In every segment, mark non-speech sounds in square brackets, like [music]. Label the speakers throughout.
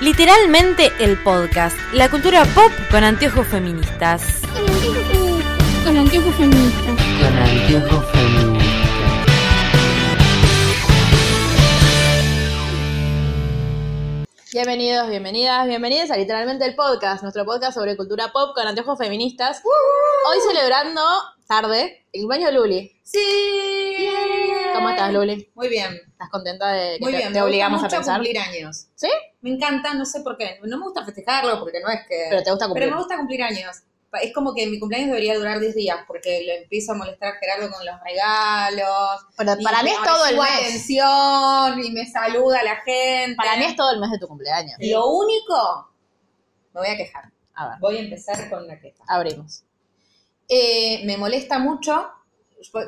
Speaker 1: Literalmente el podcast, la cultura pop con anteojos feministas.
Speaker 2: Con anteojos feministas. Con anteojos feministas.
Speaker 3: Con anteojos feministas.
Speaker 4: Bienvenidos, bienvenidas, bienvenidos a literalmente el podcast, nuestro podcast sobre cultura pop con anteojos feministas. Hoy celebrando tarde el baño de Luli.
Speaker 5: Sí.
Speaker 4: ¿Cómo estás, Luli?
Speaker 5: Muy bien,
Speaker 4: ¿Estás contenta de que
Speaker 5: muy
Speaker 4: te,
Speaker 5: bien.
Speaker 4: te
Speaker 5: me
Speaker 4: obligamos
Speaker 5: gusta
Speaker 4: a
Speaker 5: mucho
Speaker 4: pensar?
Speaker 5: cumplir años.
Speaker 4: ¿Sí?
Speaker 5: Me encanta, no sé por qué. No me gusta festejarlo porque no es que.
Speaker 4: Pero te gusta
Speaker 5: Pero
Speaker 4: cumplir.
Speaker 5: me gusta cumplir años. Pa- Es como que mi cumpleaños debería durar 10 días porque lo empiezo a molestar a Gerardo con los regalos.
Speaker 4: Pero
Speaker 5: y
Speaker 4: para mí
Speaker 5: me
Speaker 4: es todo el
Speaker 5: recibo
Speaker 4: mes.
Speaker 5: atención y me saluda la gente. Eh,
Speaker 4: Para mí es todo el mes de tu cumpleaños.
Speaker 5: Lo único. Me voy a quejar.
Speaker 4: A ver,
Speaker 5: Voy a empezar con la queja.
Speaker 4: abrimos.
Speaker 5: Eh, me molesta mucho.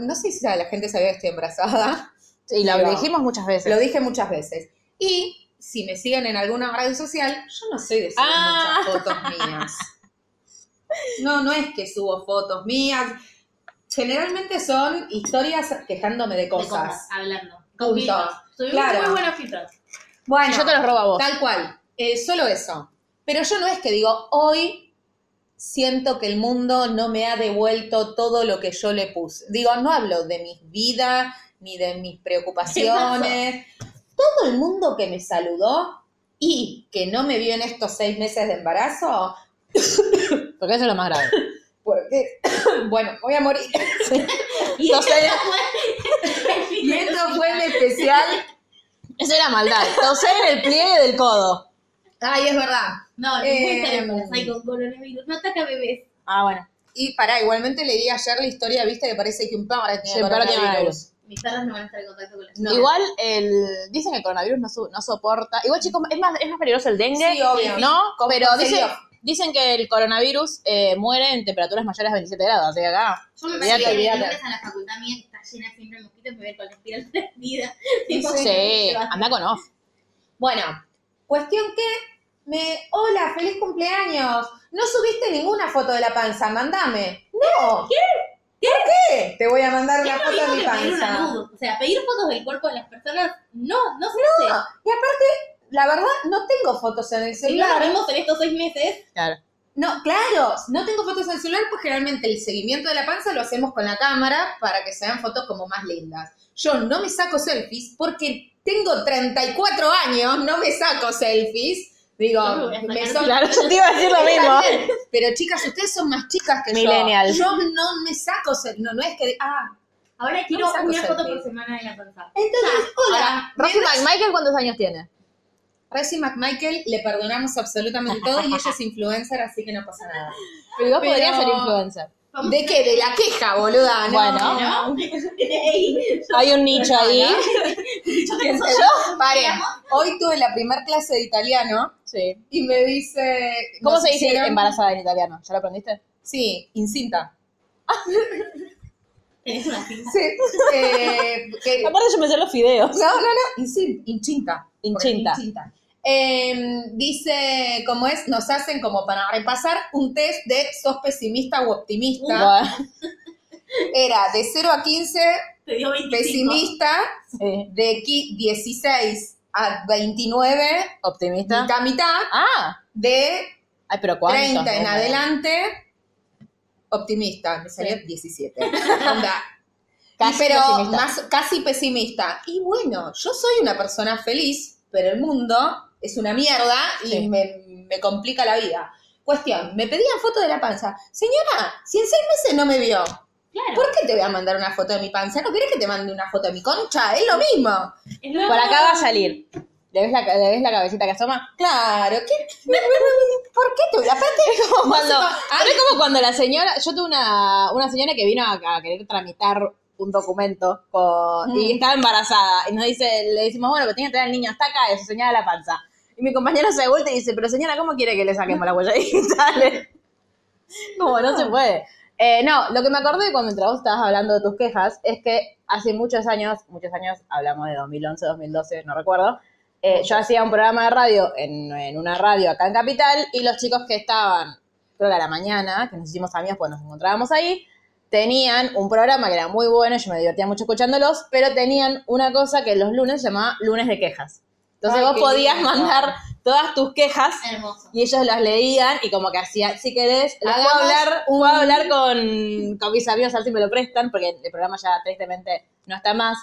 Speaker 5: No sé si la gente sabía que estoy embarazada.
Speaker 4: Y lo
Speaker 5: Ahí va.
Speaker 4: dijimos muchas veces.
Speaker 5: Lo dije muchas veces. Y si me siguen en alguna red social, yo no soy de subir
Speaker 4: Ah.
Speaker 5: muchas fotos mías. No, no es que subo fotos mías. Generalmente son historias quejándome de
Speaker 6: de
Speaker 5: cosas.
Speaker 6: hablando.
Speaker 5: Punto.
Speaker 6: Con filtros. Tuvimos
Speaker 5: Claro.
Speaker 6: muy buenos filtros.
Speaker 5: Bueno,
Speaker 4: Yo te los robo a vos.
Speaker 5: tal cual. Eh, solo eso. Pero yo no es que digo, hoy siento que el mundo no me ha devuelto todo lo que yo le puse. Digo, no hablo de mi vida ni de mis
Speaker 4: [laughs]
Speaker 5: preocupaciones. Todo el mundo que me saludó y que no me vio en estos seis meses de embarazo,
Speaker 4: Porque eso es lo más grave.
Speaker 5: porque, [coughs] bueno, voy a morir. [laughs]
Speaker 4: No sé,
Speaker 5: Y esto fue el especial.
Speaker 4: eso era maldad. Tosé en el pliegue del codo.
Speaker 5: Ay, es verdad.
Speaker 6: No, no
Speaker 5: Eh,
Speaker 6: eh, hay con coronavirus. No ataca bebés.
Speaker 4: Ah, bueno.
Speaker 5: Y pará, igualmente leí ayer la historia, viste, que parece que un pájaro tiene
Speaker 4: Sí, un perro tiene
Speaker 5: coronavirus.
Speaker 6: Mis perros no van a estar en contacto con la
Speaker 5: No.
Speaker 4: Igual el, dicen que el coronavirus no, su- no soporta. Igual, chicos, es más, es más peligroso el dengue.
Speaker 5: Sí, obvio.
Speaker 4: ¿No?
Speaker 5: Con-
Speaker 4: Pero
Speaker 5: con
Speaker 4: dicen,
Speaker 5: serio.
Speaker 4: dicen que el coronavirus eh, muere en temperaturas mayores a 27 grados. Así que acá.
Speaker 6: Yo me
Speaker 4: Olvídate,
Speaker 6: imagino que
Speaker 4: olvídate.
Speaker 6: el lunes a la facultad mía que está llena siempre de mosquitos, me voy con la [laughs] espiral prendida. Tipo,
Speaker 4: Sí,
Speaker 6: te vas.
Speaker 4: anda con off.
Speaker 5: Bueno, cuestión que me, hola, feliz cumpleaños. No subiste ninguna foto de la panza, mandame. No. ¿Qué? ¿Por qué? Te voy a mandar
Speaker 6: Es
Speaker 5: una
Speaker 6: lo
Speaker 5: foto
Speaker 6: mismo
Speaker 5: de mi
Speaker 6: que pedir un
Speaker 5: panza.
Speaker 6: anudo. O sea, pedir fotos del cuerpo de las personas, no, no se hace.
Speaker 5: No, Y aparte, la verdad, no tengo fotos en el
Speaker 6: Si no nos
Speaker 5: celular.
Speaker 6: vemos en estos seis meses,
Speaker 4: Claro.
Speaker 5: No, claro, no tengo fotos en el celular, pues generalmente el seguimiento de la panza lo hacemos con la cámara para que se vean fotos como más lindas. Yo no me saco selfies porque tengo 34 años, no me saco selfies. Digo,
Speaker 6: Yo me voy a
Speaker 5: me
Speaker 6: sacar
Speaker 5: son-
Speaker 4: Claro, yo te iba a decir lo mismo.
Speaker 5: Pero chicas, ustedes son más chicas que
Speaker 4: Millennial.
Speaker 5: yo. Yo no me saco selfies, no, no es que... Ah,
Speaker 6: ahora quiero
Speaker 5: Vamos a
Speaker 6: una
Speaker 5: coser,
Speaker 6: foto
Speaker 5: sí.
Speaker 6: por semana de la panza.
Speaker 5: entonces, hola.
Speaker 4: Ahora, Rosy McMichael, ¿cuántos años tiene?
Speaker 5: Rosy McMichael le perdonamos absolutamente todo y ella es influencer, así que no pasa nada.
Speaker 4: Pero igual
Speaker 5: Pero-
Speaker 4: podría ser influencer.
Speaker 6: Vamos
Speaker 5: ¿De
Speaker 6: a-
Speaker 5: qué? De la queja, boluda. ¿no?
Speaker 4: Bueno.
Speaker 6: ¿No? [laughs] Ey, yo-
Speaker 4: Hay un nicho ahí.
Speaker 6: yo te-
Speaker 5: Yo, paren, hoy tuve la primera clase de italiano
Speaker 4: Sí.
Speaker 5: y me dice...
Speaker 4: ¿Cómo
Speaker 5: nos
Speaker 4: se dice
Speaker 5: hicieron-
Speaker 4: embarazada en italiano? ¿Ya lo aprendiste?
Speaker 5: Sí, incinta.
Speaker 6: Tenés una pinza.
Speaker 5: Sí. eh,
Speaker 4: [laughs]
Speaker 5: que-
Speaker 4: Aparte yo me sé los fideos.
Speaker 5: No, no, no, incinta. Inchinta.
Speaker 4: Inchinta.
Speaker 5: Eh, dice, como es, nos hacen como para repasar un test de sos pesimista u optimista.
Speaker 4: Bueno,
Speaker 5: Era de 0 a 15,
Speaker 6: Te dio 25.
Speaker 5: pesimista,
Speaker 4: sí.
Speaker 5: de qui- 16 a 29,
Speaker 4: Optimista.
Speaker 5: mitad, mitad,
Speaker 4: Ah,
Speaker 5: de
Speaker 4: ay, pero ¿cuántos?
Speaker 5: 30 en
Speaker 4: no?
Speaker 5: adelante, optimista. Me salió 17.
Speaker 4: [laughs]
Speaker 5: Onda,
Speaker 4: Casi
Speaker 5: pero
Speaker 4: pesimista.
Speaker 5: más casi pesimista. Y bueno, yo soy una persona feliz, pero el mundo es una mierda y
Speaker 4: Sí.
Speaker 5: me, me complica la vida. Cuestión, me pedían foto de la panza. Señora, si en seis meses no me vio,
Speaker 6: Claro.
Speaker 5: ¿por qué te voy a mandar una foto de mi panza? ¿No querés que te mande una foto de mi concha? Es lo mismo.
Speaker 6: Es lo-
Speaker 4: Por acá va a salir. ¿Le ves la, le ves la cabecita que asoma?
Speaker 5: Claro, ¿qué?
Speaker 4: [laughs]
Speaker 5: ¿por qué te voy a Aparte, no sé
Speaker 4: Cuando,
Speaker 5: cómo-
Speaker 4: pero es como cuando la señora, yo tuve una, una señora que vino a, a querer tramitar un documento con- y estaba embarazada. Y nos dice, le decimos, bueno, pero tiene que tener al niño hasta acá, y se señala la panza. Y mi compañero se vuelve y dice, pero señora, ¿cómo quiere que le saquemos la huella digital? [laughs] Como no se puede. Eh, no, lo que me acordé cuando mientras vos estabas hablando de tus quejas es que hace muchos años, muchos años, hablamos de 2011, 2012, no recuerdo, eh, yo hacía un programa de radio en, en una radio acá en Capital y los chicos que estaban, creo que a la mañana, que nos hicimos amigos cuando nos encontrábamos ahí, tenían un programa que era muy bueno, yo me divertía mucho escuchándolos, pero tenían una cosa que los lunes se llamaba lunes de quejas. Entonces
Speaker 5: Ay,
Speaker 4: vos
Speaker 5: qué
Speaker 4: podías
Speaker 5: lindo.
Speaker 4: mandar todas tus quejas
Speaker 6: Hermoso.
Speaker 4: y ellos las leían y como que hacía, si querés, les puedo
Speaker 5: Hagamos
Speaker 4: hablar, puedo hablar con, con mis amigos, a ver si me lo prestan, porque el programa ya tristemente no está más.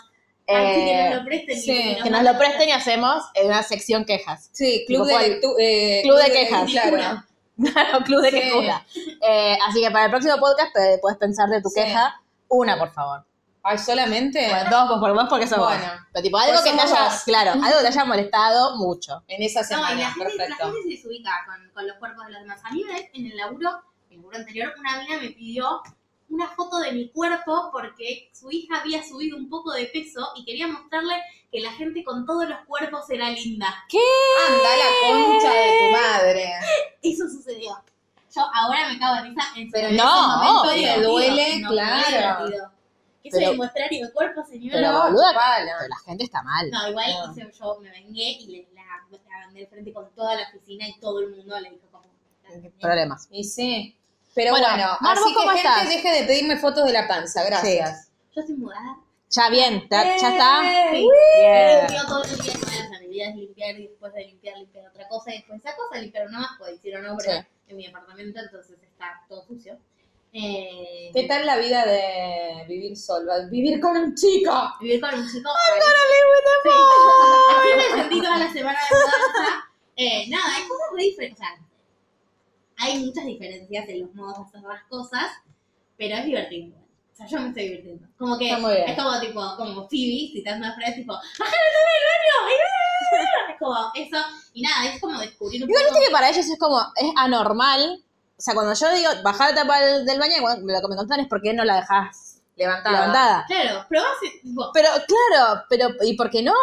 Speaker 6: Así que
Speaker 4: Eh,
Speaker 6: nos lo presten. y
Speaker 5: sí,
Speaker 4: que nos lo presten y hacemos en una sección quejas.
Speaker 5: Sí, club
Speaker 4: Tipo,
Speaker 5: de,
Speaker 4: ¿cuál?
Speaker 5: lectu- eh,
Speaker 4: Club de quejas.
Speaker 5: Claro.
Speaker 4: [laughs] Claro, club de
Speaker 5: Sí.
Speaker 4: quejuda. Eh, así que para el próximo podcast te puedes pensar de tu
Speaker 5: Sí.
Speaker 4: queja una, por favor.
Speaker 5: Ay, Ah, solamente.
Speaker 4: Bueno, dos, pues por vos, porque somos.
Speaker 5: Bueno.
Speaker 4: vos. Pero tipo, algo
Speaker 5: Pues
Speaker 4: que te
Speaker 5: somos
Speaker 4: haya,
Speaker 5: dos. [laughs]
Speaker 4: claro, algo que te haya molestado mucho.
Speaker 5: En esa
Speaker 6: No,
Speaker 5: semana.
Speaker 6: y la gente, la
Speaker 5: Perfecto.
Speaker 6: gente se desubica con, con los cuerpos de los demás. A mí una vez en el laburo, en el laburo anterior, una mina me pidió una foto de mi cuerpo porque su hija había subido un poco de peso y quería mostrarle que la gente con todos los cuerpos era linda.
Speaker 5: Anda la concha de tu madre.
Speaker 6: Eso sucedió. Yo ahora me cago en risa, en
Speaker 5: Pero
Speaker 6: en
Speaker 4: no,
Speaker 6: momento
Speaker 4: obvio.
Speaker 6: divertido.
Speaker 5: Duele,
Speaker 6: No, fue
Speaker 5: claro.
Speaker 6: divertido. Quise
Speaker 4: Pero-
Speaker 6: demostrar mi cuerpo, señora.
Speaker 4: Pero,
Speaker 5: No,
Speaker 4: boluda,
Speaker 5: chupala.
Speaker 4: pero la gente está mal.
Speaker 6: No, igual
Speaker 5: No.
Speaker 6: hice- yo me vengué y le la, la mandé al frente con toda la oficina y todo el mundo le dijo como...
Speaker 4: Problemas.
Speaker 5: Y sí. Pero bueno,
Speaker 4: Bueno, Mar,
Speaker 5: así
Speaker 4: ¿vos
Speaker 5: que
Speaker 4: cómo
Speaker 5: gente
Speaker 4: estás?
Speaker 5: deje de pedirme fotos de la panza, gracias.
Speaker 6: Yo estoy mudada.
Speaker 4: Ya bien, ya, ya está.
Speaker 6: Sí.
Speaker 5: Eh,
Speaker 4: Bien.
Speaker 6: Limpio todo el día, todas las actividades, limpiar y después de limpiar, limpiar otra cosa y después esa cosa, limpiar una más, pues hicieron obra en mi apartamento, entonces está todo sucio. Eh,
Speaker 5: ¿Qué tal la vida de vivir sola? Vivir con un chico.
Speaker 6: Vivir con un chico. rarísimo. Sí. Así me sentí toda la semana de mudanza. Eh, nada, hay cosas muy diferentes. O sea, hay muchas diferencias en los modos de hacer las cosas, pero es divertido. O sea, yo me estoy divirtiendo. Como que
Speaker 5: Está muy bien.
Speaker 6: es como tipo, como Phoebe citando a Fred, tipo, ¡bájame todo el baño! [laughs] Es como eso. Y nada, es como descubrir un
Speaker 4: Igual
Speaker 6: poco.
Speaker 4: viste que para ellos es como, es anormal. O sea, cuando yo digo bajar la tapa del, del baño, bueno, lo que me contaron es por qué no la dejás
Speaker 5: Levantada.
Speaker 4: levantada.
Speaker 6: Claro, probás y, tipo,
Speaker 4: Pero claro, pero ¿y por qué no?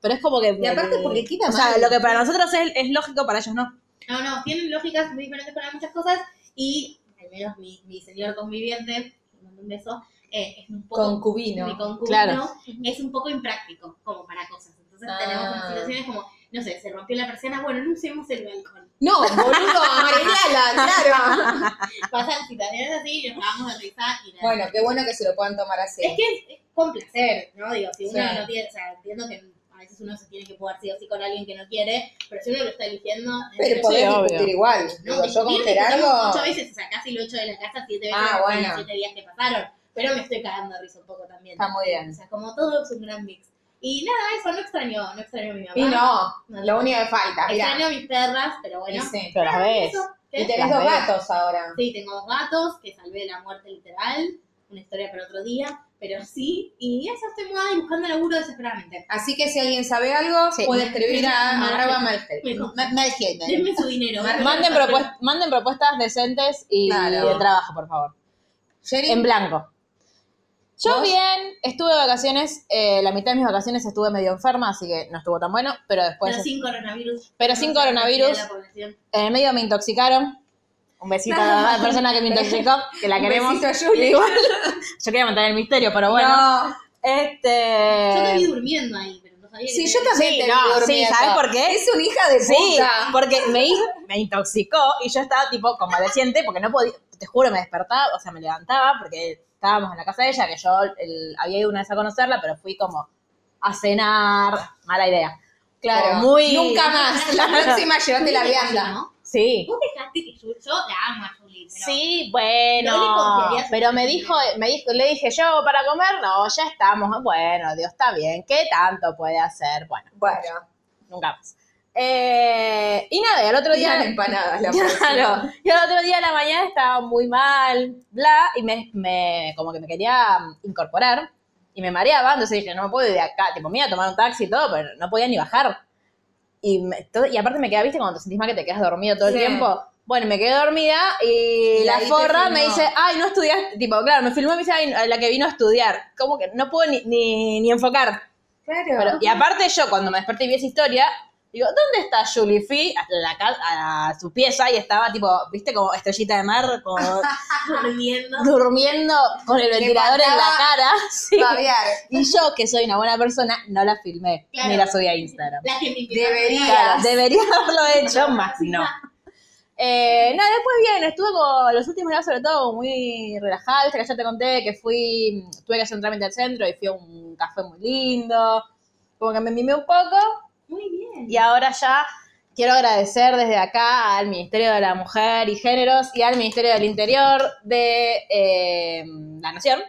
Speaker 4: Pero es como que...
Speaker 5: Y aparte porque queda
Speaker 4: O sea,
Speaker 5: mal.
Speaker 4: lo que para nosotros es, es lógico, para ellos no.
Speaker 6: No, no, tienen lógicas muy diferentes para muchas cosas y al menos mi, mi señor conviviente, le mando un beso, eh, es un poco
Speaker 5: Concubino.
Speaker 6: mi concubino,
Speaker 4: claro.
Speaker 6: es un poco impráctico como para cosas. Entonces
Speaker 5: Ah.
Speaker 6: tenemos como situaciones como, no sé, se rompió la persiana, bueno, no usemos el balcón.
Speaker 5: No, boludo, arreglala, claro.
Speaker 6: Pasan situaciones así y nos vamos a risa y nada.
Speaker 5: Bueno, qué bueno que se lo puedan tomar así.
Speaker 6: Es que es, es con placer, ¿no? Digo, si uno
Speaker 5: Sí.
Speaker 6: no tiene, o sea, entiendo que a veces uno se tiene que jugar sí o sí con alguien que no quiere, pero si uno lo está eligiendo... es
Speaker 5: Pero
Speaker 6: que-
Speaker 5: podés
Speaker 4: Sí, obvio.
Speaker 5: discutir igual. Digo, yo con
Speaker 6: discutir, discutimos
Speaker 5: Gerardo.
Speaker 6: Ocho veces, o sea, casi lo echo de la casa, siete veces
Speaker 5: Ah,
Speaker 6: en
Speaker 5: bueno.
Speaker 6: los siete días que pasaron. Pero me estoy cagando de risa un poco también.
Speaker 5: Está muy bien.
Speaker 6: O sea, como todo es un gran mix. Y nada, eso no extraño, no extraño a mi mamá.
Speaker 5: Y no,
Speaker 6: No.
Speaker 5: lo único que falta, mirá.
Speaker 6: extraño a mis perras, pero
Speaker 5: Y
Speaker 6: bueno.
Speaker 5: sí.
Speaker 4: Pero las ves.
Speaker 6: Eso,
Speaker 5: Y
Speaker 6: ¿qué?
Speaker 5: tenés
Speaker 4: Las
Speaker 5: dos
Speaker 4: veo.
Speaker 5: gatos ahora.
Speaker 6: Sí, tengo dos gatos que salvé de la muerte literal. Una historia para otro día, pero sí. Y eso estoy mudada y buscando laburo desesperadamente.
Speaker 5: Así que si alguien sabe algo,
Speaker 4: Sí.
Speaker 5: puede escribir a
Speaker 6: Mal-
Speaker 5: arroba Malgel.
Speaker 6: Mejor.
Speaker 5: Ma- Malgel.
Speaker 6: Denme su dinero.
Speaker 4: Manden, propues- manden propuestas decentes y
Speaker 5: Claro.
Speaker 4: de trabajo, por favor.
Speaker 5: Jerry,
Speaker 4: En blanco. Yo
Speaker 5: ¿Vos?
Speaker 4: bien, estuve de vacaciones, eh, la mitad de mis vacaciones estuve medio enferma, así que no estuvo tan bueno, pero
Speaker 5: pues.
Speaker 4: después...
Speaker 6: Pero sin coronavirus.
Speaker 4: Pero sin
Speaker 6: No se
Speaker 4: coronavirus.
Speaker 6: la población.
Speaker 4: En el medio me intoxicaron. Un besito
Speaker 5: [laughs]
Speaker 4: a la persona que me intoxicó, que la
Speaker 5: Un
Speaker 4: queremos.
Speaker 5: besito a Juli.
Speaker 4: [laughs] Igual. Yo quería mantener el misterio, pero bueno.
Speaker 5: No.
Speaker 4: Este.
Speaker 6: Yo te vi durmiendo ahí, pero no sabía
Speaker 5: Eh. Sí,
Speaker 6: que
Speaker 5: yo también
Speaker 4: Sí,
Speaker 5: te
Speaker 4: no,
Speaker 5: vi
Speaker 4: sí,
Speaker 5: durmiendo.
Speaker 4: ¿sabés por qué?
Speaker 5: Es una hija de
Speaker 4: Sí,
Speaker 5: puta.
Speaker 4: porque me, in- me intoxicó y yo estaba tipo convaleciente porque no podía, te juro, me despertaba, o sea, me levantaba porque estábamos en la casa de ella, que yo el- había ido una vez a conocerla, pero fui como a cenar, mala idea.
Speaker 5: Claro.
Speaker 4: Como muy-
Speaker 5: Nunca
Speaker 4: [laughs]
Speaker 5: más. La próxima llévate la vianda.
Speaker 6: ¿no?
Speaker 4: Sí.
Speaker 6: Vos dejaste que yo, yo la amo a Julie, pero
Speaker 4: Sí,
Speaker 6: No le
Speaker 4: bueno,
Speaker 6: confiarías en
Speaker 4: pero
Speaker 6: tu
Speaker 4: me
Speaker 6: familia.
Speaker 4: dijo, me dijo, le dije yo para comer, no, ya estamos, bueno, Dios está bien, ¿qué tanto puede hacer? Bueno,
Speaker 5: Bueno,
Speaker 4: nunca más. Eh, y nada, y al otro día,
Speaker 5: ya empanadas la
Speaker 4: [laughs] Claro. Y al otro día de la mañana estaba muy mal, bla, y me, me- como que me quería incorporar y me mareaba, entonces dije, no me puedo ir de acá, tipo, me iba a tomar un taxi y todo, pero no podía ni bajar. Y, me- todo- y aparte me quedaba, viste, cuando te sentís mal que te quedas dormido todo
Speaker 5: Sí.
Speaker 4: el tiempo. Bueno, me quedé dormida y,
Speaker 5: Y
Speaker 4: la
Speaker 5: ahí te
Speaker 4: forra me
Speaker 5: filmó.
Speaker 4: dice, ay, no estudiaste, tipo, claro, me filmó y me dice, ay, la que vino a estudiar. Como que no puedo ni, ni, ni enfocar. Pero-
Speaker 5: Claro.
Speaker 4: y aparte yo, cuando me desperté y vi esa historia, digo, ¿dónde está Julie Fee? A, la ca- a su pieza y estaba tipo, viste, como estrellita de mar, como
Speaker 6: estás durmiendo.
Speaker 4: durmiendo con el ventilador en la
Speaker 5: faltaba
Speaker 4: cara. [laughs] sí.
Speaker 5: Fabiar.
Speaker 4: Y yo, que soy una buena persona, no la filmé,
Speaker 6: Claro.
Speaker 4: ni la subí a Instagram.
Speaker 6: La que me invitó.
Speaker 5: Debería.
Speaker 4: Claro, debería [laughs] haberlo hecho, más no. Eh, nada, después bien, estuve con los últimos días sobre todo muy relajada, viste que ya te conté que fui, tuve que hacer un trámite al centro y fui a un café muy lindo, como que me mimé un poco
Speaker 6: Muy bien.
Speaker 4: y ahora ya Quiero agradecer desde acá al Ministerio de la Mujer y Géneros y al Ministerio del Interior de eh, la Nación,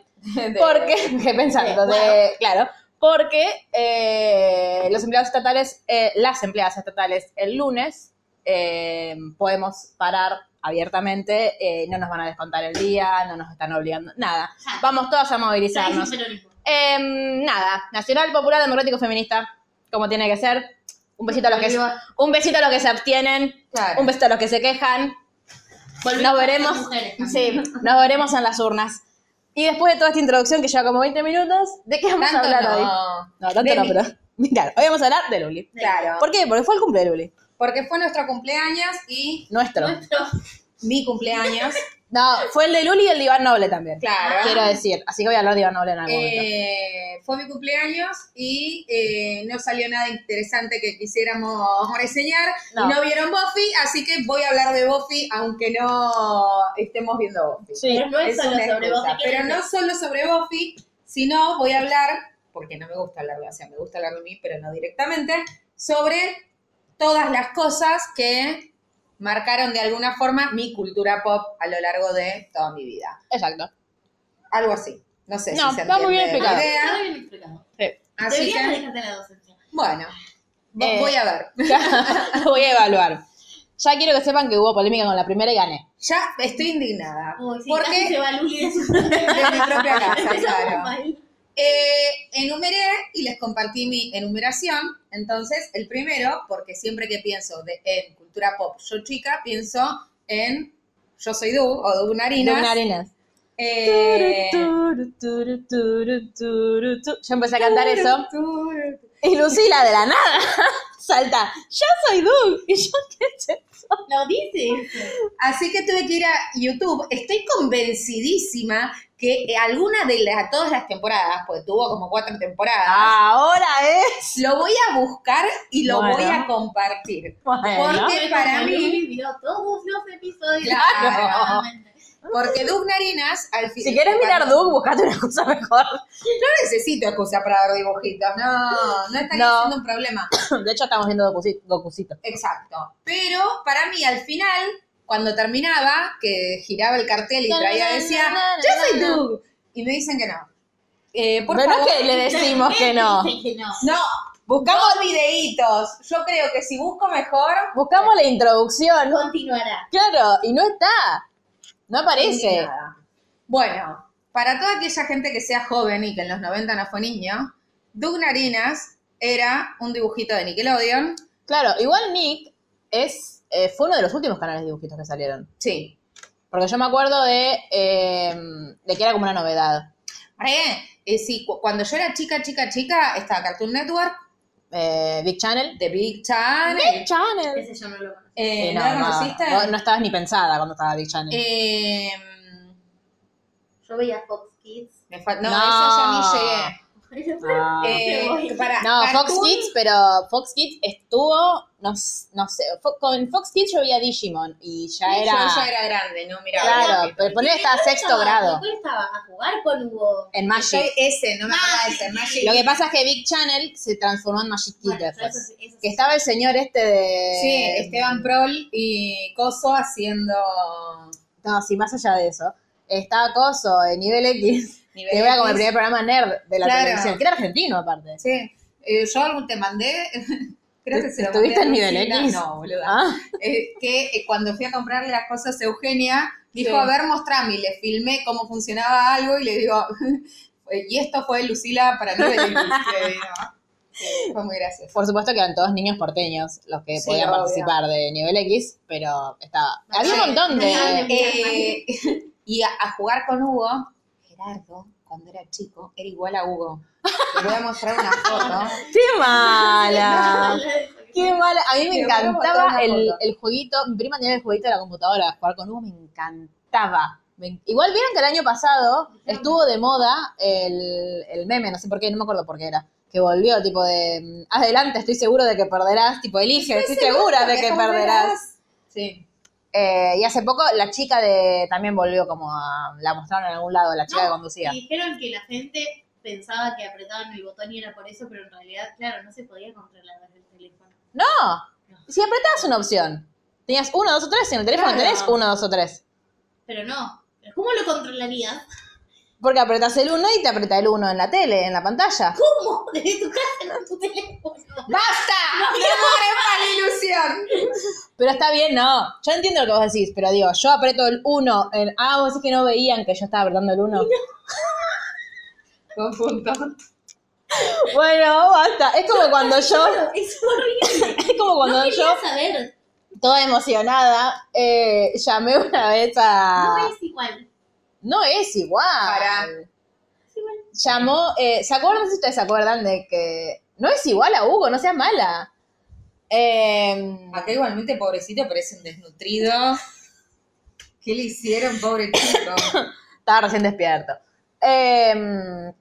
Speaker 4: porque, [laughs] que pensando, de, claro, porque eh, los empleados estatales, eh, las empleadas estatales el lunes eh, podemos parar abiertamente, eh, no nos van a descontar el día, no nos están obligando, nada.
Speaker 6: Ya.
Speaker 4: Vamos todas a
Speaker 6: Ya es un
Speaker 4: movilizarnos.
Speaker 6: peronismo.
Speaker 4: Em, nada, Nacional Popular Democrático Feminista, como tiene que ser. Un besito a los que,
Speaker 6: Arriba.
Speaker 4: un besito a los que se abstienen,
Speaker 5: Claro.
Speaker 4: un besito a los que se quejan.
Speaker 6: Volvemos
Speaker 4: Nos
Speaker 6: a ser
Speaker 4: veremos.
Speaker 6: mujeres
Speaker 4: Sí,
Speaker 6: también.
Speaker 4: nos veremos en las urnas. Y después de toda esta introducción que lleva como 20 minutos, ¿de qué vamos
Speaker 5: Tanto
Speaker 4: a hablar hoy?
Speaker 5: no.
Speaker 4: No, tanto
Speaker 5: De
Speaker 4: no,
Speaker 5: mí.
Speaker 4: pero. [laughs] Claro, hoy vamos a hablar de Luli.
Speaker 5: Claro.
Speaker 4: ¿Por qué? Porque fue el cumple de Luli.
Speaker 5: Porque fue nuestro cumpleaños y
Speaker 4: Nuestro.
Speaker 6: Nuestro-
Speaker 5: mi cumpleaños.
Speaker 4: No, fue el de Luli y el de Iván Noble también.
Speaker 5: claro.
Speaker 4: Quiero decir. Así que voy a hablar de Iván Noble en algún momento.
Speaker 5: Eh, fue mi cumpleaños y eh, no salió nada interesante que quisiéramos reseñar.
Speaker 4: No.
Speaker 5: No. no vieron Buffy, así que voy a hablar de Buffy, aunque no estemos viendo Buffy.
Speaker 4: Sí.
Speaker 6: Pero no es, solo
Speaker 5: una
Speaker 6: sobre vos.
Speaker 5: excusa. Pero no solo sobre Buffy, sino voy a hablar, porque no me gusta hablar de, o sea, me gusta hablar de mí, pero no directamente, sobre todas las cosas que marcaron de alguna forma mi cultura pop a lo largo de toda mi vida.
Speaker 4: Exacto.
Speaker 5: Algo así. No sé
Speaker 4: No,
Speaker 5: si se
Speaker 4: está muy bien
Speaker 5: entiende la
Speaker 4: explicado.
Speaker 6: Está
Speaker 5: idea.
Speaker 6: bien explicado.
Speaker 5: Así
Speaker 6: Deberías
Speaker 5: que,
Speaker 6: dedicarte a la docencia.
Speaker 5: bueno, vo-
Speaker 4: Eh.
Speaker 5: voy a ver.
Speaker 4: Lo [laughs] voy a evaluar. Ya quiero que sepan que hubo polémica con la primera y gané.
Speaker 5: Ya estoy indignada.
Speaker 6: Uy, sí,
Speaker 5: porque
Speaker 6: casi se va Luli de
Speaker 5: [laughs]
Speaker 6: su
Speaker 5: de mi
Speaker 6: [laughs]
Speaker 5: propia casa,
Speaker 6: Empezamos
Speaker 5: claro.
Speaker 6: mal.
Speaker 5: Eh, enumeré y les compartí mi enumeración. Entonces, el primero, porque siempre que pienso de, en cultura pop, yo chica, pienso en Yo soy Du o Du Narinas.
Speaker 4: Luna Arenas.
Speaker 5: Eh,
Speaker 4: Turu, turu, turu, turu, tu. Yo empecé a cantar eso. Y Lucila, de la nada, [laughs] salta. Yo soy Doug. Y yo, [laughs] ¿qué es eso?
Speaker 6: Lo dices.
Speaker 5: Así que tuve que ir a YouTube. Estoy convencidísima que eh, alguna de las, todas las temporadas, pues tuvo como cuatro temporadas,
Speaker 4: Ahora es.
Speaker 5: lo voy a buscar y lo
Speaker 4: Bueno.
Speaker 5: voy a compartir.
Speaker 4: Bueno.
Speaker 5: Porque para mí-
Speaker 6: Luli vio todos los episodios.
Speaker 5: Claro.
Speaker 6: claramente.
Speaker 5: Porque Doug Narinas, al fin-
Speaker 4: Ah. Si quieres mirar Doug, buscate una cosa mejor. [laughs]
Speaker 5: No necesito excusa para ver dibujitos, no, no estaría
Speaker 4: No.
Speaker 5: siendo un problema.
Speaker 4: De hecho, estamos viendo Gokuci- Gokucito.
Speaker 5: Exacto. Pero para mí, al final, cuando terminaba, que giraba el cartel y traía, decía, yo soy Doug. Y me dicen que no. Eh, por
Speaker 4: Pero no
Speaker 5: favor.
Speaker 4: es que le decimos que no.
Speaker 6: Dice que no.
Speaker 5: [laughs] No, buscamos videitos. Yo creo que si busco mejor,
Speaker 4: Buscamos la introducción.
Speaker 6: Continuará.
Speaker 4: Claro, y no está. No aparece.
Speaker 5: Indignada. Bueno, para toda aquella gente que sea joven y que en los 90 no fue niño, Doug Narinas era un dibujito de Nickelodeon.
Speaker 4: Claro, igual Nick es, eh, fue uno de los últimos canales de dibujitos que salieron.
Speaker 5: Sí.
Speaker 4: Porque yo me acuerdo de, eh, de que era como una novedad.
Speaker 5: Ahora bien, eh, sí, cu- cuando yo era chica, chica, chica, estaba Cartoon Network,
Speaker 4: Eh, Big Channel.
Speaker 5: The Big Channel.
Speaker 4: Big Channel.
Speaker 6: Ese yo no lo conozco.
Speaker 5: Eh,
Speaker 4: Sí,
Speaker 5: ¿No la conociste?
Speaker 4: vos no estabas ni pensada cuando estaba Big Channel.
Speaker 5: Eh,
Speaker 6: Yo veía Fox [laughs] Kids.
Speaker 5: me fal- no,
Speaker 4: No.
Speaker 5: eso ya ni llegué.
Speaker 4: Ah.
Speaker 5: Eh, pará,
Speaker 4: no, Fox
Speaker 5: Cartoon-
Speaker 4: Kids, pero Fox Kids estuvo, no, s- no sé, fo- con Fox Kids yo veía Digimon y ya
Speaker 5: Yo
Speaker 4: era...
Speaker 5: ya era grande, no, mira.
Speaker 4: Claro, pero ponele estaba sexto grado
Speaker 6: ¿Cuál estaba? A jugar con Hugo.
Speaker 4: en
Speaker 5: Yo
Speaker 4: Magic.
Speaker 5: ese, no me acuerdo de ese, Magic.
Speaker 4: Lo que pasa es que Big Channel se transformó en Magic Kid
Speaker 6: Bueno,
Speaker 4: después.
Speaker 6: eso sí, eso
Speaker 4: Que
Speaker 6: sí.
Speaker 4: estaba el señor este de...
Speaker 5: Sí, este. Esteban Prol y Coso haciendo
Speaker 4: No, sí, más allá de eso. Estaba Coso en Nivel X,
Speaker 5: nivel
Speaker 4: que era como el
Speaker 5: X.
Speaker 4: primer programa nerd de la
Speaker 5: Claro.
Speaker 4: televisión, que era argentino aparte.
Speaker 5: Sí. Eh, yo algún te mandé, [laughs] creo que se lo
Speaker 4: ¿Estuviste en
Speaker 5: mandé a
Speaker 4: Nivel
Speaker 5: Lucila.
Speaker 4: X?
Speaker 5: No, boluda.
Speaker 4: Ah,
Speaker 5: Eh, que eh, cuando fui a comprarle las cosas a Eugenia, dijo,
Speaker 4: Sí.
Speaker 5: a ver, mostrame, y le filmé cómo funcionaba algo, y le digo, [laughs] y esto fue Lucila para mí. del inicio", y digo, sí, Fue muy gracioso.
Speaker 4: por supuesto que eran todos niños porteños los que
Speaker 5: Sí,
Speaker 4: podían
Speaker 5: obvio.
Speaker 4: participar de Nivel X, pero estaba...
Speaker 6: Bueno,
Speaker 4: Había un
Speaker 5: sí.
Speaker 4: montón de...
Speaker 6: Claro.
Speaker 5: Eh, [laughs] y a, a jugar con Hugo, Gerardo, cuando era chico, era igual a Hugo. Le voy a mostrar una foto.
Speaker 4: ¡Qué mala!
Speaker 6: ¿Qué?
Speaker 4: ¡Qué mala! A mí me
Speaker 5: Te voy a
Speaker 4: encantaba
Speaker 5: mostrar una
Speaker 4: el,
Speaker 5: foto.
Speaker 4: el jueguito. Mi prima tenía el jueguito de la computadora para jugar con Hugo, me encantaba. Me en- Igual vieron que el año pasado estuvo de moda el, el meme, no sé por qué, no me acuerdo por qué era. Que volvió, tipo de. mm, Adelante, estoy seguro de que perderás. Tipo, elige, estoy, segura de que perderás.
Speaker 5: Sí.
Speaker 4: Eh, y hace poco la chica de. También volvió como a. La mostraron en algún lado, la chica que conducía.
Speaker 6: Y dijeron que la gente pensaba que apretaban el botón y era por eso, pero en realidad, claro, no se podía controlar el teléfono.
Speaker 4: No,
Speaker 6: No.
Speaker 4: Si apretabas una opción, tenías uno, dos o tres, y en el teléfono
Speaker 6: Claro.
Speaker 4: tenés uno, dos o tres.
Speaker 6: Pero no. ¿Pero ¿Cómo lo controlarías? [laughs]
Speaker 4: Porque apretás el uno y te aprieta el uno en la tele, en la pantalla.
Speaker 6: ¿Cómo? Desde tu casa con
Speaker 4: [laughs]
Speaker 6: tu teléfono.
Speaker 5: ¡Basta! ¡No me para la ilusión!
Speaker 4: Pero está bien, no. Yo entiendo lo que vos decís, pero digo, yo aprieto el uno. En... Ah, vos decís que no veían que yo estaba apretando el uno. [laughs]
Speaker 5: Con punto.
Speaker 4: Bueno, basta. Es como cuando
Speaker 6: [laughs]
Speaker 4: yo,
Speaker 6: Es
Speaker 4: [laughs]
Speaker 6: horrible.
Speaker 4: es como cuando
Speaker 6: no
Speaker 4: yo,
Speaker 6: quería saber.
Speaker 4: toda emocionada, eh, llamé una vez a.
Speaker 6: No es igual.
Speaker 4: No es igual.
Speaker 5: Pará.
Speaker 4: Llamó, eh, ¿se acuerdan? No sé si ustedes se acuerdan de que no es igual a Hugo, no sea mala. Eh,
Speaker 5: Acá igualmente, pobrecito, parece un desnutrido. ¿Qué le hicieron, pobre chico?
Speaker 4: estaba recién despierto. Eh,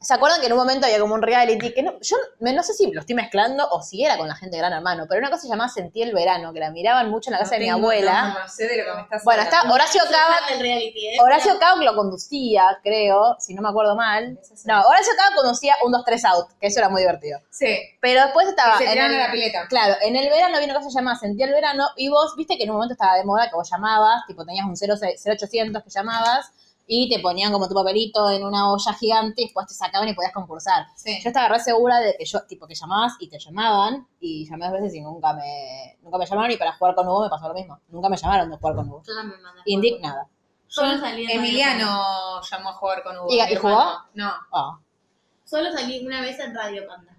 Speaker 4: ¿Se acuerdan que en un momento había como un reality? Que no, yo me- no sé si lo estoy mezclando o si era con la gente de Gran Hermano, pero una cosa se llamaba Sentí el Verano, que la miraban mucho en la casa de mi abuela.
Speaker 5: No, no sé de lo que me estás
Speaker 4: Bueno, está Horacio Cava,
Speaker 6: Fan del reality, ¿eh?
Speaker 4: Horacio Cava lo conducía, creo, si no me acuerdo mal. No, Horacio Cava conducía un 2-3 out, que eso era muy divertido.
Speaker 5: Sí,
Speaker 4: Pero después estaba.
Speaker 5: se
Speaker 4: en
Speaker 5: tiraron
Speaker 4: Ah, el-
Speaker 5: a la pileta.
Speaker 4: Claro, en el verano había una cosa llamada Sentí el verano y vos viste que en un momento estaba de moda que vos llamabas, tipo tenías un 06 0800 que llamabas y te ponían como tu papelito en una olla gigante y después te sacaban y podías concursar.
Speaker 5: Sí.
Speaker 4: Yo estaba re segura de que yo, tipo, que llamabas y te llamaban y llamé dos veces y nunca me, nunca me llamaron y para jugar con Hugo me pasó lo mismo. Nunca me llamaron de jugar con Hugo.
Speaker 6: Yo también mandé.
Speaker 4: Indignada.
Speaker 6: Solo salí en
Speaker 5: Emiliano llamó a jugar con Hugo.
Speaker 4: ¿Y-
Speaker 5: mi
Speaker 4: y jugó?
Speaker 5: hermano. No.
Speaker 4: Oh,
Speaker 6: Solo salí una vez en Radio Panda.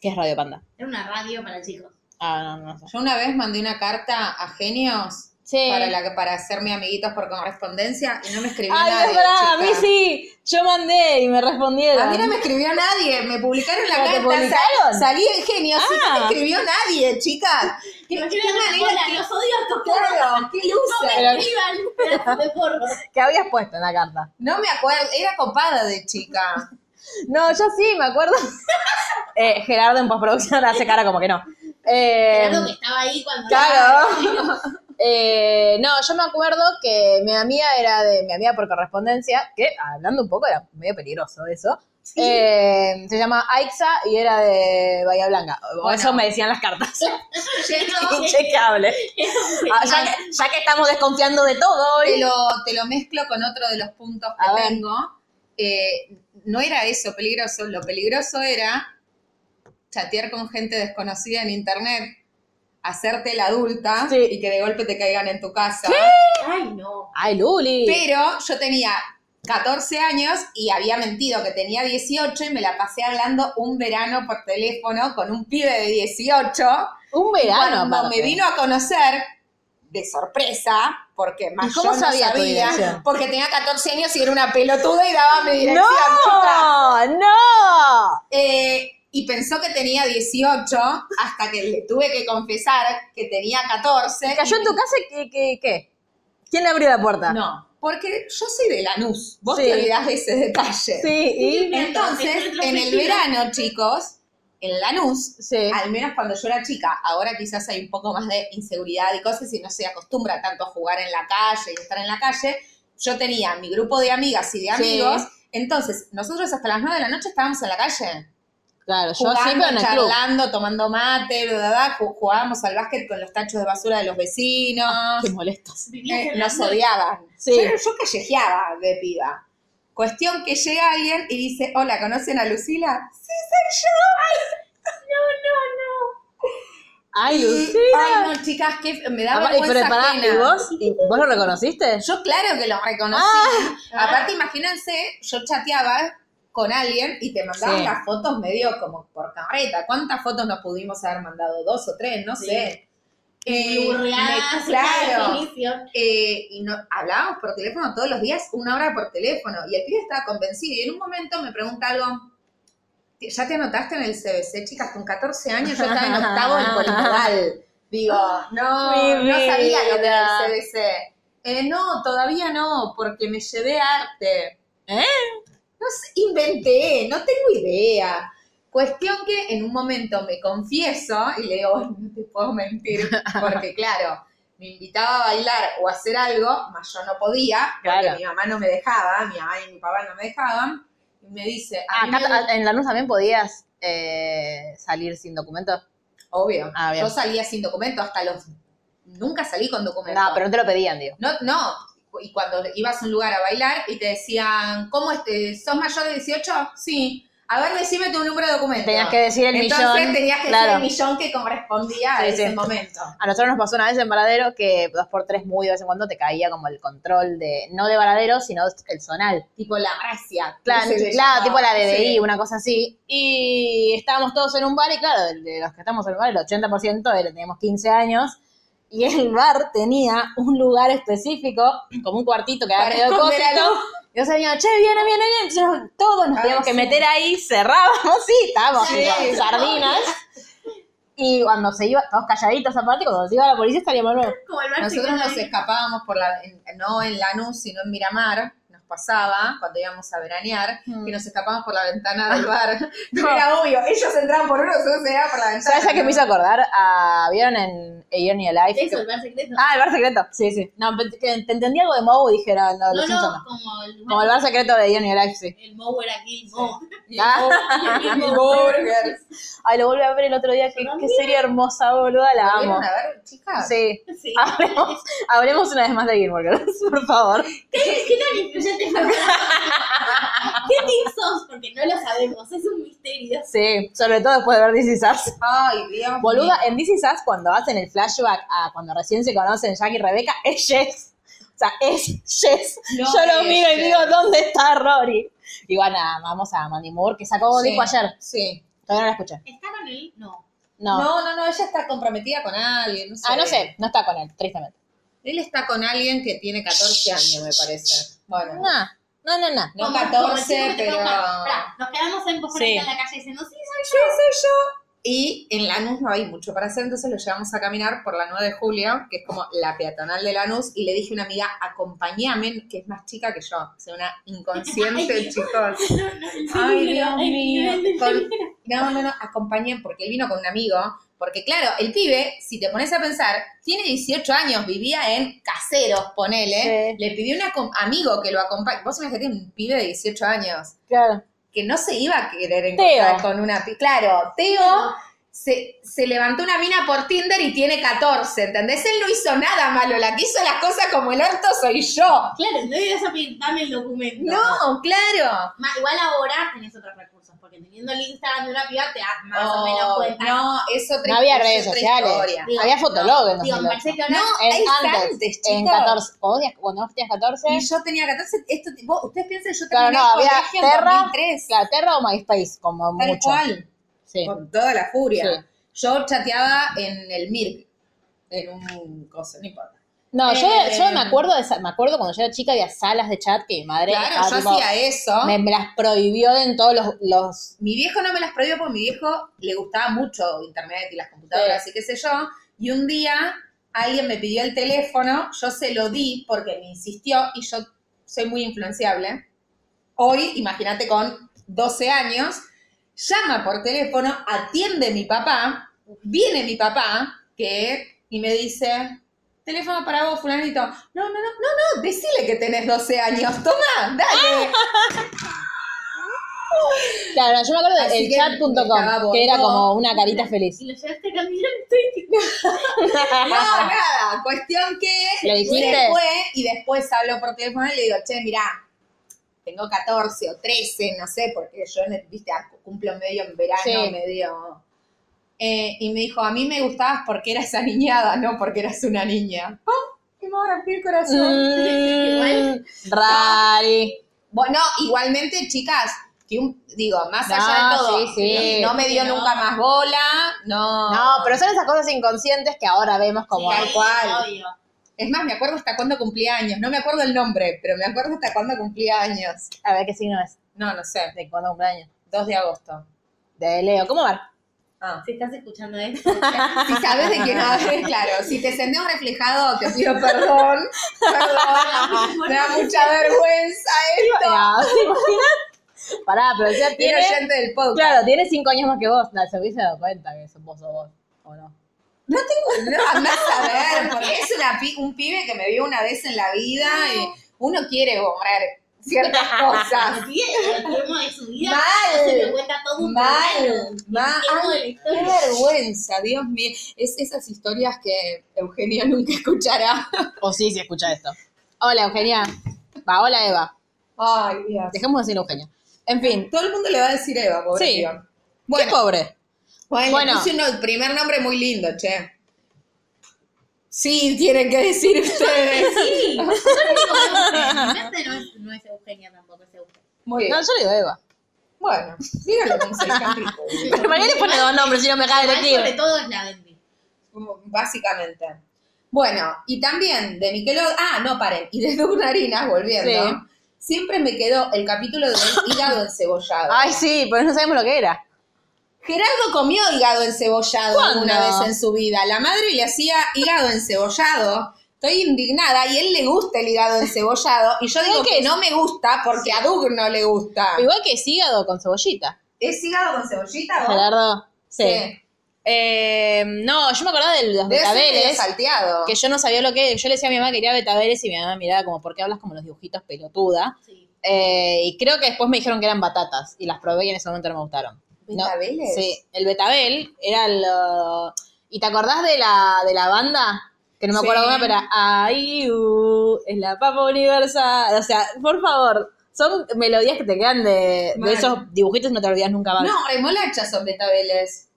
Speaker 4: ¿qué es Radio Panda?
Speaker 6: Era una radio para chicos.
Speaker 4: Ah, no, no sé.
Speaker 5: Yo una vez mandé una carta a genios
Speaker 4: Sí.
Speaker 5: para, la, para hacerme amiguitos por correspondencia y no me escribió
Speaker 4: Ay,
Speaker 5: nadie.
Speaker 4: es verdad, a mí
Speaker 5: chica.
Speaker 4: sí. Yo mandé y me respondieron.
Speaker 5: A mí no me escribió nadie, me publicaron la
Speaker 4: ¿Pero te
Speaker 5: carta.
Speaker 4: publicaron?
Speaker 5: sal- Salí en genios y no
Speaker 4: Ah.
Speaker 5: me escribió nadie, chicas.
Speaker 6: ¿Te
Speaker 5: ¿Qué,
Speaker 6: imaginas
Speaker 5: qué
Speaker 6: una
Speaker 5: manera?
Speaker 6: bola? Los odio a estos
Speaker 5: Claro, qué
Speaker 6: porros.
Speaker 5: loser.
Speaker 6: No me escriban pedazos de
Speaker 4: [laughs]
Speaker 6: porro.
Speaker 4: ¿Qué habías puesto en la carta?
Speaker 5: No me acuerdo, era copada de chica.
Speaker 4: No, yo sí, me acuerdo. [laughs] Eh, Gerardo en postproducción hace cara como que no. Eh,
Speaker 6: Claro que estaba ahí cuando...
Speaker 4: claro. Eh, no, yo me acuerdo que mi amiga era de mi amiga por correspondencia, que hablando un poco era medio peligroso eso. Eh, se llama Aixa y era de Bahía Blanca. O
Speaker 5: Bueno.
Speaker 4: eso me decían las cartas. [laughs]
Speaker 6: Llegó-
Speaker 4: Inchecable. Ah, ya, que, ya que estamos desconfiando de todo
Speaker 5: Te
Speaker 4: hoy.
Speaker 5: lo, te lo mezclo con otro de los puntos que
Speaker 4: A ver.
Speaker 5: tengo. Eh, no era eso peligroso, lo peligroso era chatear con gente desconocida en internet, hacerte la adulta
Speaker 4: Sí.
Speaker 5: y que de golpe te caigan en tu casa.
Speaker 6: Ay, no.
Speaker 4: Ay, Luli.
Speaker 5: Pero yo tenía 14 años y había mentido que tenía 18 y me la pasé hablando un verano por teléfono con un pibe de 18.
Speaker 4: un verano.
Speaker 5: cuando
Speaker 4: aparte.
Speaker 5: me vino a conocer de sorpresa, porque más
Speaker 4: ¿Y cómo
Speaker 5: yo no
Speaker 4: sabía tu
Speaker 5: sabía,
Speaker 4: dirección?
Speaker 5: porque tenía 14 años y era una pelotuda y daba mi dirección, chica.
Speaker 4: No, no.
Speaker 5: Eh, y pensó que tenía 18 hasta que le tuve que confesar que tenía 14.
Speaker 4: ¿Cayó en tu casa qué? qué, qué? ¿Quién le abrió la puerta?
Speaker 5: No, porque yo soy de Lanús. Vos
Speaker 4: Sí.
Speaker 5: te olvidás de ese detalle.
Speaker 4: Sí, y.
Speaker 5: Entonces, en el verano, chicos, en Lanús,
Speaker 4: Sí.
Speaker 5: al menos cuando yo era chica, ahora quizás hay un poco más de inseguridad y cosas y no se acostumbra tanto a jugar en la calle y estar en la calle. Yo tenía mi grupo de amigas y de
Speaker 4: Sí.
Speaker 5: amigos. Entonces, nosotros hasta las 9 de la noche estábamos en la calle.
Speaker 4: Claro, yo
Speaker 5: Jugando,
Speaker 4: siempre en el club.
Speaker 5: charlando, tomando mate, bla, bla, bla. Ju- Jugábamos al básquet con los tachos de basura de los vecinos.
Speaker 4: Ah, Qué molestos.
Speaker 5: Eh,
Speaker 6: Vivías en
Speaker 5: nos
Speaker 6: la-
Speaker 5: odiaban.
Speaker 4: Sí.
Speaker 5: Yo, yo callejeaba de piba. Cuestión que llega alguien y dice, hola, ¿conocen a Lucila? Sí,
Speaker 4: Ay,
Speaker 5: Y-
Speaker 4: Lucía.
Speaker 5: Ay, no, chicas, que me da
Speaker 4: Ah, y,
Speaker 5: vergüenza
Speaker 4: pero pará,
Speaker 5: ajena.
Speaker 4: ¿y vos? ¿Y ¿Vos lo reconociste?
Speaker 5: Yo claro que lo reconocí.
Speaker 4: Ah.
Speaker 5: Aparte, imagínense, yo chateaba con alguien y te mandaban
Speaker 4: Sí.
Speaker 5: las fotos medio como por carreta. ¿Cuántas fotos nos pudimos haber mandado? ¿Dos o tres? No
Speaker 6: Sí.
Speaker 5: sé. Eh,
Speaker 6: Blurreadas,
Speaker 5: me-
Speaker 6: sin
Speaker 5: claro.
Speaker 6: definición.
Speaker 5: Eh, y no, hablábamos por teléfono todos los días, una hora por teléfono. Y el pibe estaba convencido. Y en un momento me pregunta algo. ¿Ya te anotaste en el CBC, chicas? Con 14 años yo estaba en octavo en Portugal. Digo, no,
Speaker 4: Mi
Speaker 5: no sabía lo que
Speaker 4: vida.
Speaker 5: era el CBC. Eh, no, todavía no, porque me llevé arte.
Speaker 4: ¿Eh?
Speaker 5: No sé, inventé, no tengo idea. Cuestión que en un momento me confieso y le digo, "Bueno, no te puedo mentir,
Speaker 4: [laughs]
Speaker 5: porque claro, me invitaba a bailar o a hacer algo, mas yo no podía, porque
Speaker 4: Claro.
Speaker 5: mi mamá no me dejaba, mi mamá y mi papá no me dejaban, y me dice, a
Speaker 4: Ah,
Speaker 5: mí
Speaker 4: acá
Speaker 5: me-
Speaker 4: ta- en Lanús también podías eh, salir sin documento.
Speaker 5: obvio.
Speaker 4: Ah, bien.
Speaker 5: Yo salía sin documento hasta los... Nunca salí con documento.
Speaker 4: No, pero no te lo pedían, digo.
Speaker 5: No, no. Y cuando ibas a un lugar a bailar y te decían, ¿cómo este? ¿Sos mayor de 18? Sí. A ver, decime tu número de documento.
Speaker 4: Tenías que decir el
Speaker 5: Entonces
Speaker 4: millón.
Speaker 5: tenías que
Speaker 4: claro.
Speaker 5: decir el millón que correspondía
Speaker 4: Sí,
Speaker 5: a ese
Speaker 4: sí.
Speaker 5: momento.
Speaker 4: A nosotros nos pasó una vez en Varadero que dos por tres muy de vez en cuando te caía como el control de, no de Varadero, sino el zonal.
Speaker 5: Tipo la gracia.
Speaker 4: Claro,
Speaker 5: que se le
Speaker 4: claro,
Speaker 5: llamaba.
Speaker 4: tipo la DDI,
Speaker 5: Sí.
Speaker 4: una cosa así. Y estábamos todos en un bar y claro, de- de los que estamos en el bar, el 80% era- teníamos 15 años. Y el bar tenía un lugar específico, como un cuartito que era
Speaker 5: Para
Speaker 4: medio
Speaker 5: esconder
Speaker 4: cosito. [laughs]
Speaker 5: algo.
Speaker 4: Y yo sabía, che, viene, viene, viene. Entonces todos nos
Speaker 5: Ah,
Speaker 4: teníamos que
Speaker 5: sí.
Speaker 4: meter ahí, cerrábamos, sí, estábamos
Speaker 5: Sí.
Speaker 4: como sardinas. Y cuando se iba, todos calladitos aparte, cuando se iba la policía estaríamos nuevos.
Speaker 6: Como el bar
Speaker 5: Nosotros
Speaker 6: secreto
Speaker 5: nos
Speaker 6: de-
Speaker 5: escapábamos por la, en- no en Lanús, sino en Miramar, nos pasaba cuando íbamos a veranear,
Speaker 4: Mm.
Speaker 5: que nos escapábamos por la ventana
Speaker 4: Ah.
Speaker 5: del bar.
Speaker 4: [laughs]
Speaker 5: [laughs] No era obvio, ellos entraban por uno, nosotros entraban por la ventana.
Speaker 4: ¿Sabes a qué me hizo acordar? A- ¿Vieron en A Year in Your Life?
Speaker 6: Eso, el bar secreto.
Speaker 4: Ah, el bar secreto. Sí, sí. No, pensé que te entendí algo de Moe y dije, no, no,
Speaker 6: no,
Speaker 4: Ah, los Simpsons
Speaker 6: no,
Speaker 4: no.
Speaker 6: como el,
Speaker 4: Como el bar secreto de Johnny Life, sí.
Speaker 6: el Moe era Gilmo.
Speaker 4: Ah. [laughs]
Speaker 5: Burger.
Speaker 4: Ay, lo volví a ver el otro día. Qué, qué serie hermosa, boluda, la amo.
Speaker 5: ¿Vieron a ver, chicas?
Speaker 4: Sí. [laughs]
Speaker 6: [laughs] Sí.
Speaker 4: Hablemos, hablemos una vez más de Gilmore Girls, por favor.
Speaker 6: ¿Qué, qué tan influyente
Speaker 4: [laughs]
Speaker 6: fue? ¿Qué team sos? Porque no lo sabemos, es un misterio.
Speaker 4: Sí, sobre todo después de ver This Is Us.
Speaker 5: Ay, Dios
Speaker 4: Boluda,
Speaker 5: mío.
Speaker 4: en This Is Us, cuando hacen el flashback a cuando recién se conocen Jack y Rebeca, es Jess. O sea, es Jess.
Speaker 5: No
Speaker 4: Yo lo
Speaker 5: es
Speaker 4: miro y
Speaker 5: Jess.
Speaker 4: digo, ¿dónde está Rory? Y van a, vamos a Mandy Moore, que sacó
Speaker 5: Sí.
Speaker 4: disco ayer.
Speaker 5: Sí.
Speaker 4: Todavía no la escuché.
Speaker 6: ¿Está con él? No.
Speaker 4: No.
Speaker 5: No, no, no, ella está comprometida con alguien, no sé.
Speaker 4: Ah, no sé, no está con él, tristemente.
Speaker 5: Él está con alguien que tiene 14 años, me parece. Bueno,
Speaker 4: No, no, no, no.
Speaker 5: no
Speaker 6: Como- como el
Speaker 5: 14,
Speaker 6: chico que te
Speaker 5: pero...
Speaker 6: toca. Pará, nos quedamos en vos
Speaker 4: Sí.
Speaker 6: en la calle diciendo, sí, soy
Speaker 5: Sí, soy yo. Y en Lanús no hay mucho para hacer, entonces lo llevamos a caminar por la 9 de julio, que es como la peatonal de Lanús, y le dije a una amiga, acompáñame, que es más chica que yo, o sea,
Speaker 6: [laughs]
Speaker 5: una inconsciente,
Speaker 6: Ay.
Speaker 5: chicos.
Speaker 6: yo. No, no, el
Speaker 5: Ay,
Speaker 6: [laughs] libro,
Speaker 5: Dios
Speaker 6: el
Speaker 5: mío.
Speaker 6: libro, el
Speaker 5: Con-
Speaker 6: libro.
Speaker 5: No, no, no, acompañé, porque él vino con un amigo, porque claro, el pibe, si te pones a pensar, tiene 18 años, vivía en caseros, ponele,
Speaker 4: Sí.
Speaker 5: le pidió un acom- amigo que lo acompañe, vos imaginate un pibe de 18 años
Speaker 4: Claro.
Speaker 5: que no se iba a querer encontrar
Speaker 4: Teo.
Speaker 5: con una pi- Claro, Teo se, se levantó una mina por Tinder y tiene 14, ¿entendés? Él no hizo nada malo, la que hizo las cosas como el orto soy yo.
Speaker 6: Claro, no ibas a pedir, dame el documento.
Speaker 5: No, claro.
Speaker 6: Ma- igual ahora tenés otros recursos, porque teniendo el Instagram de una piba te das más o menos
Speaker 5: Oh,
Speaker 6: cuenta.
Speaker 5: No, es otra,
Speaker 4: No había
Speaker 5: es
Speaker 4: redes
Speaker 5: otra
Speaker 4: sociales.
Speaker 5: historia.
Speaker 6: Digo,
Speaker 4: Había fotolog en
Speaker 6: Digo, me
Speaker 4: 2008.
Speaker 6: parece que ahora
Speaker 5: No,
Speaker 4: En-
Speaker 5: es antes,
Speaker 4: en
Speaker 5: chicos.
Speaker 4: 14. Cuando vos, cuando vos tenías 14.
Speaker 5: Y yo tenía 14, esto, vos, ustedes piensan, yo
Speaker 4: Claro,
Speaker 5: terminé
Speaker 4: no,
Speaker 5: el
Speaker 4: había
Speaker 5: colegio
Speaker 4: Terra,
Speaker 5: en 2003.
Speaker 4: Claro, Terra o MySpace, como
Speaker 5: Tal
Speaker 4: mucho.
Speaker 5: cual,
Speaker 4: Sí.
Speaker 5: con toda la furia.
Speaker 4: Sí.
Speaker 5: Yo chateaba en el MIRC, en un coso, no importa.
Speaker 4: No, yo,
Speaker 5: Eh,
Speaker 4: yo me acuerdo de esa- me acuerdo cuando yo era chica había salas de chat que mi madre
Speaker 5: Claro,
Speaker 4: estaba
Speaker 5: yo
Speaker 4: ah, tipo-
Speaker 5: hacía eso.
Speaker 4: me, me las prohibió en todos los, los
Speaker 5: mi viejo no me las prohibió porque mi viejo le gustaba mucho internet y las computadoras y qué sé yo. Y un día alguien me pidió el teléfono, yo se lo di porque me insistió y yo soy muy influenciable. Hoy, imagínate con 12 años, llama por teléfono, atiende mi papá, viene mi papá que y me dice, teléfono para vos, fulanito. No, no, no, no, no, decile que tenés 12 años, toma, dale.
Speaker 4: Claro, yo me acuerdo
Speaker 5: Así
Speaker 4: del
Speaker 5: que
Speaker 4: chat.com,
Speaker 5: estaba
Speaker 4: que era
Speaker 5: borró.
Speaker 4: como una carita feliz.
Speaker 6: Si lo llevaste a cambiar, estoy
Speaker 5: [laughs] No, nada, cuestión que
Speaker 4: ¿Le dijiste?
Speaker 5: se fue y después hablo por teléfono y le digo, che, mirá, tengo 14 o 13, no sé, porque yo, viste, ah, cumplo medio en verano,
Speaker 4: Sí.
Speaker 5: medio... Eh, y me dijo, a mí me gustabas porque eras aniñada, no porque eras una niña. ¡Oh! Y me rompió el
Speaker 4: [laughs]
Speaker 5: corazón.
Speaker 4: Mm, Rari.
Speaker 5: Bueno, igualmente, chicas, que un- digo, más
Speaker 4: No,
Speaker 5: allá de todo,
Speaker 4: sí, sí.
Speaker 5: no me dio
Speaker 6: No.
Speaker 5: nunca más bola, no.
Speaker 4: No, pero son esas cosas inconscientes que ahora vemos como...
Speaker 5: Sí.
Speaker 6: Tal
Speaker 5: cual.
Speaker 6: Obvio.
Speaker 5: Es más, me acuerdo hasta cuándo cumplía años. No me acuerdo el nombre, pero me acuerdo hasta cuándo cumplía años.
Speaker 4: A ver qué signo es,
Speaker 5: No, no sé.
Speaker 4: de cuándo cumpleaños.
Speaker 5: 2 de agosto.
Speaker 4: De Leo, ¿cómo va?
Speaker 5: Ah.
Speaker 6: Si estás escuchando esto,
Speaker 5: Si sabes de quién [laughs] hablo, claro. Si te sentí un reflejado, te pido perdón. Perdón. Me da mucha vergüenza esto.
Speaker 4: No, ¿te imaginas? [laughs] Pará, pero ya
Speaker 5: Era
Speaker 4: tiene...
Speaker 5: oyente del podcast.
Speaker 4: Claro, tiene cinco años más que vos. No, se hubiese dado cuenta que sos vos o vos, ¿o no?
Speaker 5: No tengo nada más a ver, porque es una pi- un pibe que me vio una vez en la vida y uno quiere borrar ciertas cosas.
Speaker 6: [laughs] Así es, el tiempo de su vida.
Speaker 5: Mal.
Speaker 6: Se lo cuenta todo
Speaker 5: [laughs]
Speaker 6: un
Speaker 5: Mal, Ah,
Speaker 6: verano.
Speaker 5: mal. Ay,
Speaker 6: El tiempo de la
Speaker 5: Qué
Speaker 6: historia.
Speaker 5: [laughs] vergüenza, Dios mío. Es esas historias que Eugenia nunca escuchará.
Speaker 4: O sí, si escucha esto. Hola, Eugenia. Va, hola, Eva.
Speaker 5: Ay, Dios.
Speaker 4: Dejemos de decir Eugenia. En fin.
Speaker 5: Todo el mundo le va a decir Eva, pobre
Speaker 4: Sí.
Speaker 5: tío.
Speaker 4: Qué pobre.
Speaker 5: Bueno, le
Speaker 4: Bueno.
Speaker 5: puse un no- primer nombre muy lindo, che. Sí, tienen que decir
Speaker 4: [laughs]
Speaker 5: ustedes.
Speaker 6: Sí, yo no digo Eugenia. No es, no es Eugenia tampoco, es Eugenia.
Speaker 5: Muy bien.
Speaker 4: No, yo le digo Eva.
Speaker 5: Bueno, díganlo como se
Speaker 4: [laughs]
Speaker 5: dejan rico.
Speaker 4: Pero ¿para qué le pone dos nombres si no me cae
Speaker 6: Igual, sobre
Speaker 4: detective?
Speaker 6: todo es la Bendy.
Speaker 5: Básicamente. Bueno, y también de Nickelodeon. Ah, no, paren. Y de Dunarinas, volviendo.
Speaker 4: Sí.
Speaker 5: Siempre me quedó el capítulo del hígado encebollado.
Speaker 4: Ay, sí, pero no sabemos lo que era.
Speaker 5: Gerardo comió hígado encebollado
Speaker 4: ¿Cuándo?
Speaker 5: una vez en su vida. La madre le hacía hígado encebollado. Estoy indignada y él le gusta el hígado encebollado. Y yo digo
Speaker 4: ¿Sabes
Speaker 5: que
Speaker 4: qué?
Speaker 5: no me gusta porque a Doug no le gusta.
Speaker 4: Igual que es hígado con cebollita.
Speaker 5: ¿Es hígado con cebollita? vos?
Speaker 4: Gerardo. Sí.
Speaker 5: Sí.
Speaker 4: Eh, no, yo me acordaba de los
Speaker 5: Debe ser medio
Speaker 4: betabeles.
Speaker 5: salteado.
Speaker 4: Que yo no sabía lo que Yo le decía a mi mamá que quería betabeles y mi mamá miraba como, ¿por qué hablas como los dibujitos pelotuda?
Speaker 6: Sí.
Speaker 4: Eh, y creo que después me dijeron que eran batatas y las probé y en ese momento no me gustaron. No,
Speaker 5: ¿Betabeles?
Speaker 4: sí, el betabel era lo... ¿Y te acordás de la, de la banda? Que no me acuerdo
Speaker 5: Sí.
Speaker 4: cómo, pero era "Ay, uh, es la papa universal. O sea, por favor, son melodías que te quedan de,
Speaker 5: Mal.
Speaker 4: de esos dibujitos y no te olvidas nunca más.
Speaker 5: No, remolachas son betabeles.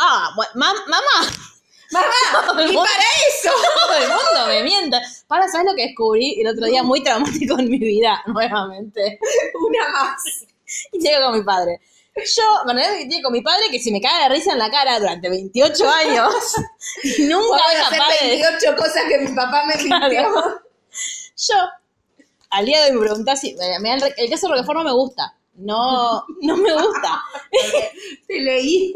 Speaker 4: Ah, bueno, mam- mamá, [laughs]
Speaker 5: ¡Mamá! ¡Y
Speaker 4: Ay,
Speaker 5: para eso!
Speaker 4: todo el mundo me mienta. Para, ¿sabes lo que descubrí el otro día? Muy traumático en mi vida, [laughs] nuevamente.
Speaker 5: Una más.
Speaker 4: Y llego con mi padre. Yo, me enredé que llego con mi padre que se me cae la risa en la cara durante 28 años. y nunca
Speaker 5: Voy
Speaker 4: voy
Speaker 5: a hacer
Speaker 4: capaz de...
Speaker 5: 28 cosas que mi papá me
Speaker 4: [laughs]
Speaker 5: mintió.
Speaker 4: Claro. Yo, al día de hoy me preguntás si... me- me- el, el caso de Roquefort no me gusta. No, [laughs] no me gusta.
Speaker 5: Te leí.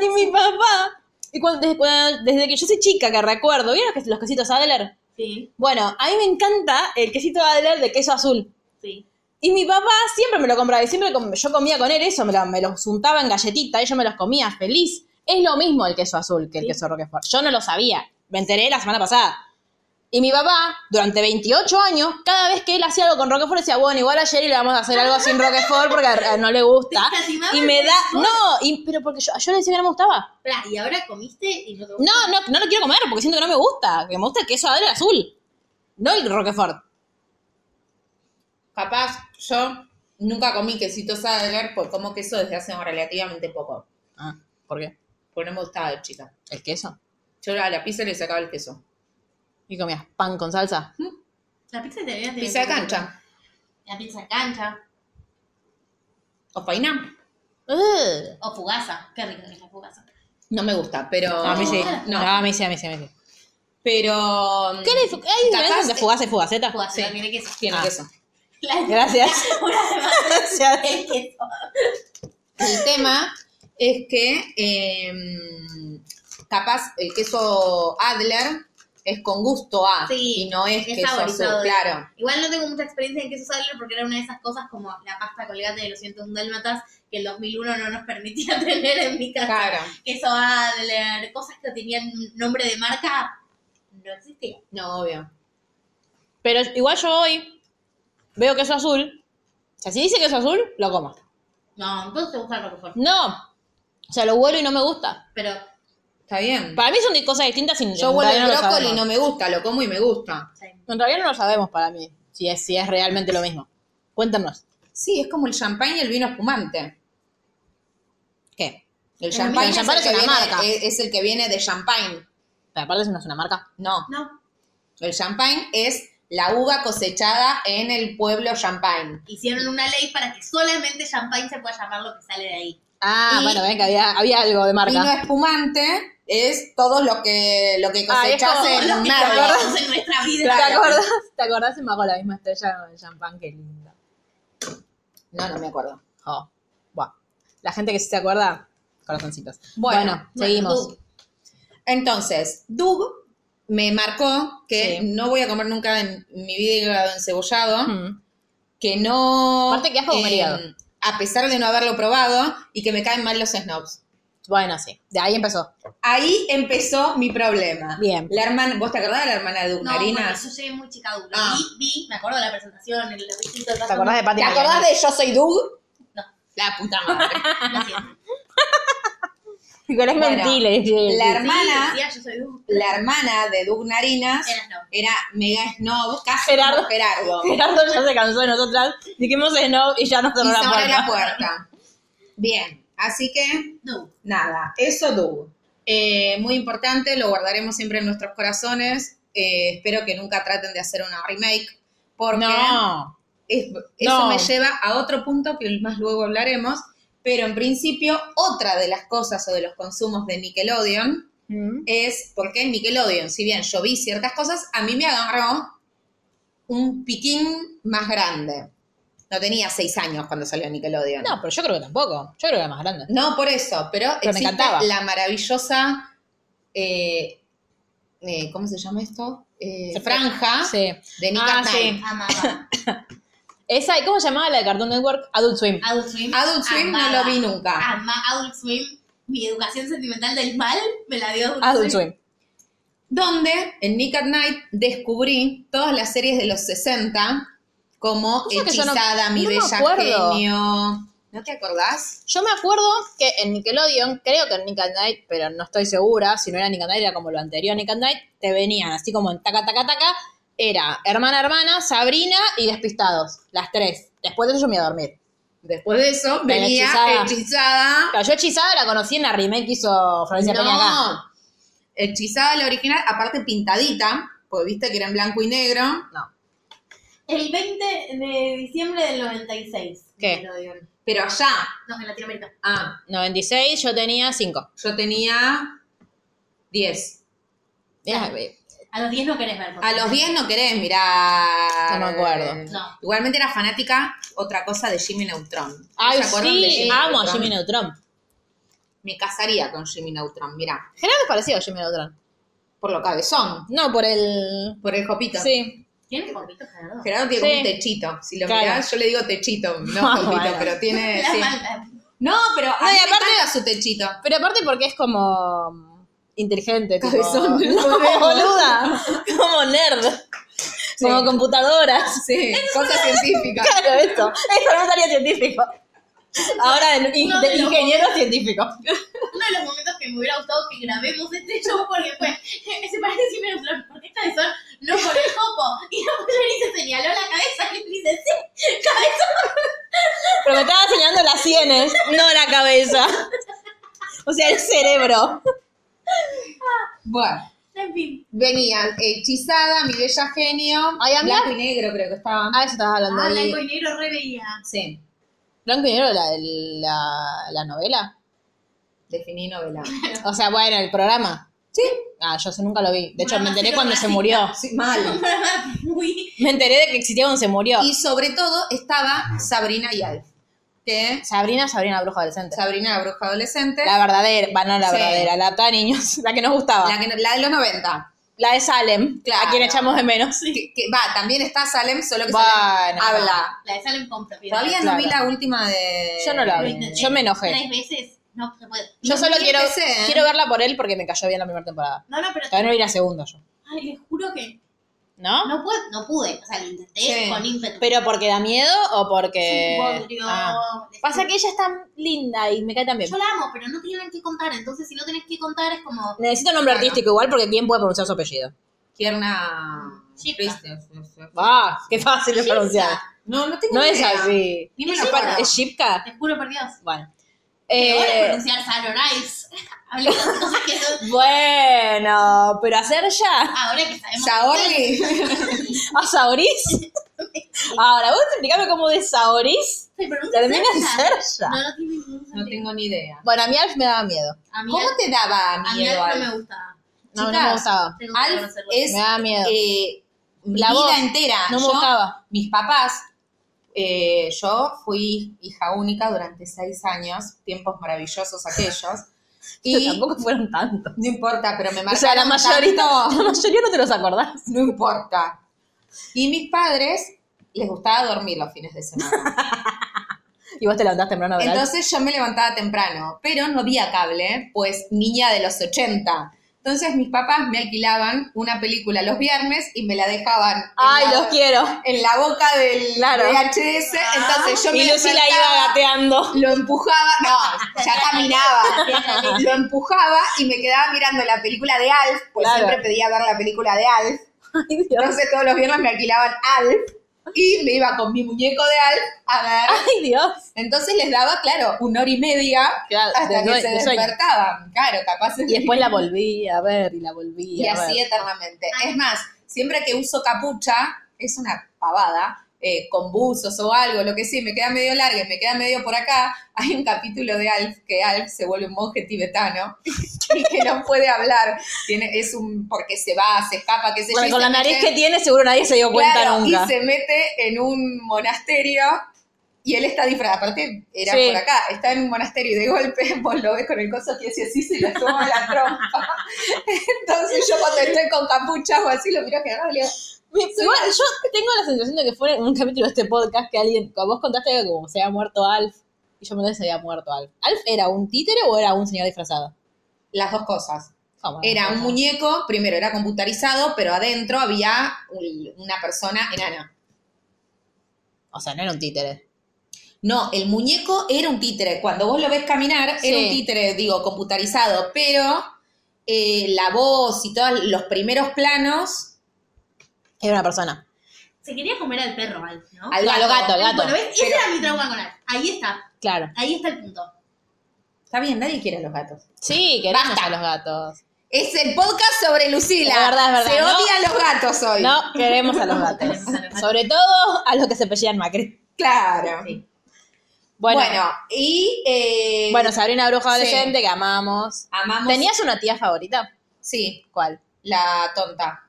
Speaker 4: y mi papá... Y cuando, desde, cuando- desde que yo soy chica, que recuerdo, ¿vieron los, que- los quesitos Adler?
Speaker 6: Sí,
Speaker 4: Bueno, a mí me encanta el quesito Adler de queso azul.
Speaker 6: sí.
Speaker 4: Y mi papá siempre me lo compraba y siempre com- yo comía con él eso, me, lo- me los untaba en galletita y yo me los comía feliz. Es lo mismo el queso azul que el
Speaker 6: Sí.
Speaker 4: queso Roquefort. Yo no lo sabía, me enteré la semana pasada. Y mi papá, durante 28 años, cada vez que él hacía algo con Roquefort, decía, bueno, igual ayer le vamos a hacer algo sin Roquefort porque a- a no le gusta.
Speaker 6: [laughs] Te escatimaba
Speaker 4: Y me
Speaker 6: el
Speaker 4: da...
Speaker 6: Roquefort.
Speaker 4: No, y- pero porque yo, yo le decía que no me gustaba.
Speaker 6: Pará, y ahora comiste y no te
Speaker 4: No, no, no lo quiero comer porque siento que no me gusta. Que me gusta el queso Adler azul, no el Roquefort.
Speaker 5: Capaz, yo nunca comí quesito Sadler, pues como queso desde hace relativamente poco.
Speaker 4: Ah, ¿por qué?
Speaker 5: Porque no me gustaba de chica.
Speaker 4: ¿El queso?
Speaker 5: Yo a la pizza le sacaba el queso.
Speaker 4: ¿Y comías pan con salsa?
Speaker 6: La pizza italiana tiene
Speaker 5: Pizza de
Speaker 6: que-
Speaker 5: cancha.
Speaker 6: La pizza de cancha.
Speaker 5: O faina.
Speaker 4: Ugh.
Speaker 6: O fugaza. Qué rica que es la fugaza.
Speaker 5: No me gusta, pero.
Speaker 4: No, a mí sí. No,
Speaker 5: No.
Speaker 4: a mí sí, a mí sí, a mí sí.
Speaker 5: Pero.
Speaker 4: ¿Qué le- ¿Hay diferencia
Speaker 5: Capaz-
Speaker 4: entre fugaza y fugaceta?
Speaker 6: Fugaza
Speaker 5: Sí.
Speaker 6: no tiene queso.
Speaker 5: Tiene
Speaker 4: Ah.
Speaker 5: queso.
Speaker 6: [laughs] La-
Speaker 4: Gracias.
Speaker 5: [laughs]
Speaker 6: Una de más.
Speaker 4: Gracias.
Speaker 6: El queso.
Speaker 5: El tema es que eh, capaz el queso Adler es con gusto a
Speaker 6: Sí,
Speaker 5: y no es,
Speaker 6: es
Speaker 5: queso azul,
Speaker 6: saborizado.
Speaker 5: claro.
Speaker 6: Igual no tengo mucha experiencia en queso Sadler porque era una de esas cosas como la pasta colgate de los 101 dálmatas que el 2001 no nos permitía [laughs] tener en mi casa.
Speaker 5: Claro.
Speaker 6: Queso Adler, cosas que tenían nombre de marca, no existía.
Speaker 5: No, obvio.
Speaker 4: Pero igual yo hoy veo queso azul. O sea, si dice queso azul, lo como.
Speaker 6: No, entonces te gusta el Roquefort.
Speaker 4: No. O sea, lo huelo y no me gusta.
Speaker 6: Pero
Speaker 5: Está bien.
Speaker 4: Para mí son di- cosas distintas sin
Speaker 5: Yo vuelvo
Speaker 4: todavía
Speaker 5: el
Speaker 4: no lo
Speaker 5: brócoli y
Speaker 4: sabemos.
Speaker 5: no me gusta, lo como y me gusta.
Speaker 6: o sea,
Speaker 4: No, Todavía no lo sabemos para mí, si es, si es realmente lo mismo. Cuéntanos.
Speaker 5: Sí, es como el champán y el vino espumante.
Speaker 4: ¿Qué?
Speaker 5: El
Speaker 4: Pero
Speaker 5: champán
Speaker 4: el
Speaker 5: es,
Speaker 4: champán
Speaker 5: el
Speaker 4: es
Speaker 5: que
Speaker 4: una
Speaker 5: viene-
Speaker 4: marca.
Speaker 5: es- es el que viene de champán.
Speaker 4: Pero aparte eso no es una marca.
Speaker 5: No,
Speaker 6: no.
Speaker 5: el champán es la uva cosechada en el pueblo champán.
Speaker 6: Hicieron una ley para que solamente champagne se pueda llamar lo que sale de ahí.
Speaker 4: Ah,
Speaker 5: Y-
Speaker 4: bueno, ven que había, había algo de marca.
Speaker 5: Vino espumante es todo lo que, lo que
Speaker 4: Ah, es
Speaker 5: cosechás
Speaker 4: como
Speaker 5: en
Speaker 6: Lo que
Speaker 5: nada.
Speaker 6: comemos en nuestra vida.
Speaker 4: ¿Te acordás? ¿Te acordás? Y me hago la misma estrella con el champán, qué lindo.
Speaker 5: No, no me acuerdo.
Speaker 4: Oh, buah. La gente que sí se acuerda, corazoncitos.
Speaker 5: Bueno,
Speaker 4: Bueno,
Speaker 5: bueno,
Speaker 4: seguimos.
Speaker 5: Doug. Entonces, Doug me marcó que
Speaker 4: Sí.
Speaker 5: no voy a comer nunca en mi vida hígado encebollado.
Speaker 4: Mm.
Speaker 5: que no. eh,
Speaker 4: Aparte que asco comer hígado.
Speaker 5: A pesar de no haberlo probado y que me caen mal los snobs.
Speaker 4: Bueno, sí. De ahí empezó.
Speaker 5: Ahí empezó mi problema.
Speaker 4: Bien.
Speaker 5: La hermana, ¿vos te acordás de la hermana de
Speaker 6: No, bueno,
Speaker 5: Ducnarinas?
Speaker 6: yo llegué muy chica dura.
Speaker 5: Ah.
Speaker 6: Vi, vi, me acuerdo de la presentación, el distinto
Speaker 4: ¿Te acordás de Patty
Speaker 5: ¿Te acordás de Yo Soy Doug?
Speaker 6: No.
Speaker 5: La puta madre.
Speaker 4: Nicolás
Speaker 5: Bueno,
Speaker 4: Mentí, le dije.
Speaker 5: la hermana,
Speaker 6: Decía, yo soy dura.
Speaker 5: la hermana de Doug Narinas
Speaker 6: Era no.
Speaker 5: era mega snob, casi
Speaker 4: Gerardo.
Speaker 5: como Gerardo.
Speaker 4: Gerardo ya se cansó de nosotras. Dijimos no y ya nos
Speaker 5: Y
Speaker 4: cerró la
Speaker 5: se abre
Speaker 4: puerta.
Speaker 5: la puerta. Bien, así que
Speaker 6: No.
Speaker 5: nada, eso Doug. Eh, muy importante, lo guardaremos siempre en nuestros corazones. Eh, espero que nunca traten de hacer una remake, porque
Speaker 4: No.
Speaker 5: es- eso
Speaker 4: No.
Speaker 5: me lleva a otro punto que más luego hablaremos. Pero en principio, otra de las cosas o de los consumos de Nickelodeon
Speaker 4: Mm.
Speaker 5: es porque en Nickelodeon, si bien yo vi ciertas cosas, a mí me agarró un piquín más grande. No tenía seis años cuando salió Nickelodeon.
Speaker 4: No, pero yo creo que tampoco. Yo creo que era más grande.
Speaker 5: No, por eso, pero,
Speaker 4: me
Speaker 5: existe
Speaker 4: encantaba.
Speaker 5: la maravillosa, eh, eh, ¿cómo se llama esto? Eh,
Speaker 4: Se-
Speaker 5: franja
Speaker 4: Sí.
Speaker 5: de Nick
Speaker 4: Ah,
Speaker 5: at
Speaker 4: sí.
Speaker 5: Night.
Speaker 6: Amaba.
Speaker 4: Esa, ¿y ¿cómo se llamaba la de Cartoon Network? Adult Swim.
Speaker 6: Adult Swim.
Speaker 5: Adult Swim
Speaker 4: Ah,
Speaker 5: no
Speaker 6: amaba.
Speaker 5: lo vi nunca.
Speaker 6: Ama Adult Swim. Mi educación sentimental del mal me la dio Adult,
Speaker 4: Adult Swim.
Speaker 5: Donde en Nick at Night descubrí todas las series de los 60 como
Speaker 4: Cosa que yo no-
Speaker 5: Hechizada, Mi
Speaker 4: no me
Speaker 5: Bella
Speaker 4: acuerdo.
Speaker 5: Genio. ¿No te acordás?
Speaker 4: Yo me acuerdo que en Nickelodeon, creo que en Nick at Night, pero no estoy segura, si no era Nick at Night, era como lo anterior a Nick at Night, te venían así como en taca, taca, taca, era hermana, hermana, Sabrina y Despistados, las tres. Después de eso yo me iba a dormir.
Speaker 5: Después de eso
Speaker 4: Venía
Speaker 5: venía
Speaker 4: hechizada.
Speaker 5: hechizada.
Speaker 4: Claro, yo hechizada la conocí en la remake que hizo Florencia Peña acá.
Speaker 5: No, hechizada la original, aparte pintadita, porque viste que era en blanco y negro.
Speaker 6: El 20 de diciembre del 96.
Speaker 4: ¿Qué?
Speaker 6: Nickelodeon.
Speaker 5: Pero allá,
Speaker 6: No, en Latinoamérica.
Speaker 5: ah,
Speaker 4: 96, yo tenía 5.
Speaker 5: yo tenía 10.
Speaker 6: A los 10 no querés verlo.
Speaker 5: A los 10 no querés mirar.
Speaker 4: No me acuerdo.
Speaker 6: No.
Speaker 5: Igualmente era fanática, otra cosa, de Jimmy Neutron. ¿No
Speaker 4: Ay,
Speaker 5: se acuerdan de
Speaker 4: sí, amo a
Speaker 5: Neutron?
Speaker 4: Jimmy Neutron.
Speaker 5: Me casaría con Jimmy Neutron, mirá.
Speaker 4: Gerardo es parecido a Jimmy Neutron.
Speaker 5: Por lo cabezón,
Speaker 4: No, por el...
Speaker 5: por el copito.
Speaker 4: Sí.
Speaker 6: ¿Tienes poquito, Gerardo?
Speaker 5: Gerardo tiene
Speaker 4: Sí.
Speaker 5: como un techito. Si lo
Speaker 4: Claro.
Speaker 5: mirás, yo le digo techito, no
Speaker 4: [laughs] Ah,
Speaker 5: copito,
Speaker 4: bueno.
Speaker 5: pero
Speaker 4: [laughs]
Speaker 5: tiene.
Speaker 6: La
Speaker 5: sí.
Speaker 6: maldad.
Speaker 5: No, pero a
Speaker 4: No, y
Speaker 5: mí
Speaker 4: aparte-
Speaker 5: me encanta
Speaker 4: [laughs]
Speaker 5: su techito.
Speaker 4: Pero aparte porque es como... mm, Inteligente, tipo- [laughs]
Speaker 5: Cabezón,
Speaker 4: No, boluda. Como nerd. Como computadoras.
Speaker 5: Sí, cosa
Speaker 4: [laughs]
Speaker 5: científica.
Speaker 4: Claro, esto. Esto no estaría científico. Ahora de,
Speaker 6: No,
Speaker 4: de
Speaker 6: no.
Speaker 4: ingeniero científico.
Speaker 6: Uno de los momentos que me hubiera gustado que grabemos este show porque fue, [laughs] se parece a Jimmy Neutron, porque esta vez son no por el copo. Y la mujer ni se señaló la cabeza y dice, sí, cabezón.
Speaker 4: Pero me estaba enseñando las sienes, no la cabeza. O sea, el cerebro.
Speaker 5: Bueno,
Speaker 6: En fin.
Speaker 5: venían hechizada, mi bella genio,
Speaker 4: Ay, a mí-
Speaker 5: blanco y negro creo que estaba.
Speaker 4: Ah, eso estabas hablando
Speaker 6: Ah,
Speaker 4: ahí.
Speaker 6: blanco y negro reveía.
Speaker 5: Sí,
Speaker 4: Blanco y negro, la, la, la novela.
Speaker 5: definí novela.
Speaker 4: O sea, [laughs] bueno, el programa.
Speaker 5: Sí,
Speaker 4: Ah, yo eso nunca lo vi. De hecho,
Speaker 6: Mamá,
Speaker 4: me enteré
Speaker 6: pero
Speaker 4: cuando se
Speaker 6: racista.
Speaker 4: murió.
Speaker 5: sí, mal.
Speaker 6: [laughs]
Speaker 4: [laughs]
Speaker 6: Muy.
Speaker 4: Me enteré de que existía cuando se murió.
Speaker 5: Y sobre todo estaba Sabrina y Alf, que
Speaker 4: Sabrina, Sabrina, la bruja adolescente.
Speaker 5: Sabrina la bruja adolescente,
Speaker 4: La verdadera, va, no la
Speaker 5: Sí.
Speaker 4: verdadera, la adaptada a niños, [laughs] la que nos gustaba.
Speaker 5: la,
Speaker 4: La,
Speaker 5: que no- la de los 90.
Speaker 4: de Salem,
Speaker 5: Claro.
Speaker 4: a quien echamos de menos.
Speaker 5: Que, que- va, también está Salem, solo que
Speaker 4: Bueno.
Speaker 5: Salem habla.
Speaker 6: La de Salem con propiedad.
Speaker 5: Todavía no
Speaker 4: Claro.
Speaker 5: vi la última de...
Speaker 4: Yo no la
Speaker 6: Lo
Speaker 4: vi.
Speaker 6: intenté
Speaker 4: Yo me enojé.
Speaker 6: Tres veces. No se puede.
Speaker 4: Yo solo
Speaker 5: ni
Speaker 4: quiero,
Speaker 5: empecé, ¿eh?
Speaker 4: quiero verla por él porque me cayó bien la primera temporada.
Speaker 6: No, no, pero.
Speaker 4: Todavía no iré a segunda yo.
Speaker 6: Ay, les juro que.
Speaker 4: ¿No?
Speaker 6: No pude. No pude. O sea, lo intenté
Speaker 5: Sí.
Speaker 6: con ímpetu.
Speaker 4: ¿Pero porque da miedo o
Speaker 6: Es un
Speaker 4: porque.?
Speaker 6: bodrio.
Speaker 4: Ah. Pasa que ella es tan linda y me cae tan bien.
Speaker 6: Yo la amo, pero no tienen que contar. Entonces, si no tenés que contar, es como.
Speaker 4: Necesito nombre
Speaker 5: Claro.
Speaker 4: artístico igual porque ¿quién puede pronunciar su apellido?
Speaker 5: Tierna...
Speaker 6: Chica.
Speaker 4: ¡Ah! ¡Qué fácil de pronunciar!
Speaker 5: No, no tengo
Speaker 4: No es
Speaker 5: idea.
Speaker 4: así.
Speaker 5: Ni me
Speaker 4: ¿Es
Speaker 5: lo
Speaker 4: Shipka?
Speaker 5: acuerdo.
Speaker 4: ¿Es Shipka?
Speaker 6: Te juro por Dios.
Speaker 4: Bueno.
Speaker 6: Te voy a
Speaker 4: Eh,
Speaker 6: pronunciar Saturn Ice. [laughs] Hablemos de cosas que son-
Speaker 4: bueno, pero hacer ya.
Speaker 6: Ahora que
Speaker 5: Saori.
Speaker 6: sabemos.
Speaker 4: [laughs] ¿A Saoris? Ahora, vos explicame cómo de Saoris
Speaker 6: Se pronuncia
Speaker 4: termina en
Speaker 6: Serya.
Speaker 4: Serya.
Speaker 6: No, no tiene ningún sentido.
Speaker 5: No tengo ni idea.
Speaker 4: Bueno, a mí Alf me daba miedo.
Speaker 6: A mí,
Speaker 5: ¿Cómo te daba
Speaker 6: a mí
Speaker 5: miedo
Speaker 6: Alf no
Speaker 5: Alf?
Speaker 6: me gustaba.
Speaker 4: No, no me
Speaker 5: Chicas,
Speaker 4: gustaba.
Speaker 6: Tengo que
Speaker 5: Alf
Speaker 6: reconocerlo.
Speaker 5: es
Speaker 4: Me daba miedo.
Speaker 5: eh,
Speaker 4: La
Speaker 5: vida
Speaker 4: voz.
Speaker 5: entera.
Speaker 4: No me
Speaker 5: Yo-
Speaker 4: gustaba.
Speaker 5: Mis papás, eh, yo fui hija única durante seis años, tiempos maravillosos
Speaker 4: [laughs]
Speaker 5: aquellos. [laughs]
Speaker 4: Y
Speaker 5: Y
Speaker 4: tampoco fueron tantos.
Speaker 5: no importa, pero me
Speaker 4: O
Speaker 5: marcaron
Speaker 4: sea, la mayoría, [laughs]
Speaker 5: tanto. [laughs]
Speaker 4: la mayoría no te los acordás.
Speaker 5: No importa. Y mis padres les gustaba dormir los fines de semana.
Speaker 4: y vos te levantás temprano, ¿verdad?
Speaker 5: Entonces yo me levantaba temprano, pero no había cable, pues niña de los 80. Entonces mis papás me alquilaban una película los viernes y me la dejaban en,
Speaker 4: Ay,
Speaker 5: la,
Speaker 4: los quiero.
Speaker 5: en la boca del
Speaker 4: Claro.
Speaker 5: VHS. Entonces yo me
Speaker 4: Y Lucy la
Speaker 5: despertaba,
Speaker 4: iba
Speaker 5: [laughs]
Speaker 4: gateando.
Speaker 5: lo empujaba, no, ya caminaba, lo empujaba y me quedaba mirando la película de Alf, pues
Speaker 4: Claro.
Speaker 5: siempre pedía ver la película de Alf.
Speaker 4: Ay, Dios.
Speaker 5: Entonces todos los viernes me alquilaban Alf y me iba con mi muñeco de Alf a ver
Speaker 4: Ay, Dios.
Speaker 5: entonces les daba, claro, una hora y media
Speaker 4: Claro, de
Speaker 5: hasta que
Speaker 4: sue-
Speaker 5: se
Speaker 4: de sueño.
Speaker 5: despertaban. Claro, capaz.
Speaker 4: Y después la volví a ver y la volví
Speaker 5: Y
Speaker 4: a ver.
Speaker 5: así eternamente. Es más, siempre que uso capucha, es una pavada, eh, con buzos o algo, lo que sí, me queda medio larga y me queda medio por acá. Hay un capítulo de Alf que Alf se vuelve un monje tibetano [laughs] y que no puede hablar. Tiene, es un porque se va, se escapa, qué sé yo.
Speaker 4: Bueno,
Speaker 5: y
Speaker 4: con
Speaker 5: se
Speaker 4: la nariz
Speaker 5: mete-
Speaker 4: que tiene seguro nadie se dio cuenta
Speaker 5: Claro,
Speaker 4: nunca. [laughs]
Speaker 5: Y se mete en un monasterio y él está disfrazado. Aparte, era
Speaker 4: Sí.
Speaker 5: por acá, está en un monasterio y de golpe [laughs] vos lo ves con el coso que hace así, se le
Speaker 4: [laughs]
Speaker 5: asoma la trompa. Entonces yo cuando estoy con capucha o así, lo miro que no, le digo,
Speaker 4: Igual, yo tengo la sensación de que fue en un capítulo de este podcast que alguien, vos contaste algo como se había muerto Alf, y yo me enteré que se había muerto Alf. ¿Alf era un títere o era un señor disfrazado?
Speaker 5: Las dos cosas.
Speaker 4: ¿Cómo
Speaker 5: Era un
Speaker 4: disfrazado?
Speaker 5: muñeco, primero era computarizado, pero adentro había un- una persona enana.
Speaker 4: O sea, no era un títere.
Speaker 5: No, el muñeco era un títere. Cuando vos lo ves caminar, era
Speaker 4: Sí.
Speaker 5: un títere, digo, computarizado, pero eh, la voz y todos los primeros planos.
Speaker 4: Era una persona.
Speaker 6: Se quería comer al perro, Alf, ¿no?
Speaker 5: Al
Speaker 4: No,
Speaker 5: gato.
Speaker 4: lo gato, el gato.
Speaker 6: Bueno, ¿ves? Ese era mi trauma con Alf. Ahí está,
Speaker 4: Claro.
Speaker 6: ahí está el punto.
Speaker 5: Está bien, nadie quiere a los gatos.
Speaker 4: Sí, queremos
Speaker 5: Basta.
Speaker 4: a los gatos.
Speaker 5: Es el podcast sobre Lucila.
Speaker 4: Es verdad, es verdad,
Speaker 5: Se
Speaker 4: ¿no?
Speaker 5: odian los gatos hoy.
Speaker 4: No, queremos
Speaker 5: [laughs]
Speaker 4: a los gatos. Sobre todo a los que se pelean Macri.
Speaker 5: Claro.
Speaker 6: Sí.
Speaker 4: Bueno,
Speaker 5: Bueno,
Speaker 4: bueno,
Speaker 5: y. eh,
Speaker 4: Sabrina Bruja
Speaker 5: Sí.
Speaker 4: Adolescente, que amamos.
Speaker 5: Amamos.
Speaker 4: ¿Tenías una tía favorita?
Speaker 5: Sí,
Speaker 4: ¿Cuál?
Speaker 5: la tonta.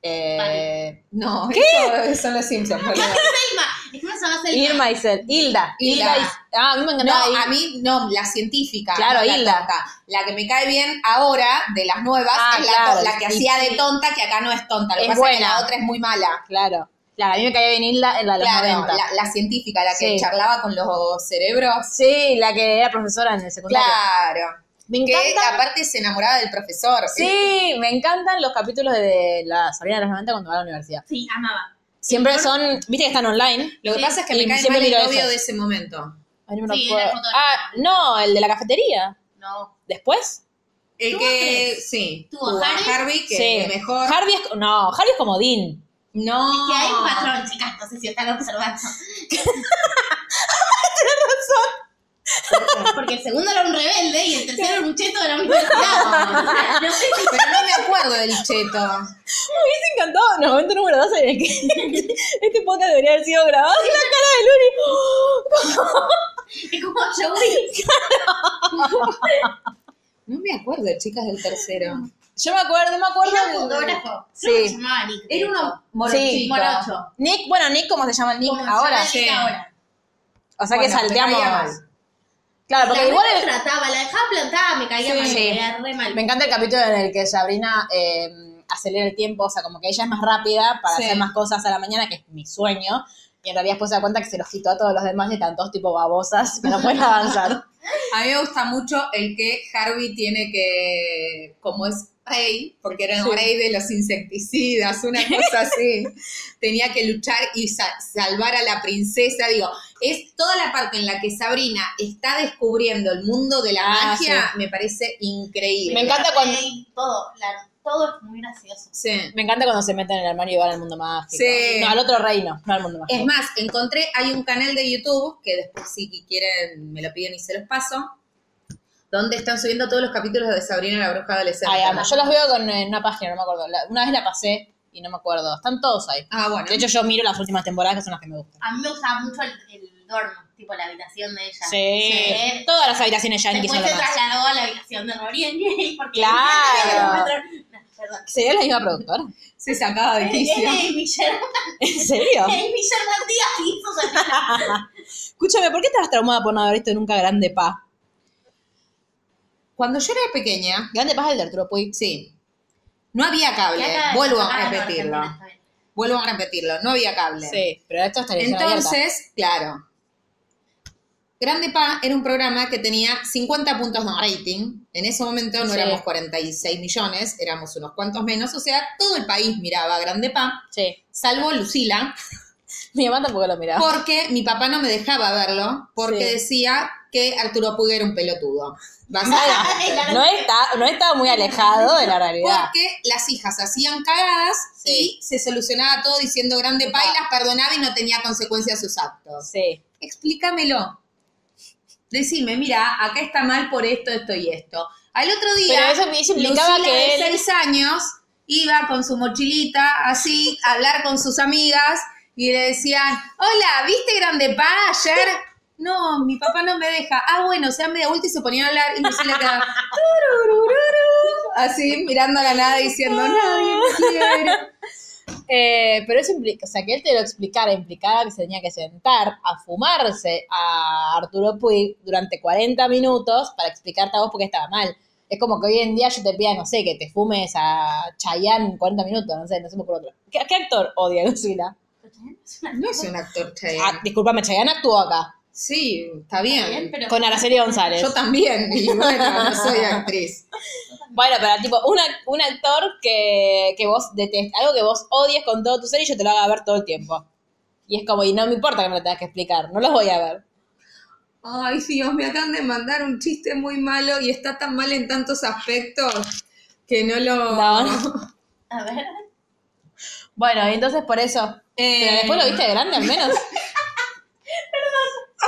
Speaker 4: Eh,
Speaker 5: No, eso son los Simpsons. perdón.
Speaker 6: Selma, es que no se llama Selma.
Speaker 4: Irma y Cel- Hilda.
Speaker 5: Hilda.
Speaker 4: Hilda. y- Ah, a mí me
Speaker 5: No,
Speaker 4: encantaba
Speaker 5: a mí no, la científica.
Speaker 4: Claro,
Speaker 5: no la
Speaker 4: Hilda.
Speaker 5: tonta. La que me cae bien ahora, de las nuevas,
Speaker 4: Ah,
Speaker 5: es la,
Speaker 4: claro.
Speaker 5: to- la que
Speaker 4: Y-
Speaker 5: hacía de tonta, que acá no es tonta. Lo que
Speaker 4: Es
Speaker 5: pasa es que
Speaker 4: buena.
Speaker 5: la otra es muy mala.
Speaker 4: Claro. Claro, a mí me caía bien Hilda en la de los
Speaker 5: Claro,
Speaker 4: 90.
Speaker 5: la, la científica, la que
Speaker 4: Sí.
Speaker 5: charlaba con los cerebros.
Speaker 4: Sí, la que era profesora en el secundario.
Speaker 5: Claro.
Speaker 4: Me
Speaker 5: Que
Speaker 4: encanta.
Speaker 5: aparte se enamoraba del profesor.
Speaker 4: Sí, me encantan los capítulos de la Sabrina de los 90 cuando va a la universidad.
Speaker 6: Sí, amaba.
Speaker 4: Siempre son, viste que están online.
Speaker 5: Lo que pasa es que me
Speaker 4: Y
Speaker 5: cae
Speaker 4: siempre
Speaker 5: mal el
Speaker 4: miro
Speaker 5: novio
Speaker 4: esos.
Speaker 5: de ese momento.
Speaker 4: Ay, no me
Speaker 6: Sí,
Speaker 4: acuerdo.
Speaker 6: era el fotógrafo.
Speaker 4: ah, no, el de la cafetería.
Speaker 6: No.
Speaker 4: ¿Después?
Speaker 5: El
Speaker 6: ¿Tuvo
Speaker 5: que,
Speaker 6: tres?
Speaker 5: sí,
Speaker 6: ¿Tuvo
Speaker 5: tuvo a
Speaker 6: Harvey?
Speaker 5: Harvey, que es el mejor.
Speaker 4: Harvey es, no, Harvey es como Dean.
Speaker 5: no.
Speaker 6: Que hay un patrón, chicas, no sé si están observando. razón. Porque el segundo era un rebelde y el tercero era un cheto de la universidad. No sé si
Speaker 5: Pero no me acuerdo del cheto.
Speaker 4: Me encantó. No, momento número 2 en el que [laughs] este podcast debería haber sido grabado. La cara de Luri.
Speaker 6: es como Joey.
Speaker 5: No me acuerdo, chicas, del tercero.
Speaker 4: Yo me acuerdo, no me acuerdo.
Speaker 6: Era un
Speaker 4: del-
Speaker 6: fotógrafo.
Speaker 4: Sí.
Speaker 6: Creo que se llamaba Nick.
Speaker 5: Era uno
Speaker 4: Sí,
Speaker 5: morochito.
Speaker 6: morocho.
Speaker 4: Nick, bueno, Nick, ¿cómo se llama Nick
Speaker 6: Como se
Speaker 4: ahora?
Speaker 6: llama Nick
Speaker 5: sí.
Speaker 6: ahora.
Speaker 4: O sea que
Speaker 5: Bueno, me
Speaker 4: salteamos.
Speaker 5: caía mal.
Speaker 4: Claro, porque
Speaker 6: la
Speaker 4: igual
Speaker 6: re
Speaker 4: el-
Speaker 6: trataba, la dejaba plantada, me caía
Speaker 4: Sí.
Speaker 6: mal,
Speaker 4: Sí.
Speaker 6: me caía re mal.
Speaker 4: me encanta el capítulo en el que Sabrina eh, acelera el tiempo, o sea, como que ella es más rápida para
Speaker 5: Sí.
Speaker 4: hacer más cosas a la mañana, que es mi sueño. Y en realidad después se da cuenta que se los quitó a todos los demás y están todos tipo babosas, pero
Speaker 5: [laughs]
Speaker 4: pueden avanzar.
Speaker 5: A mí me gusta mucho el que Harvey tiene que, como es rey, porque era el rey de los
Speaker 4: [laughs]
Speaker 5: insecticidas, una cosa así, tenía que luchar y sa- salvar a la princesa. Digo, es toda la parte en la que Sabrina está descubriendo el mundo de la
Speaker 4: Ah,
Speaker 5: magia, me parece increíble.
Speaker 4: Me encanta cuando-
Speaker 6: Ey, todo, la- todo es muy gracioso.
Speaker 5: Sí.
Speaker 4: Me encanta cuando se meten en el armario y van al mundo mágico.
Speaker 5: Sí.
Speaker 4: No, al otro reino, no al mundo mágico.
Speaker 5: Es más, encontré, hay un canal de YouTube, que después si quieren me lo piden y se los paso, donde están subiendo todos los capítulos de Sabrina la Bruja Adolescente.
Speaker 4: Ay, amo. Yo los veo con, en una página, no me acuerdo. La- una vez la pasé y no me acuerdo. Están todos ahí.
Speaker 5: Ah, bueno.
Speaker 4: De hecho, yo miro las últimas temporadas que son las que me gustan.
Speaker 6: A mí me gustaba mucho el, el dorm, tipo la habitación de ella.
Speaker 4: Sí.
Speaker 6: Sí.
Speaker 4: Todas las habitaciones yankees son
Speaker 6: Después
Speaker 4: lo
Speaker 6: se
Speaker 4: más.
Speaker 6: trasladó a la habitación de Rory Gay [laughs] porque
Speaker 4: Claro.
Speaker 6: [laughs] No, perdón.
Speaker 4: ¿Sería la misma productora?
Speaker 5: Se sacaba de
Speaker 6: Es
Speaker 5: quicio.
Speaker 6: Amy Sherman,
Speaker 4: [laughs] ¿En
Speaker 5: [laughs]
Speaker 4: serio?
Speaker 6: Amy Sherman Díaz y hizo
Speaker 4: [laughs]
Speaker 6: Sabrina.
Speaker 4: Escúchame, ¿por qué estabas traumada por no haber visto nunca Grande Pa?
Speaker 5: Cuando yo era pequeña,
Speaker 4: Grande Pa es el de Arturo Puig.
Speaker 5: sí, no había
Speaker 6: Que
Speaker 5: cable.
Speaker 6: acá-
Speaker 5: Vuelvo a
Speaker 6: acá no,
Speaker 5: repetirlo.
Speaker 6: Argentina, está bien.
Speaker 5: Vuelvo a repetirlo. No había cable.
Speaker 4: Sí, pero esto es televisión abierta.
Speaker 5: Entonces, claro. Grande Pa era un programa que tenía 50 puntos de rating. En ese momento no
Speaker 4: Sí.
Speaker 5: éramos 46 millones, éramos unos cuantos menos. O sea, todo el país miraba a Grande Pa,
Speaker 4: Sí.
Speaker 5: salvo Lucila,
Speaker 4: Mi mamá tampoco lo
Speaker 6: Ah.
Speaker 4: miraba.
Speaker 5: porque mi papá no me dejaba verlo, porque
Speaker 4: Sí.
Speaker 5: decía que Arturo Puig era un pelotudo. Básicamente.
Speaker 6: [laughs]
Speaker 4: No, está, no estaba muy alejado de la realidad.
Speaker 5: Porque las hijas hacían cagadas y se solucionaba todo diciendo grande pa y las perdonaba y no tenía consecuencias sus actos.
Speaker 4: Sí.
Speaker 5: Explícamelo. Decime, mira, acá está mal por esto, esto y esto. Al otro día,
Speaker 4: Pero eso- eso implicaba
Speaker 5: Lucila
Speaker 4: que
Speaker 5: de
Speaker 4: él-
Speaker 5: seis años iba con su mochilita así a hablar con sus amigas y le decían, hola, ¿viste Grande Pa ayer? [laughs] No, mi papá no me deja. Ah, bueno, se dan media vuelta y se ponían a hablar y Lucila quedaba "Tururururu", así mirando a la nada diciendo, nadie me
Speaker 4: [laughs]
Speaker 5: quiere.
Speaker 4: Eh, pero eso implica, o sea, que él te lo explicara, implicaba que se tenía que sentar a fumarse a Arturo Puig durante 40 minutos para explicarte a vos por qué estaba mal. Es como que hoy en día yo te pida, no sé, que te fumes a Chayanne 40 minutos, no sé, no sé por otro. ¿Qué, qué actor odia a Lucila?
Speaker 5: No es un actor, che.
Speaker 4: Ah, discúlpame, Chayanne actuó acá,
Speaker 5: Sí, está bien.
Speaker 6: pero
Speaker 4: con Araceli González.
Speaker 5: Yo también, [laughs] y bueno, no soy actriz.
Speaker 4: Bueno, pero tipo, una, un actor que, que vos detestes, algo que vos odies con todo tu ser y yo te lo haga ver todo el tiempo. Y es como, y no me importa que me lo tengas que explicar, no los voy a ver.
Speaker 5: Ay, Dios, me acaban de mandar un chiste muy malo y está tan mal en tantos aspectos que no lo...
Speaker 4: No, no.
Speaker 6: A ver.
Speaker 4: Bueno, y entonces por eso.
Speaker 5: Eh,
Speaker 4: Pero después lo viste de grande al menos.
Speaker 5: [laughs]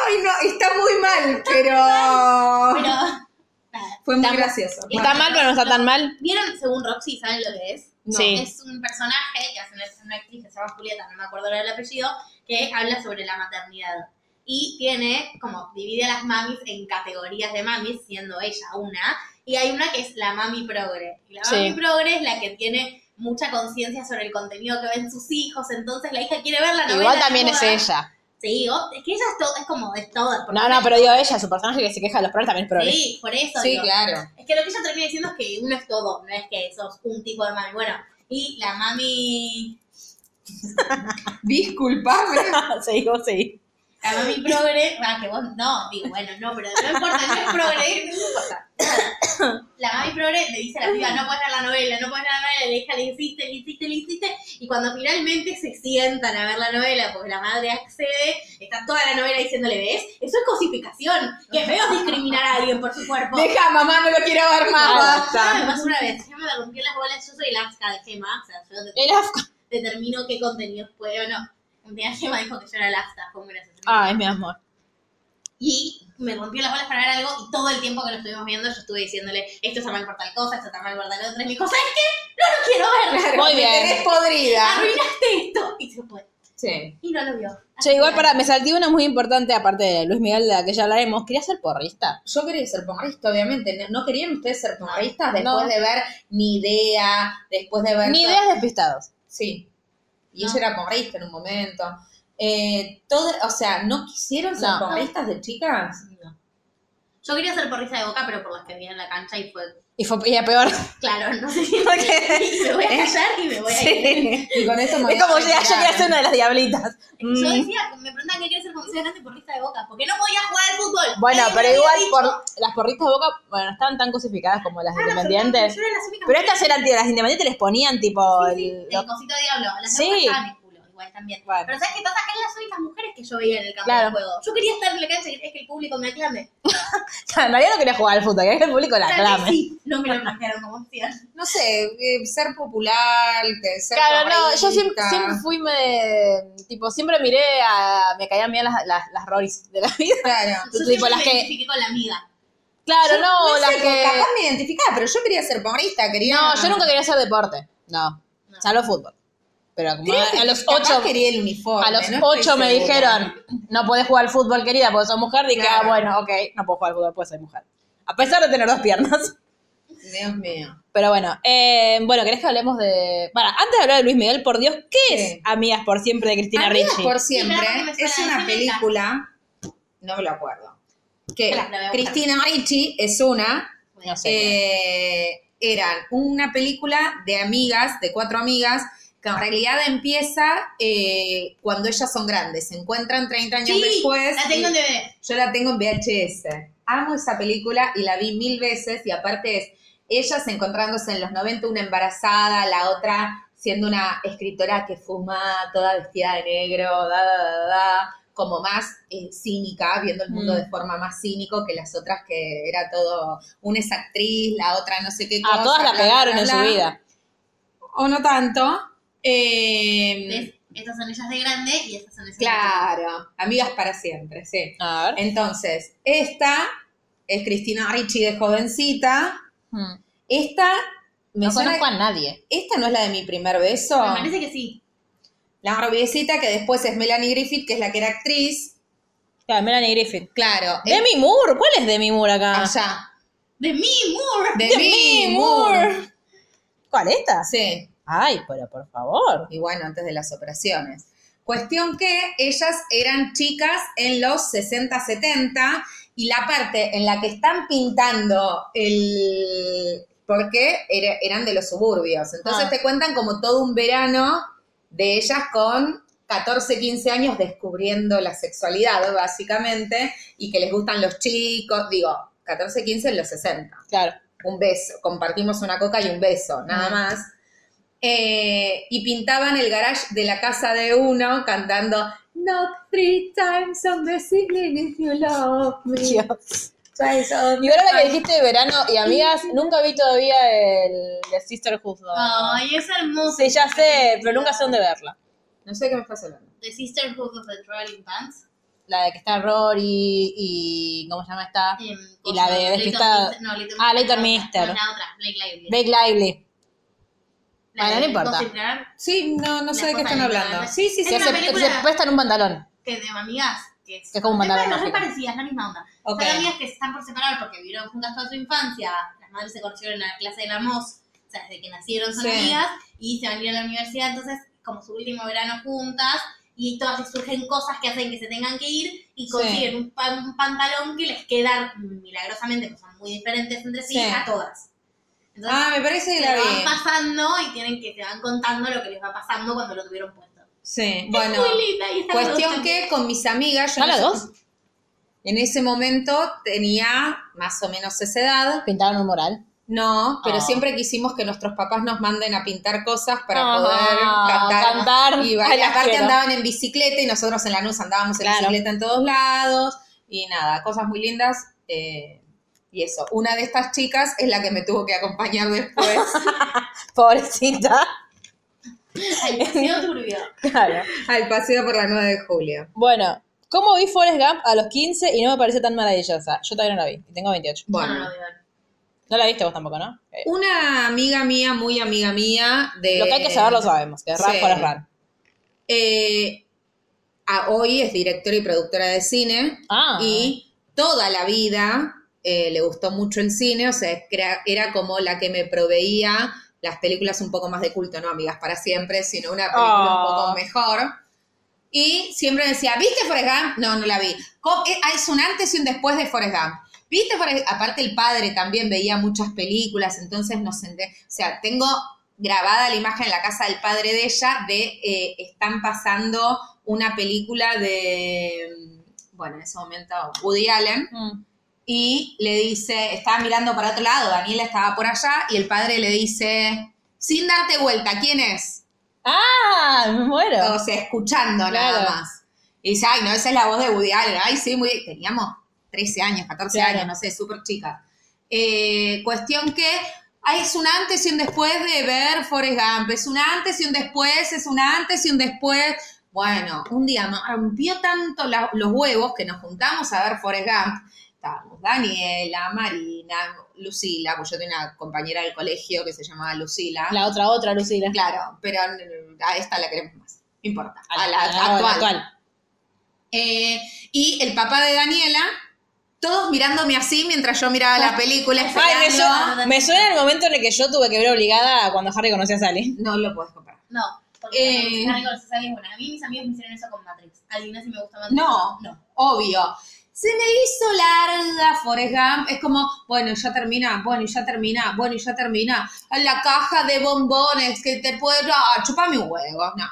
Speaker 5: Ay, no, está muy mal, [laughs] pero...
Speaker 4: [laughs]
Speaker 6: Pero.
Speaker 5: Fue muy
Speaker 4: Está-
Speaker 5: gracioso.
Speaker 4: [laughs] Y está mal, pero no está tan mal.
Speaker 6: ¿Vieron según Roxy? ¿Saben lo que es?
Speaker 4: No. Sí.
Speaker 6: Es un personaje que hace una, es una actriz que se llama Julieta, no me acuerdo ahora el apellido, que habla sobre la maternidad. Y tiene, como, divide a las mamis en categorías de mamis, siendo ella una. Y hay una que es la mami progre. Y la
Speaker 4: Sí.
Speaker 6: mami progre es la que tiene mucha conciencia sobre el contenido que ven sus hijos, entonces la hija quiere ver la novela.
Speaker 4: Igual también
Speaker 6: de
Speaker 4: es
Speaker 6: moda.
Speaker 4: ella.
Speaker 6: Sí, o- es que ella es, todo, es como de todas. porque-
Speaker 4: No, no, pero digo ella, su personaje que se queja de los problemas también es progre.
Speaker 6: Sí, por eso.
Speaker 5: Sí,
Speaker 6: digo.
Speaker 5: [laughs] claro.
Speaker 6: Es que lo que ella termina diciendo es que uno es todo, no es que sos un tipo de mami. Bueno, y la mami,
Speaker 5: [laughs] Disculpame.
Speaker 4: Sí, vos sí.
Speaker 6: la mami progre, ah, que vos no, digo, bueno, no, pero no importa, no es progre, no importa. La mami progre le dice a la piba, no puedes ver la novela, no puedes ver la novela, le hija le insiste, le insiste, le insiste, y cuando finalmente se sientan a ver la novela, porque la madre accede, está toda la novela diciéndole, ¿ves? Eso es cosificación, que es feo discriminar a alguien por su cuerpo.
Speaker 5: Deja, mamá, no lo quiero ver
Speaker 4: Nada.
Speaker 5: más.
Speaker 6: Ya me pasó una vez, ya me rompí las bolas, yo soy la asca de Gema, o sea, yo de-
Speaker 4: Era afco.
Speaker 6: determino qué contenidos puede o no. Un día Gemma dijo que yo era lasta, fue muy gracioso.
Speaker 4: Ay, Ah, mi amor.
Speaker 6: Y me rompió las bolas para ver algo y todo el tiempo que lo estuvimos viendo yo estuve diciéndole, esto está mal por tal cosa, esto está mal por tal otra. Y me dijo, ¿sabes qué? No lo quiero ver.
Speaker 4: Muy
Speaker 5: Me
Speaker 4: bien.
Speaker 5: tenés podrida.
Speaker 6: Arruinaste esto. Y se fue.
Speaker 5: Sí.
Speaker 6: Y no lo vio.
Speaker 4: Che, igual para, me salté una muy importante, aparte de Luis Miguel, de la que ya hablaremos. Quería ser porrista.
Speaker 5: Yo quería ser porrista, obviamente. ¿No- ¿No querían ustedes ser porristas después
Speaker 4: No.
Speaker 5: de ver Ni Idea, después de ver...
Speaker 4: Ni
Speaker 5: todo-
Speaker 4: ideas despistados.
Speaker 5: Sí. Y
Speaker 6: No.
Speaker 5: ella era porrista en un momento. Eh, todo, o sea, ¿no quisieron ser
Speaker 4: No.
Speaker 5: porristas de chicas?
Speaker 6: No. Yo quería ser porrista de boca, pero por las que vi en la cancha y fue,
Speaker 4: Y fue y era peor. [laughs]
Speaker 6: claro, no sé si [laughs] me voy a callar y me voy a ir.
Speaker 4: Sí.
Speaker 5: Y con esto me
Speaker 4: Es como yo,
Speaker 5: voy a
Speaker 4: yo quería ser una de las diablitas.
Speaker 6: Yo
Speaker 4: Mm.
Speaker 6: decía, me preguntan qué quería ser cuando sea grande porrista de boca, porque no podía jugar al fútbol.
Speaker 4: Bueno,
Speaker 6: Nadie me
Speaker 4: pero
Speaker 6: había
Speaker 4: igual
Speaker 6: dicho.
Speaker 4: por, las porristas de boca, bueno, no estaban tan cosificadas como las de
Speaker 6: Ah, no,
Speaker 4: independientes.
Speaker 6: yo era las únicas
Speaker 4: Pero estas eran, tío, las independientes les ponían tipo
Speaker 6: Sí,
Speaker 4: el- [laughs]
Speaker 6: el cosito diablo, las
Speaker 4: Sí.
Speaker 6: demás estaban en culo, igual también.
Speaker 4: Bueno.
Speaker 6: Pero ¿sabes qué pasa? Que eran las únicas mujeres que yo veía en el campo
Speaker 4: Claro.
Speaker 6: de juego. Yo quería estar en la cancha y quería que el público me
Speaker 7: [laughs]
Speaker 6: aclame.
Speaker 4: en realidad no quería jugar al fútbol, quería que el público la
Speaker 6: Tal vez
Speaker 4: clame.
Speaker 6: sí, no me lo plantearon como
Speaker 7: [laughs]
Speaker 6: opción.
Speaker 5: No sé, eh, ser popular, que ser
Speaker 4: Claro, no, yo siempre,
Speaker 5: porrista.
Speaker 4: siempre fui, me, tipo, siempre miré a, me caían bien las, las, las Roris de la vida.
Speaker 5: Claro.
Speaker 6: Yo
Speaker 4: Tipo,
Speaker 6: siempre
Speaker 4: las
Speaker 6: me
Speaker 4: que-
Speaker 6: identifiqué con la amiga.
Speaker 4: Claro,
Speaker 5: Yo
Speaker 4: no,
Speaker 5: sé,
Speaker 4: las
Speaker 5: porque
Speaker 4: que...
Speaker 5: Capaz me identificaba, pero yo quería ser porrista, quería...
Speaker 4: No, yo nunca quería hacer deporte, no,
Speaker 6: No.
Speaker 4: salvo fútbol. Pero como
Speaker 5: Creo que
Speaker 4: a, los
Speaker 5: capaz
Speaker 4: ocho,
Speaker 5: quería el uniforme.
Speaker 4: a los
Speaker 5: no estoy
Speaker 4: ocho me
Speaker 5: segura.
Speaker 4: dijeron, no podés jugar al fútbol, querida, porque sos mujer, dije,
Speaker 5: Claro.
Speaker 4: ah, bueno, ok, no puedo jugar al fútbol, pues soy mujer. A pesar de tener dos piernas. [laughs]
Speaker 5: Dios mío.
Speaker 4: Pero bueno, eh, bueno, ¿querés que hablemos de. Para, antes de hablar de Luis Miguel, por Dios, ¿qué
Speaker 5: Sí.
Speaker 4: es Amigas por siempre de Cristina
Speaker 5: Amigas
Speaker 4: Ricci?
Speaker 5: por siempre
Speaker 6: Sí, pero no me
Speaker 5: es
Speaker 6: suena,
Speaker 5: una
Speaker 6: decime el
Speaker 5: película, no me lo acuerdo, que
Speaker 6: Espera, la voy a buscar.
Speaker 5: Cristina Ricci es una,
Speaker 4: No sé.
Speaker 5: Eh, eran una película de amigas, de cuatro amigas, En realidad empieza eh, cuando ellas son grandes, se encuentran 30 años
Speaker 6: Sí,
Speaker 5: después.
Speaker 6: la tengo
Speaker 5: y-
Speaker 6: en DVD.
Speaker 5: Yo la tengo en VHS. Amo esa película y la vi mil veces y aparte es ellas encontrándose en los 90, una embarazada, la otra siendo una escritora que fuma, toda vestida de negro, da, da, da, da, como más eh, cínica, viendo el
Speaker 7: Mm.
Speaker 5: mundo de forma más cínico que las otras que era todo, una es actriz, la otra no sé qué
Speaker 7: A Ah, todas la
Speaker 5: bla, bla,
Speaker 7: pegaron
Speaker 5: bla,
Speaker 7: en su
Speaker 5: bla.
Speaker 7: vida.
Speaker 5: O no tanto. Eh,
Speaker 6: ¿Ves? Estas son ellas de grande y estas son ellas de
Speaker 5: claro, amigas para siempre, sí.
Speaker 7: A ver.
Speaker 5: Entonces, esta es Cristina Ricci de jovencita.
Speaker 7: Hmm.
Speaker 5: Esta, me
Speaker 7: No
Speaker 5: suena-
Speaker 7: conozco a nadie.
Speaker 5: esta no es la de mi primer beso.
Speaker 6: Me parece que sí.
Speaker 5: La rubiecita que después es Melanie Griffith, que es la que era actriz.
Speaker 7: Claro, Melanie Griffith.
Speaker 5: Claro, es
Speaker 7: Demi Moore, ¿cuál es Demi Moore
Speaker 4: Ah.
Speaker 7: acá?
Speaker 5: allá.
Speaker 6: De mí, Moore.
Speaker 5: De
Speaker 7: Demi Moore. ¿Cuál esta?
Speaker 5: Sí.
Speaker 7: Ay, pero por favor.
Speaker 5: Y bueno, antes de las operaciones. Cuestión que ellas eran chicas en los 60, 70 y la parte en la que están pintando el... porque era- eran de los suburbios. Entonces
Speaker 7: Ah.
Speaker 5: te cuentan como todo un verano de ellas con 14, 15 años descubriendo la sexualidad, básicamente, y que les gustan los chicos, digo, 14, 15 en los 60
Speaker 7: Claro.
Speaker 5: un beso, compartimos una coca y un beso, nada más. Eh, y pintaban el garage de la casa de uno cantando Knock three times on the ceiling if you love me.
Speaker 7: Dios.
Speaker 5: Try so-
Speaker 7: Y ahora que dijiste de verano y amigas, nunca vi todavía el The Sisterhood. ¿no?
Speaker 6: Ay, es hermoso.
Speaker 7: Sí, ya sé, pero nunca sé dónde verla.
Speaker 5: No sé qué me estás hablando.
Speaker 6: The Sisterhood of the Rolling Pants.
Speaker 7: La de que está Rory y. ¿Cómo se llama esta?
Speaker 6: Em,
Speaker 7: Y la de
Speaker 6: cosa,
Speaker 7: Despistada.
Speaker 6: Leighton Minster- No, Leighton
Speaker 7: Ah,
Speaker 6: Minster,
Speaker 7: Leighton
Speaker 6: no,
Speaker 7: Minster.
Speaker 6: No, la otra, Blake Lively.
Speaker 7: Blake Lively.
Speaker 6: La
Speaker 7: Bueno,
Speaker 6: de
Speaker 7: no importa.
Speaker 6: Gossip Girl,
Speaker 5: Sí, no, no sé de qué
Speaker 6: esposa
Speaker 5: están
Speaker 6: de
Speaker 5: hablando.
Speaker 6: Nicolás.
Speaker 5: Sí, sí,
Speaker 6: Es
Speaker 5: sí.
Speaker 7: Que
Speaker 6: una
Speaker 7: se,
Speaker 6: película.
Speaker 7: se puesta en un pantalón.
Speaker 6: que de amigas. Que es,
Speaker 7: Que es como un mandala
Speaker 6: Bueno, son
Speaker 7: mágico.
Speaker 6: parecidas, la misma onda.
Speaker 5: Ok.
Speaker 6: Son amigas que se están por separar porque vivieron juntas toda su infancia. Las madres se conocieron en la clase de la MOS. O sea, desde que nacieron son
Speaker 5: Sí.
Speaker 6: amigas y se van a ir a la universidad. Entonces, como su último verano juntas. Y todas les surgen cosas que hacen que se tengan que ir y consiguen un, pan- un pantalón que les queda milagrosamente, pues son muy diferentes entre sí,
Speaker 5: Sí.
Speaker 6: a todas. Entonces,
Speaker 5: Ah, me parece que
Speaker 6: se
Speaker 5: la
Speaker 6: lo van
Speaker 5: vi.
Speaker 6: pasando y tienen que, se van contando lo que les va pasando cuando lo tuvieron puesto.
Speaker 5: Sí, bueno.
Speaker 6: es muy linda y está
Speaker 5: Cuestión
Speaker 6: la
Speaker 5: que con mis amigas...
Speaker 7: ¿Son
Speaker 5: yo no
Speaker 7: las
Speaker 5: sé-
Speaker 7: dos?
Speaker 5: En ese momento tenía más o menos esa edad.
Speaker 7: Pintaron un mural.
Speaker 5: No, pero
Speaker 7: Ah.
Speaker 5: siempre quisimos que nuestros papás nos manden a pintar cosas para
Speaker 7: Ah,
Speaker 5: poder cantar.
Speaker 7: cantar. [laughs]
Speaker 5: Y
Speaker 7: Ay,
Speaker 5: bailar.
Speaker 7: las
Speaker 5: aparte
Speaker 7: quiero.
Speaker 5: andaban en bicicleta y nosotros en la Lanús andábamos en
Speaker 7: Claro.
Speaker 5: bicicleta en todos lados. Y nada, cosas muy lindas. eh, y eso, una de estas chicas es la que me tuvo que acompañar
Speaker 7: [laughs]
Speaker 5: después.
Speaker 6: [laughs]
Speaker 7: Pobrecita.
Speaker 5: [laughs]
Speaker 6: El vestido turbio.
Speaker 7: Claro.
Speaker 5: al paseo por la 9 de julio.
Speaker 7: Bueno, ¿cómo vi Forrest Gump a los 15 y no me pareció tan maravillosa? Yo todavía no la vi, y tengo 28.
Speaker 5: Bueno,
Speaker 6: No, no lo veo.
Speaker 7: No la viste vos tampoco, ¿no? Eh,
Speaker 5: una amiga mía, muy amiga mía, de...
Speaker 7: lo que hay que saber lo sabemos, que es Rap
Speaker 5: sí.
Speaker 7: Forrest Gump.
Speaker 5: Eh, a- hoy es directora y productora de cine.
Speaker 7: Ah.
Speaker 5: Y toda la vida eh, le gustó mucho el cine, o sea, era, era como la que me proveía las películas un poco más de culto, no amigas para siempre, sino una película un
Speaker 7: Oh.
Speaker 5: poco mejor. Y siempre decía, ¿viste Forrest Gump? No, no la vi. Co- eh, ah, Es un antes y un después de Forrest Gump. ¿Viste Forrest Aparte el padre también veía muchas películas, entonces no sé, O sea, tengo grabada la imagen en la casa del padre de ella de eh, están pasando una película de, bueno, en ese momento Woody Allen,
Speaker 7: Mm.
Speaker 5: y le dice, estaba mirando para otro lado, Daniela estaba por allá, y el padre le dice, sin darte vuelta, ¿quién es?
Speaker 7: ¡Ah! Me muero.
Speaker 5: O sea, escuchando
Speaker 7: Claro.
Speaker 5: nada más. Y dice, ay, no, esa es la voz de Woody Allen. Ay, sí, muy... Teníamos 13 años, 14
Speaker 7: Claro.
Speaker 5: años, no sé, súper chicas. Eh, cuestión que ay, es un antes y un después de ver Forrest Gump. Es un antes y un después, es un antes y un después. Bueno, un día me rompió tanto la- los huevos que nos juntamos a ver Forrest Gump. Estábamos Daniela, Marina, Lucila, pues yo tenía una compañera del colegio que se llamaba Lucila.
Speaker 7: La otra, otra, Lucila.
Speaker 5: Claro, pero mm, a esta la queremos más. No importa. A la,
Speaker 7: Ah,
Speaker 5: actual.
Speaker 7: la
Speaker 5: Eh, y el papá de Daniela, todos mirándome así mientras yo miraba la [laughs] película,
Speaker 7: Ay, me,
Speaker 5: esperando.
Speaker 7: suena, me suena el momento en el que yo tuve que ver obligada a cuando Harry conocía a Sally.
Speaker 5: No lo puedes comprar.
Speaker 6: No,
Speaker 5: Eh.
Speaker 6: porque algo de César es bueno. A mí mis amigos me hicieron eso con Matrix. Al gimnasio me gusta Matrix.
Speaker 5: No,
Speaker 6: no.
Speaker 5: obvio. Se me hizo larga, Forrest Gump. Es como, bueno, y ya termina, bueno, y ya termina, bueno, y ya termina. La caja de bombones que te puedo... Ah, chupa mi huevo. No,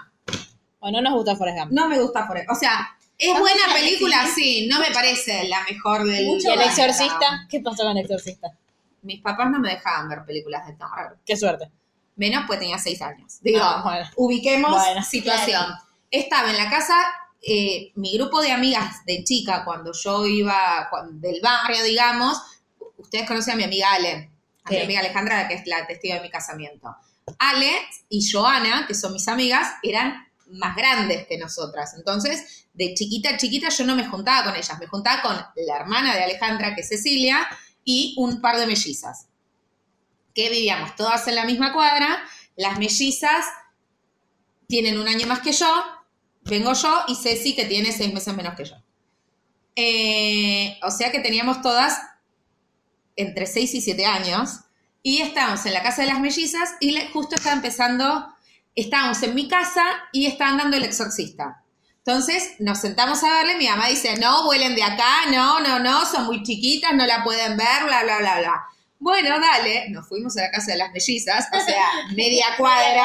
Speaker 4: O no nos gusta Forrest Gump.
Speaker 5: no me gusta Forrest O sea, es buena película, sí. No me parece la mejor del...
Speaker 4: ¿Y el
Speaker 5: del-
Speaker 4: exorcista? ¿Qué pasó con el exorcista?
Speaker 5: Mis papás no me dejaban ver películas de terror.
Speaker 4: Qué suerte. [laughs]
Speaker 5: Menos pues tenía seis años. Digo,
Speaker 4: Ah, bueno.
Speaker 5: ubiquemos
Speaker 4: Bueno.
Speaker 5: situación. Estaba en la casa, eh, mi grupo de amigas de chica, cuando yo iba cu- del barrio, digamos, ustedes conocen a mi amiga Ale, a mi
Speaker 4: Sí.
Speaker 5: amiga Alejandra, que es la testigo de mi casamiento. Ale y Joana, que son mis amigas, eran más grandes que nosotras. Entonces, de chiquita a chiquita yo no me juntaba con ellas, me juntaba con la hermana de Alejandra, que es Cecilia, y un par de mellizas, que vivíamos todas en la misma cuadra. Las mellizas tienen un año más que yo, vengo yo y Ceci que tiene seis meses menos que yo. Eh, o sea que teníamos todas entre seis y siete años y estábamos en la casa de las mellizas y le- justo estaba empezando, estábamos en mi casa y estaban dando el exorcista. Entonces nos sentamos a verle, mi mamá dice, no, vuelen de acá, no, no, no, son muy chiquitas, no la pueden ver, bla, bla, bla, bla. Bueno, dale, nos fuimos a la casa de las mellizas, o
Speaker 6: [laughs]
Speaker 5: sea, media cuadra,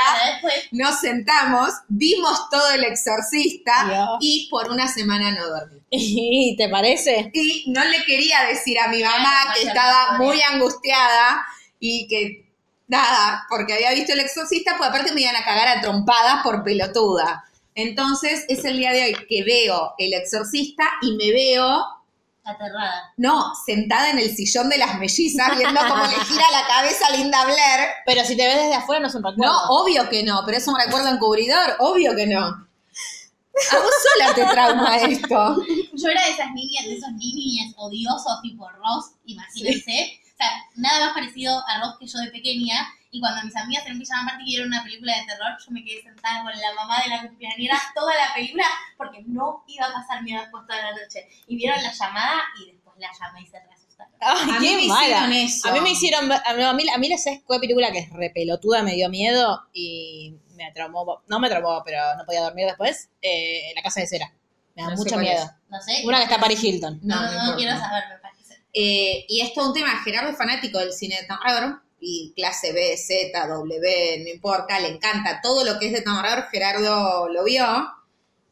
Speaker 5: nos sentamos, vimos todo el exorcista
Speaker 4: Dios.
Speaker 5: y por una semana no dormí.
Speaker 4: ¿Y te parece?
Speaker 5: Y no le quería decir a mi mamá
Speaker 6: Claro,
Speaker 5: que
Speaker 6: vaya
Speaker 5: estaba
Speaker 6: la gloria.
Speaker 5: muy angustiada y que nada, porque había visto el exorcista, pues aparte me iban a cagar a trompadas por pelotuda. Entonces es el día de hoy que veo el exorcista y me veo,
Speaker 6: Aterrada.
Speaker 5: no, sentada en el sillón de las mellizas viendo cómo le gira la cabeza a Linda Blair.
Speaker 4: Pero si te ves desde afuera no es un recuerdo.
Speaker 5: No, obvio que no, pero es un recuerdo encubridor, obvio que no. A vos sola te trauma esto.
Speaker 6: Yo era de esas niñas, de esos niñas odiosos tipo Ross, imagínense. O sea, nada más parecido a Ross que yo de pequeña. Y cuando mis amigas se empiezan a partir que era una película de terror, yo me quedé sentada con la mamá de la cumpleañera toda la película porque no iba a pasar miedo después toda la noche. Y vieron la llamada y después la llamé y se reasustaron.
Speaker 4: Ay,
Speaker 5: A
Speaker 4: Ah, qué
Speaker 5: mí me
Speaker 4: mala.
Speaker 5: hicieron eso.
Speaker 4: A mí me hicieron. ver- A mí, a mí, a mí ¿sabes cuál película que es repelotuda me dio miedo y me traumó? No me traumó, pero no podía dormir después. Eh, la casa de cera. Me da
Speaker 5: No sé
Speaker 4: mucho
Speaker 5: cuál
Speaker 4: miedo.
Speaker 5: es.
Speaker 6: No sé.
Speaker 4: Una que está Paris Hilton.
Speaker 6: No, no,
Speaker 5: importa.
Speaker 6: quiero saber, me parece.
Speaker 5: Eh, y esto es un tema, Gerardo es fanático del cine de Tom Raider, y clase B, Z, W, no importa, le encanta todo lo que es de Tom Raider, Gerardo lo vio.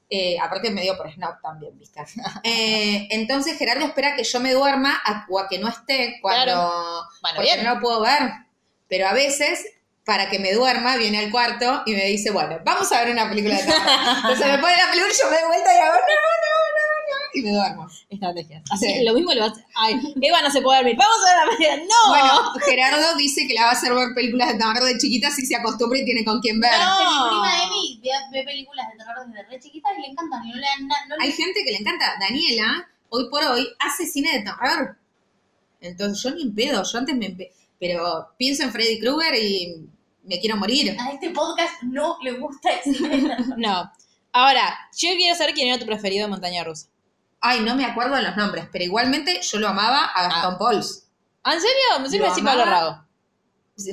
Speaker 5: Eh, aparte me dio por snob también, [laughs] ¿viste? Eh, entonces Gerardo espera que yo me duerma a, o a que no esté cuando
Speaker 4: Bueno,
Speaker 5: porque
Speaker 4: bien.
Speaker 5: no lo puedo ver. Pero a veces, para que me duerma, viene al cuarto y me dice, bueno, vamos a ver una película de terror. Entonces me pone la película y yo me doy vuelta y hago, no, no, no, no, no, y me duermo.
Speaker 4: Estrategias. Así
Speaker 5: Sí.
Speaker 4: que lo mismo lo hace. Ay, Eva no se puede dormir. Vamos a ver la película. ¡No!
Speaker 5: Bueno, Gerardo dice que la va a hacer ver películas de terror de chiquita si se acostumbra y tiene con quién ver.
Speaker 4: No.
Speaker 6: Mi prima Emi ve, ve películas de terror desde re chiquita y le encantan. Y no le dan na- no le-
Speaker 5: Hay gente que le encanta. Daniela, hoy por hoy, hace cine de terror. Entonces yo ni en pedo, yo antes me... empe- Pero pienso en Freddy Krueger y me quiero morir.
Speaker 6: A este podcast no le gusta el cine de terror.
Speaker 4: No. Ahora, yo quiero saber quién era tu preferido de montaña rusa.
Speaker 5: Ay, no me acuerdo de los nombres, pero igualmente yo lo amaba a Gastón Pauls.
Speaker 4: ¿Ah, ¿En serio? Me sirve
Speaker 5: Lo
Speaker 4: así Pablo
Speaker 5: amaba.
Speaker 4: Rago.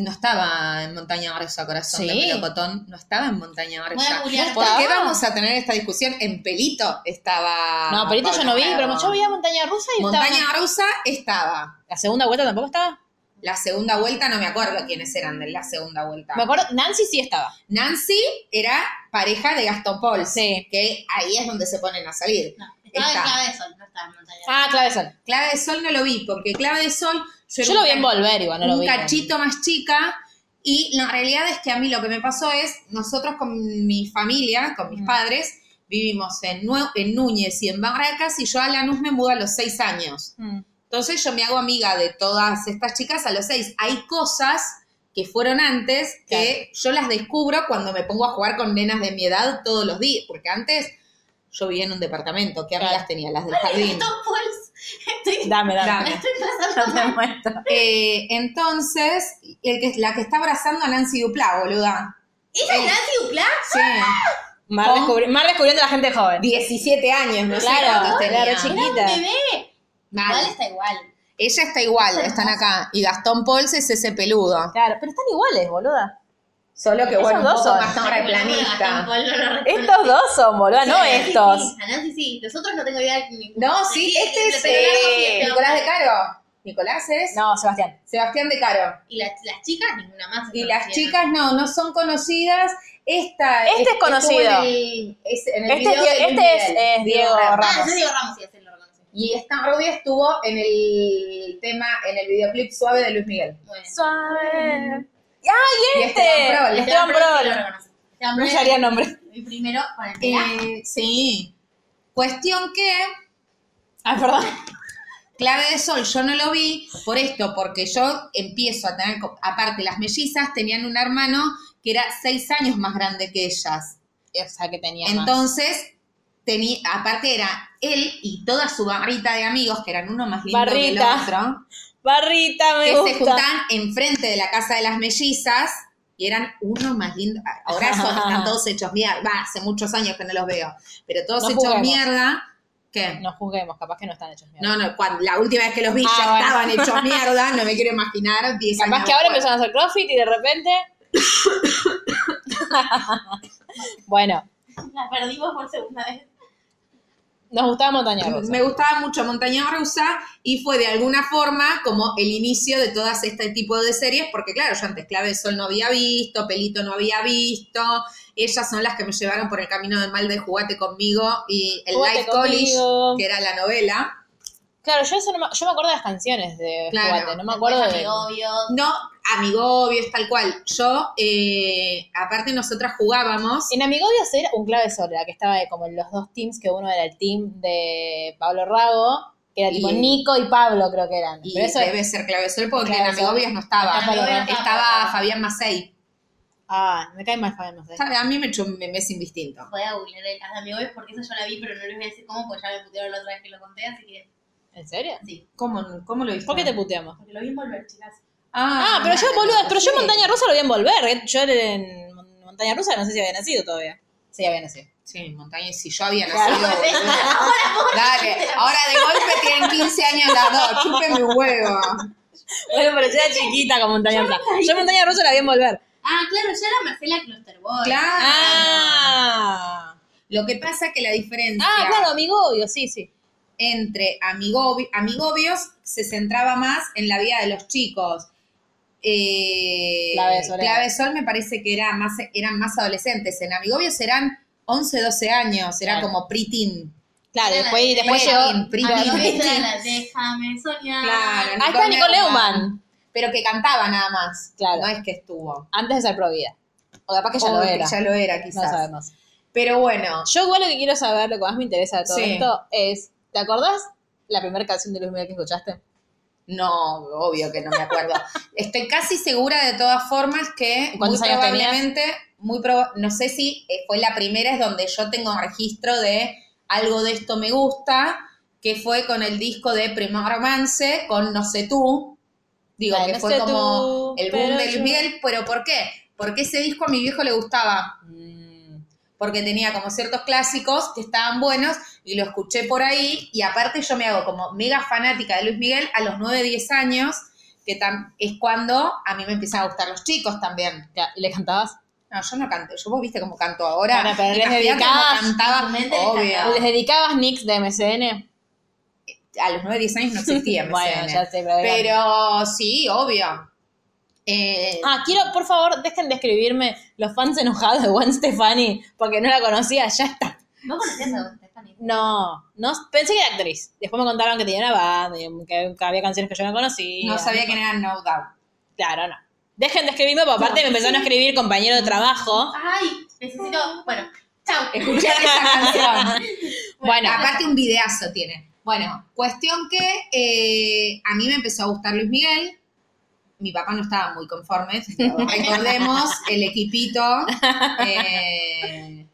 Speaker 5: No estaba en Montaña Gruesa, corazón
Speaker 4: Sí.
Speaker 5: de melocotón. No estaba en Montaña
Speaker 6: Voy
Speaker 5: Gruesa.
Speaker 6: a googlear.
Speaker 5: ¿Por qué
Speaker 4: ¿Estaba?
Speaker 5: vamos a tener esta discusión? En Pelito estaba.
Speaker 4: No, Perito yo
Speaker 5: Pablo
Speaker 4: no vi,
Speaker 5: Rago.
Speaker 4: pero yo veía montaña rusa y estaba.
Speaker 5: Montaña Gruesa estaba.
Speaker 4: ¿La segunda vuelta tampoco estaba?
Speaker 5: La segunda vuelta, no me acuerdo quiénes eran de la segunda vuelta.
Speaker 4: Me acuerdo, Nancy sí estaba.
Speaker 5: Nancy era pareja de Gastón Paul.
Speaker 4: Sí.
Speaker 5: Que ahí es donde se ponen a salir.
Speaker 6: No, estaba
Speaker 5: Está.
Speaker 6: en clave de sol, no estaba en montaña.
Speaker 4: Ah, clave Sol.
Speaker 5: Clave de Sol no lo vi, porque Clave de Sol. era
Speaker 4: Yo lo
Speaker 5: un
Speaker 4: vi en
Speaker 5: ca-
Speaker 4: Volver igual, Ah, no lo
Speaker 5: un
Speaker 4: vi.
Speaker 5: cachito más chica. Y la realidad es que a mí lo que me pasó es, nosotros con mi familia, con mis
Speaker 4: Mm.
Speaker 5: padres, vivimos en, Nue- en Núñez y en Barracas y yo a Lanús me mudo a los seis años.
Speaker 4: Mm.
Speaker 5: Entonces yo me hago amiga de todas estas chicas a los seis. Hay cosas que fueron antes que yo las descubro cuando me pongo a jugar con nenas de mi edad todos los días, porque antes yo vivía en un departamento, ¿qué amigas tenía? Las del jardín.
Speaker 6: Tom Pauls, estoy,
Speaker 4: Dame, dame.
Speaker 5: Dame.
Speaker 6: me Ah, pues, estoy pasando mal.
Speaker 5: Eh, entonces, el que, la que está abrazando a Nancy Duplá, boluda.
Speaker 6: ¿Esa es Nancy Ducla?
Speaker 5: Sí.
Speaker 4: Mar,
Speaker 5: ¿Cómo?
Speaker 4: descubri- Mar descubriendo a la gente joven.
Speaker 5: 17 años, no sé
Speaker 4: Claro,
Speaker 5: cuántos tenía.
Speaker 4: era re chiquita.
Speaker 6: Era un bebé.
Speaker 5: Mal.
Speaker 6: Igual está igual.
Speaker 5: Ella está igual, están acá. Y Gastón Pols es ese peludo.
Speaker 4: Claro, pero están iguales, boluda.
Speaker 5: Solo que, bueno,
Speaker 4: Esos
Speaker 5: un
Speaker 4: dos
Speaker 5: poco
Speaker 4: son.
Speaker 5: más terraplanista.
Speaker 4: Estos dos son, boludo, no estos.
Speaker 6: Sí, a Nancy sí, los otros no tengo idea. de quién-
Speaker 5: No,
Speaker 6: de
Speaker 5: sí,
Speaker 6: quién-
Speaker 5: este es
Speaker 6: pero Largo sí,
Speaker 5: eh,
Speaker 6: este
Speaker 5: Nicolás
Speaker 6: hombre.
Speaker 5: de Caro. Nicolás es
Speaker 4: No, Sebastián.
Speaker 5: Sebastián de Caro.
Speaker 6: Y las, las chicas, ninguna más.
Speaker 5: Y
Speaker 6: se
Speaker 5: las
Speaker 6: conocían.
Speaker 5: chicas no, no son conocidas. Esta
Speaker 4: Este es
Speaker 5: estuvo
Speaker 4: conocido.
Speaker 5: En el, es- en el
Speaker 4: Este es
Speaker 5: video
Speaker 4: Die-
Speaker 5: de Luis
Speaker 4: este es-
Speaker 5: Miguel,
Speaker 4: es Diego
Speaker 5: Ramos.
Speaker 6: Ah,
Speaker 4: Ramos.
Speaker 6: yo digo Ramos, sí, así lo reconocí.
Speaker 5: Y esta rubia estuvo en el tema, en el videoclip suave de Luis Miguel.
Speaker 6: Bueno.
Speaker 4: Suave.
Speaker 5: Y
Speaker 4: ¡Ay,
Speaker 5: Esteban
Speaker 4: este!
Speaker 5: Prol.
Speaker 4: Esteban
Speaker 6: sí lo
Speaker 4: Prol.
Speaker 6: reconocí.
Speaker 4: No
Speaker 6: Esteban Prol,
Speaker 4: se haría nombre.
Speaker 6: el primero con el pelaje.
Speaker 5: Eh, sí. Cuestión que
Speaker 4: Ah, perdón.
Speaker 5: Clave de Sol, yo no lo vi por esto, porque yo empiezo a tener, co- aparte las mellizas tenían un hermano que era seis años más grande que ellas.
Speaker 4: O sea, que tenía
Speaker 5: Entonces, tenía, aparte era él y toda su barrita de amigos, que eran uno más lindo que el
Speaker 4: Barrita.
Speaker 5: otro,
Speaker 4: Barrita, me
Speaker 5: que se
Speaker 4: gusta.
Speaker 5: juntaban enfrente de la casa de las mellizas y eran uno más lindo. Ahora
Speaker 4: [laughs]
Speaker 5: son, están todos hechos mierda. Va, hace muchos años que no los veo, pero todos
Speaker 4: No
Speaker 5: hechos
Speaker 4: juguemos.
Speaker 5: mierda. ¿Qué?
Speaker 4: No juzguemos, capaz que no están hechos mierda.
Speaker 5: No, no, cuando- la última vez que los vi
Speaker 4: Ah,
Speaker 5: ya
Speaker 4: bueno.
Speaker 5: estaban hechos mierda, no me quiero imaginar 10 años.
Speaker 4: Capaz que ahora
Speaker 5: después.
Speaker 4: empezaron a hacer crossfit y de [laughs] repente. bueno,
Speaker 6: Las perdimos por segunda vez.
Speaker 4: nos gustaba montaña rusa.
Speaker 5: Me gustaba mucho Montaña Rusa y fue de alguna forma como el inicio de todas este tipo de series, porque claro, yo antes Clave de Sol no había visto, Pelito no había visto, ellas son las que me llevaron por el camino del mal de Jugate conmigo y el
Speaker 4: Jugate
Speaker 5: Life
Speaker 4: conmigo.
Speaker 5: College, que era la novela.
Speaker 4: Claro, yo, eso no me, yo me acuerdo de las canciones de
Speaker 5: Claro.
Speaker 4: Jugate, no me acuerdo
Speaker 6: Después
Speaker 4: de.
Speaker 6: Amigobios.
Speaker 5: No, amigobios, tal cual. Yo, eh, aparte nosotras jugábamos.
Speaker 4: En Amigobios era un clave sol, la que estaba de como en los dos teams, que uno era el team de Pablo Rago, que era tipo
Speaker 5: Y-
Speaker 4: Nico y Pablo, creo que eran.
Speaker 5: Y
Speaker 4: Pero eso
Speaker 5: debe ser Clave Sol porque
Speaker 4: Clave
Speaker 5: en
Speaker 4: Sol.
Speaker 5: Amigobias no estaba.
Speaker 4: Está Pablo Rago.
Speaker 5: Estaba Fabián Macei.
Speaker 4: Ah, me cae mal Fabián, no sé.
Speaker 5: A mí me, echó- me, me es indistinto.
Speaker 6: Voy a googlear el caso de Amigobios porque eso yo la vi, pero no les voy a decir cómo, porque ya me putearon la otra vez que lo conté, así que
Speaker 4: ¿En serio?
Speaker 6: sí.
Speaker 5: ¿Cómo, cómo lo viste?
Speaker 4: ¿Por qué te puteamos?
Speaker 6: Porque lo vi envolver, chicas.
Speaker 4: Ah, pero yo,
Speaker 5: bueno,
Speaker 4: boluda, pero yo
Speaker 5: sí.
Speaker 4: Montaña Rusa lo voy a envolver. eh. Yo en Mon- Montaña Rusa no sé si había nacido todavía. Sí, había nacido.
Speaker 5: Sí, Montaña, si yo había
Speaker 4: [laughs]
Speaker 5: nacido. boludo.
Speaker 6: Ahora, por
Speaker 5: Dale, ahora de golpe tienen 15 años las dos. Chúpenme un huevo.
Speaker 4: Bueno, pero yo era chiquita con Montaña Rusa. Yo Montaña Rusa la voy a envolver.
Speaker 6: Ah, claro, ya era Marcela Clusterboy.
Speaker 5: Claro.
Speaker 4: Ah,
Speaker 5: Lo que pasa que la diferencia
Speaker 4: ah claro, Amigobios, sí, sí.
Speaker 5: entre amigobi- Amigobios se centraba más en la vida de los chicos. Eh,
Speaker 4: Clave de Sol era-
Speaker 5: Clave de Sol me parece que era más, eran más adolescentes. En Amigobios eran 11, 12 años, era
Speaker 4: Claro.
Speaker 5: como preteen.
Speaker 4: Claro,
Speaker 6: Era
Speaker 4: después,
Speaker 6: la de-
Speaker 4: después
Speaker 5: era
Speaker 4: llegó.
Speaker 5: bien pri-
Speaker 6: Amigobios era [laughs] la Déjame soñar.
Speaker 5: Claro.
Speaker 4: Ah, Ahí está Nicole Neumann.
Speaker 5: Pero que cantaba nada más.
Speaker 4: Claro.
Speaker 5: No es que estuvo.
Speaker 4: Antes de ser provida. O capaz que ya
Speaker 5: O
Speaker 4: lo
Speaker 5: que
Speaker 4: era.
Speaker 5: Ya lo era,
Speaker 4: No
Speaker 5: quizás.
Speaker 4: sabemos.
Speaker 5: Pero bueno,
Speaker 4: Yo igual lo que quiero saber, lo que más me interesa de todo
Speaker 5: Sí.
Speaker 4: esto es, ¿te acordás la primera canción de Luis Miguel que escuchaste?
Speaker 5: no, obvio que no me acuerdo. [laughs] Estoy casi segura de todas formas que muy
Speaker 4: ¿Cuántos años
Speaker 5: probablemente, muy proba- no sé si eh, fue la primera, es donde yo tengo registro de algo de esto me gusta, que fue con el disco de Primer Romance, con No sé tú. Digo,
Speaker 4: Ay,
Speaker 5: que
Speaker 4: No
Speaker 5: fue
Speaker 4: sé tú,
Speaker 5: como el boom
Speaker 4: pero
Speaker 5: de Luis
Speaker 4: yo-
Speaker 5: Miguel, pero ¿por qué? Porque ese disco a mi viejo le gustaba.
Speaker 4: Mm.
Speaker 5: porque tenía como ciertos clásicos que estaban buenos y lo escuché por ahí y aparte yo me hago como mega fanática de Luis Miguel a los 9, 10 años, que tam- es cuando a mí me empiezan a gustar los chicos también.
Speaker 4: Ya, ¿Y le cantabas?
Speaker 5: No, yo no canto, yo vos viste cómo canto ahora.
Speaker 4: Bueno, pero les
Speaker 5: Imagínate cómo
Speaker 4: dedicabas,
Speaker 5: cantaba,
Speaker 6: en tu mente les
Speaker 5: obvio.
Speaker 4: ¿Les dedicabas nicks de MCN?
Speaker 5: A los 9, 10 años
Speaker 4: [laughs]
Speaker 5: no existía MCN.
Speaker 4: Bueno, ya sé, pero...
Speaker 5: pero sí, obvio. Eh,
Speaker 4: Ah, quiero, por favor, dejen de escribirme los fans enojados de Gwen Stefani, porque no la conocía, ya está.
Speaker 6: ¿No conocías a vos, Stephanie?
Speaker 4: No, no, pensé que era actriz. Después me contaron que tenía una banda, y que había canciones que yo no conocía.
Speaker 5: no sabía quién era No Doubt.
Speaker 4: Claro, no. Dejen de escribirme, porque aparte me empezaron a escribir compañero de trabajo.
Speaker 6: Ay, necesito. Bueno, chau.
Speaker 5: Escuchar esa [laughs] canción.
Speaker 4: Bueno,
Speaker 5: Aparte un videazo tiene. Bueno, cuestión que eh, a mí me empezó a gustar Luis Miguel. Mi papá no estaba muy conforme. pero Recordemos el equipito eh,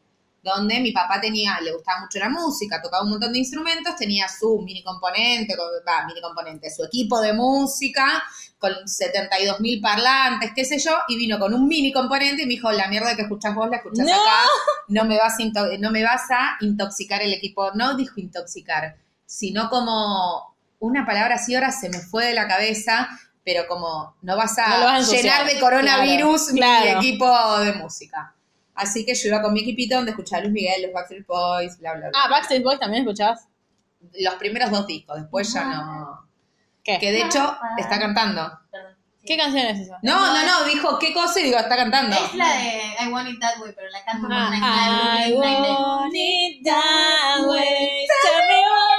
Speaker 5: donde mi papá tenía, le gustaba mucho la música, tocaba un montón de instrumentos, tenía su mini componente, con- va, mini componente, su equipo de música con 72 mil parlantes, qué sé yo, y vino con un mini componente y me dijo, la mierda que escuchás vos la escuchás
Speaker 4: No.
Speaker 5: acá, no me, vas a into- no me vas a intoxicar el equipo. No dijo intoxicar, sino como una palabra así ahora se me fue de la cabeza, pero como no vas a,
Speaker 4: No lo vas a ensuciar,
Speaker 5: llenar de coronavirus mi
Speaker 4: claro.
Speaker 5: equipo de música. Así que yo iba con mi equipito donde escuchaba a Luis Miguel, los Backstreet Boys, bla, bla, bla.
Speaker 4: Ah, Backstreet Boys también escuchabas.
Speaker 5: Los primeros dos discos, después ya no.
Speaker 4: ¿Qué?
Speaker 5: Que de hecho está cantando.
Speaker 6: Perdón. Sí.
Speaker 4: ¿Qué canción es esa?
Speaker 5: No, no, no, dijo qué cosa y digo, está cantando.
Speaker 6: Es la de I Want It That Way, pero la canto con
Speaker 4: Ah, I
Speaker 6: Nine Nine Nails.
Speaker 4: want it that way, tell me why.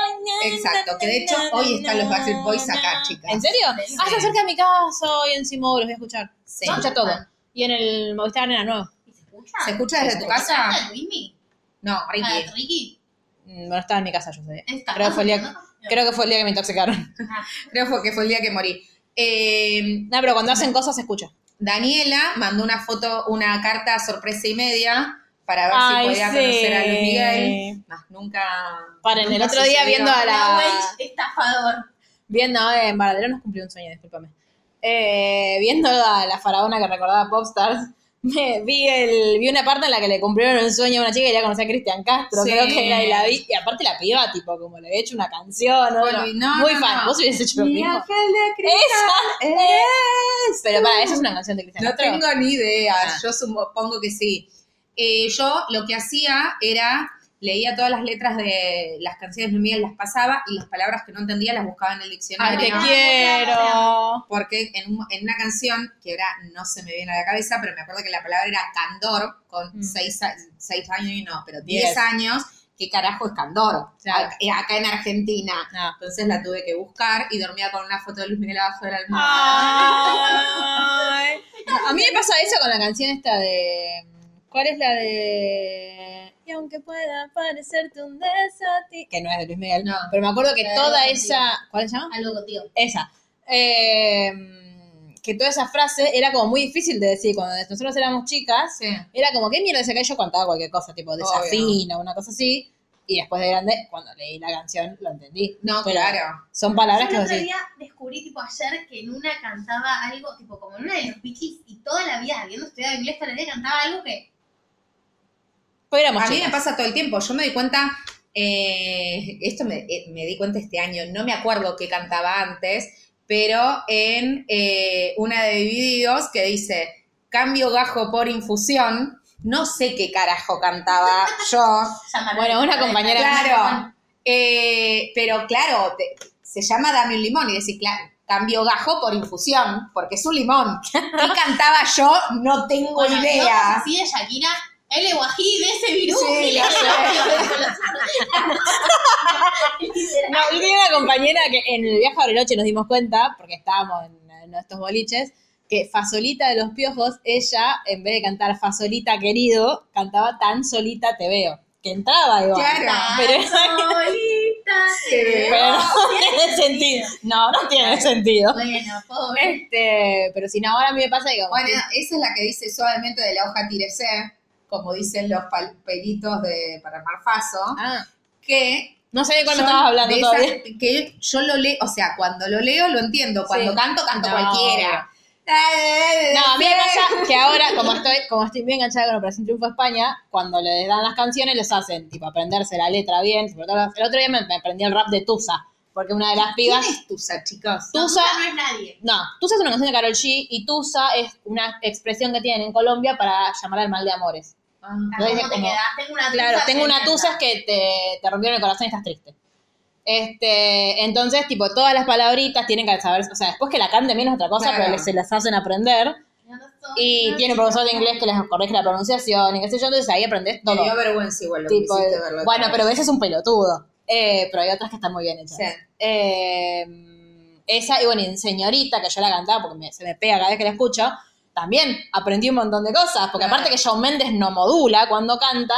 Speaker 5: Exacto, que de hecho hoy están los Backstreet Boys acá, chicas.
Speaker 4: ¿En serio? Ah, está cerca de mi casa hoy en Simo, los voy a escuchar.
Speaker 5: Sí. Ah.
Speaker 4: Escucha todo. Y en el Movistar Arena Nuevo.
Speaker 6: ¿Y se escucha?
Speaker 5: ¿Se escucha desde tu
Speaker 6: ¿Se escucha
Speaker 5: casa?
Speaker 6: el Luismi?
Speaker 5: No,
Speaker 6: Ah,
Speaker 5: Ricky.
Speaker 6: Ricky.
Speaker 4: Mm, Bueno, estaba en mi casa yo sé.
Speaker 5: Eh.
Speaker 6: Está.
Speaker 4: Creo que fue el día, creo que fue el día que me intoxicaron.
Speaker 5: Creo fue- que fue el día que morí. Eh,
Speaker 4: No, pero cuando hacen cosas se escucha.
Speaker 5: Daniela mandó una foto, una carta sorpresa y media para ver
Speaker 4: Ay,
Speaker 5: si podía
Speaker 4: sí.
Speaker 5: conocer a Luis Miguel. Más nunca.
Speaker 4: Paren, el
Speaker 5: nunca
Speaker 4: otro día
Speaker 5: sucedió.
Speaker 4: viendo a la-
Speaker 6: Nahuel estafador.
Speaker 4: Viendo, eh, Maradero nos cumplió un sueño, discúlpame. Eh, viendo a la faraona que recordaba Popstars, [laughs] me, vi, el, vi una parte en la que le cumplieron un sueño a una chica y ya conocía a Cristian Castro,
Speaker 5: Sí.
Speaker 4: creo que era, y la vi. Y aparte la piba, tipo, como le había hecho una canción, ¿no?
Speaker 5: Bueno, no,
Speaker 4: muy
Speaker 5: no,
Speaker 4: fan.
Speaker 5: no.
Speaker 4: Vos hubieses hecho lo
Speaker 5: Mi
Speaker 4: mismo.
Speaker 5: ángel de
Speaker 4: Esa
Speaker 5: cristal
Speaker 4: es.
Speaker 5: es
Speaker 4: Pero
Speaker 5: tú.
Speaker 4: para, esa es una canción de Cristian
Speaker 5: No
Speaker 4: Castro.
Speaker 5: tengo ni idea,
Speaker 4: Ah.
Speaker 5: yo supongo que sí. Eh, yo lo que hacía era, leía todas las letras de las canciones de Luis Miguel, las pasaba y las palabras que no entendía las buscaba en
Speaker 4: Ay,
Speaker 5: el diccionario.
Speaker 4: te
Speaker 6: no.
Speaker 4: quiero.
Speaker 5: porque en, un- en una canción, que ahora no se me viene a la cabeza, pero me acuerdo que la palabra era candor, con
Speaker 4: Mm.
Speaker 5: seis, a- seis años y no, pero
Speaker 4: Diez.
Speaker 5: diez años, ¿qué carajo es candor?
Speaker 4: Claro.
Speaker 5: Ac- eh, Acá en Argentina.
Speaker 4: Ah.
Speaker 5: Entonces la tuve que buscar y dormía con una foto de Luis Miguel abajo de la almohada.
Speaker 4: Ah. Ay. A mí me pasa eso con la canción esta de. ¿Cuál es la de.? Y aunque pueda parecerte un desati. Que no es de Luis Miguel.
Speaker 5: No.
Speaker 4: Pero me acuerdo que
Speaker 6: La de
Speaker 4: toda
Speaker 6: Algo
Speaker 4: esa. ¿Cuál se llama?
Speaker 6: Algo contigo.
Speaker 4: Esa. Eh, que toda esa frase era como muy difícil de decir. Cuando nosotros éramos chicas,
Speaker 5: Sí.
Speaker 4: era como, ¿qué mierda se acá? Yo contaba cualquier cosa, tipo desafina, una cosa así. Y después de grande, cuando leí la canción, lo entendí.
Speaker 5: [laughs] No,
Speaker 4: Pero
Speaker 5: claro.
Speaker 4: Son palabras que
Speaker 6: Yo el
Speaker 4: vos
Speaker 6: otro
Speaker 4: decís.
Speaker 6: día descubrí, tipo, ayer que en una cantaba algo, tipo, como en una de los bikis, y toda la vida habiendo estudiado inglés, toda la vida cantaba algo que.
Speaker 4: Pues éramos
Speaker 5: A mí
Speaker 4: chicas.
Speaker 5: me pasa todo el tiempo. Yo me di cuenta, eh, esto me, eh, me di cuenta este año, no me acuerdo qué cantaba antes, pero en eh, una de Divididos que dice, cambio gajo por infusión, no sé qué
Speaker 4: [laughs]
Speaker 5: carajo cantaba yo.
Speaker 6: llamaron-
Speaker 4: Bueno, una compañera-
Speaker 5: Claro. Eh, pero claro, te- se llama Dame un limón y decir, claro, cambio gajo por infusión, porque es
Speaker 4: [laughs]
Speaker 5: un limón. ¿Qué cantaba yo? No tengo
Speaker 6: Bueno,
Speaker 5: idea.
Speaker 6: Así de Shakira, el guají de ese virus. [laughs]
Speaker 5: Sí,
Speaker 6: la
Speaker 5: lo
Speaker 4: No, yo tenía una compañera que en el viaje a Bariloche nos dimos cuenta, porque estábamos en, en estos boliches, que Fasolita de los Piojos, ella, en vez de cantar Fasolita querido, cantaba Tan solita te veo. Que entraba igual.
Speaker 5: Claro.
Speaker 4: Pero,
Speaker 6: Solita.
Speaker 5: Te veo.
Speaker 4: pero no tiene sentido. No, no tiene sentido.
Speaker 6: Bueno, pobre.
Speaker 4: Este, pero si no, ahora a mí me pasa que como,
Speaker 5: Bueno, esa es la que dice suavemente de la hoja tiresé, como dicen los pal- pelitos de para marfazo,
Speaker 4: ah,
Speaker 5: que
Speaker 4: no sé de cuál me
Speaker 5: yo-
Speaker 4: estabas hablando
Speaker 5: de esa-
Speaker 4: todavía.
Speaker 5: que yo lo leo, o sea, cuando lo leo lo entiendo, cuando
Speaker 4: Sí.
Speaker 5: canto canto
Speaker 4: No.
Speaker 5: cualquiera.
Speaker 4: No, a mí me
Speaker 5: [laughs]
Speaker 4: pasa que ahora, como estoy, como estoy bien enganchada con Operación Triunfo España, cuando les dan las canciones, les hacen, tipo, aprenderse la letra bien. sobre todo las- el otro día me, me aprendí el rap de Tusa, porque una de las
Speaker 5: ¿Quién
Speaker 4: pibas...
Speaker 5: es Tusa, chicos?
Speaker 6: No,
Speaker 4: Tusa,
Speaker 6: no es nadie.
Speaker 4: no, Tusa es una canción de Carol G, y Tusa es una expresión que tienen en Colombia para llamar al mal de amores.
Speaker 6: Ah,
Speaker 4: Lo dice
Speaker 6: ¿cómo te
Speaker 4: como-
Speaker 6: quedás? Tengo una tusa.
Speaker 4: Claro, tengo
Speaker 6: te
Speaker 4: una
Speaker 6: encanta.
Speaker 4: tusa es que te, te rompieron el corazón y estás triste. Este, entonces, tipo, todas las palabritas tienen que saber, o sea, después que la canten bien es otra cosa,
Speaker 5: Claro.
Speaker 4: pero les- se las hacen aprender. Y tiene un profesor de inglés que les corrige la pronunciación y qué sé yo, entonces ahí aprendes
Speaker 5: Me
Speaker 4: todo.
Speaker 5: dio vergüenza igual lo que
Speaker 4: Tipo,
Speaker 5: hiciste verlo.
Speaker 4: bueno, pero ese es un pelotudo. Eh, pero hay otras que están muy bien hechas.
Speaker 5: Sí.
Speaker 4: Eh, esa, y bueno, y en Señorita, que yo la cantaba porque me- se me pega cada vez que la escucho, también aprendí un montón de cosas. Porque
Speaker 5: Claro.
Speaker 4: aparte que Shawn Mendes no modula cuando canta,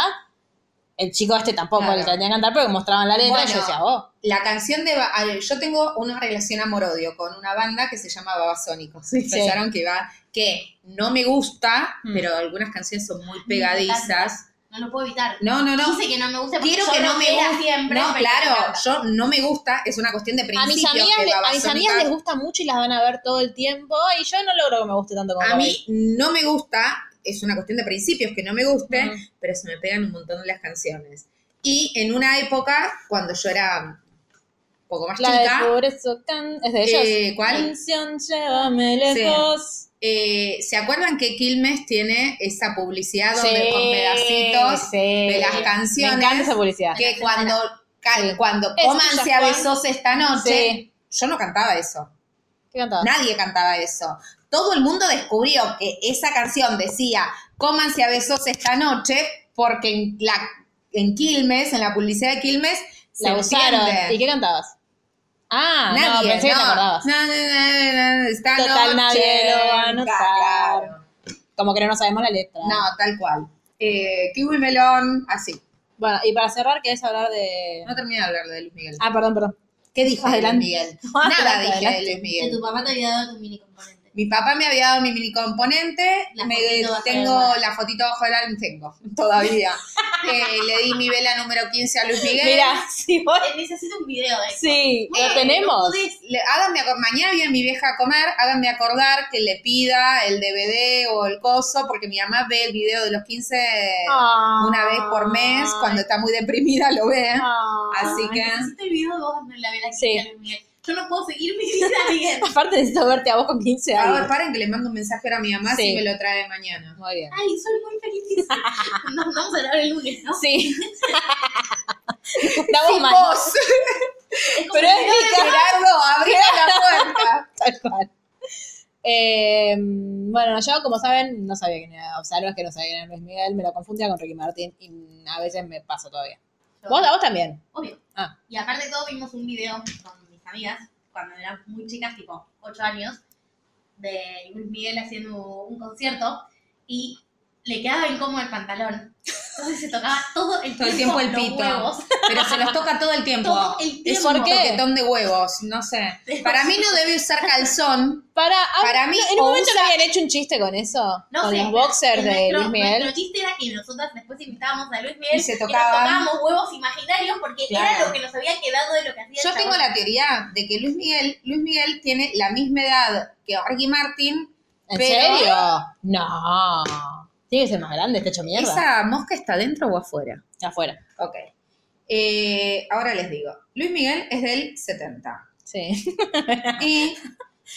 Speaker 4: el chico este tampoco
Speaker 5: Claro.
Speaker 4: le tenía que cantar porque mostraban la letra y yo
Speaker 5: Bueno.
Speaker 4: decía, "Oh". vos.
Speaker 5: La canción de... Ba- a ver, Yo tengo una relación amor-odio con una banda que se llama Babasónicos. Pensaron que iba... Que no me gusta,
Speaker 4: Mm.
Speaker 5: pero algunas canciones son muy pegadizas.
Speaker 6: No lo puedo evitar.
Speaker 5: No, no, no.
Speaker 6: Dice que no me gusta porque
Speaker 5: Quiero
Speaker 6: yo
Speaker 5: que no me
Speaker 6: queda
Speaker 5: guste.
Speaker 6: siempre.
Speaker 5: no,
Speaker 6: pero me
Speaker 5: claro,
Speaker 6: encanta.
Speaker 5: yo no me gusta, es una cuestión de
Speaker 4: A mis,
Speaker 5: principios.
Speaker 4: amigas,
Speaker 5: que
Speaker 4: le- a mis
Speaker 5: Babasónicas-
Speaker 4: amigas les gusta mucho y las van a ver todo el tiempo y yo no logro que me guste tanto como
Speaker 5: A
Speaker 4: para
Speaker 5: mí no me gusta, es una cuestión de principios que no me guste, pero se me pegan un montón de las canciones. Y en una época, cuando yo era, poco más
Speaker 4: La de
Speaker 5: chica,
Speaker 4: por eso can... es de ellos.
Speaker 5: Eh, ¿cuál?
Speaker 4: Canción Llévame lejos.
Speaker 5: eh, ¿se acuerdan que Quilmes tiene esa publicidad donde con pedacitos
Speaker 4: sí.
Speaker 5: de las canciones?
Speaker 4: Me encanta esa publicidad.
Speaker 5: que cuando, ca- cuando
Speaker 4: Eso,
Speaker 5: coman
Speaker 4: Just
Speaker 5: se
Speaker 4: One.
Speaker 5: avisó esta noche,
Speaker 4: Sí.
Speaker 5: yo no cantaba eso.
Speaker 4: ¿Qué cantaba?
Speaker 5: Nadie cantaba eso. Todo el mundo descubrió que esa canción decía, cómanse a besos esta noche, porque en, la, en Quilmes, en la publicidad de Quilmes, se
Speaker 4: la usaron.
Speaker 5: entiende.
Speaker 4: ¿Y qué cantabas? Ah, no,
Speaker 5: Nadie,
Speaker 4: pensé que te
Speaker 5: no.
Speaker 4: acordabas.
Speaker 5: No, no, no, no, no, esta
Speaker 4: Total,
Speaker 5: noche.
Speaker 4: nadie lo va a notar.
Speaker 5: Claro.
Speaker 4: Como que no nos sabemos la letra.
Speaker 5: No, tal cual. Eh, kiwi melón, así.
Speaker 4: Bueno, y para cerrar, ¿querés hablar de...?
Speaker 5: No terminé de hablar de Luis Miguel.
Speaker 4: Ah, perdón, perdón.
Speaker 5: ¿Qué dije
Speaker 4: adelante.
Speaker 5: de
Speaker 6: [laughs]
Speaker 5: Luis Miguel?
Speaker 4: Adelante,
Speaker 5: Nada dije
Speaker 4: adelante.
Speaker 5: de Luis
Speaker 6: Que
Speaker 5: Miguel.
Speaker 6: tu papá te había dado tu mini componente.
Speaker 5: Mi papá me había dado mi mini componente,
Speaker 6: La
Speaker 5: me
Speaker 6: fotito bajo
Speaker 5: tengo
Speaker 6: del mar.
Speaker 5: la fotito bajo del alma, tengo, [laughs] todavía. Eh, le di mi vela número 15 a Luis Miguel.
Speaker 4: Mira, sí, vos...
Speaker 6: Eh, Necesito un video de eso.
Speaker 4: Sí, lo
Speaker 6: Bueno,
Speaker 4: tenemos.
Speaker 6: podés-
Speaker 5: Le- háganme acor- mañana viene mi vieja a comer, háganme acordar que le pida el DVD o el coso, porque mi mamá ve el video de los 15
Speaker 4: Ah.
Speaker 5: una vez por mes, cuando está muy deprimida lo ve. Así que
Speaker 6: Necesito el video de vos dándole la vela
Speaker 4: Sí.
Speaker 6: a Luis Miguel. Yo no puedo seguir mi vida bien.
Speaker 4: Aparte necesito verte a vos con 15
Speaker 5: a
Speaker 4: años.
Speaker 5: ver, paren que le mando un mensaje ahora a mi mamá
Speaker 4: Ah, Sí.
Speaker 5: si me lo trae mañana.
Speaker 4: Muy bien.
Speaker 6: Ay, soy muy feliz. Nos vamos a hablar el lunes, ¿no?
Speaker 5: [laughs]
Speaker 4: Sí. Estamos
Speaker 5: Sin
Speaker 4: mal.
Speaker 5: vos,
Speaker 6: Es como
Speaker 4: Pero
Speaker 6: el
Speaker 4: es
Speaker 6: video de-
Speaker 4: mi cara.
Speaker 5: Gerardo, abrí la puerta.
Speaker 4: Tal cual. Eh, bueno, yo, como saben, no sabía quién era. O sea, no es que no sabía quién era Luis Miguel, me lo confundía con Ricky Martin y a veces me pasa todavía. ¿Vos, ¿A vos también?
Speaker 6: Obvio.
Speaker 4: Ah.
Speaker 6: Y aparte de todo, vimos un video con mis amigas, cuando eran muy chicas, tipo 8 años, de Luis Miguel haciendo un concierto y le quedaba incómodo el pantalón. Entonces se tocaba todo el,
Speaker 5: Todo el
Speaker 6: tiempo,
Speaker 5: tiempo el
Speaker 6: los
Speaker 5: pito.
Speaker 6: huevos.
Speaker 5: Pero se los toca todo el tiempo.
Speaker 6: Todo el tiempo.
Speaker 5: Es un
Speaker 4: ¿Por qué?
Speaker 5: toquetón de huevos, no sé. Para mí no debe usar calzón.
Speaker 4: Para,
Speaker 5: Para mí,
Speaker 4: en un
Speaker 5: o
Speaker 4: momento
Speaker 5: usa-
Speaker 4: no habían hecho un chiste con eso.
Speaker 6: No
Speaker 4: con
Speaker 6: sé,
Speaker 4: los boxers de
Speaker 6: nuestro-
Speaker 4: Luis Miguel.
Speaker 6: Nuestro chiste era que nosotras después invitábamos a Luis Miguel
Speaker 5: Y se
Speaker 6: nos
Speaker 5: tocaban.
Speaker 6: tocábamos huevos imaginarios porque
Speaker 5: Claro.
Speaker 6: era lo que nos había quedado de lo que hacía el
Speaker 5: Yo tengo
Speaker 6: chabón.
Speaker 5: la teoría de que Luis Miguel, Luis Miguel tiene la misma edad que Ricky Martin.
Speaker 4: ¿En
Speaker 5: pero-
Speaker 4: serio? No. Tiene que ser más grande, está hecho mierda.
Speaker 5: ¿Esa mosca está dentro o afuera?
Speaker 4: Afuera.
Speaker 5: Ok. Eh, ahora les digo. Luis Miguel es del 70.
Speaker 4: Sí. [laughs]
Speaker 5: Y.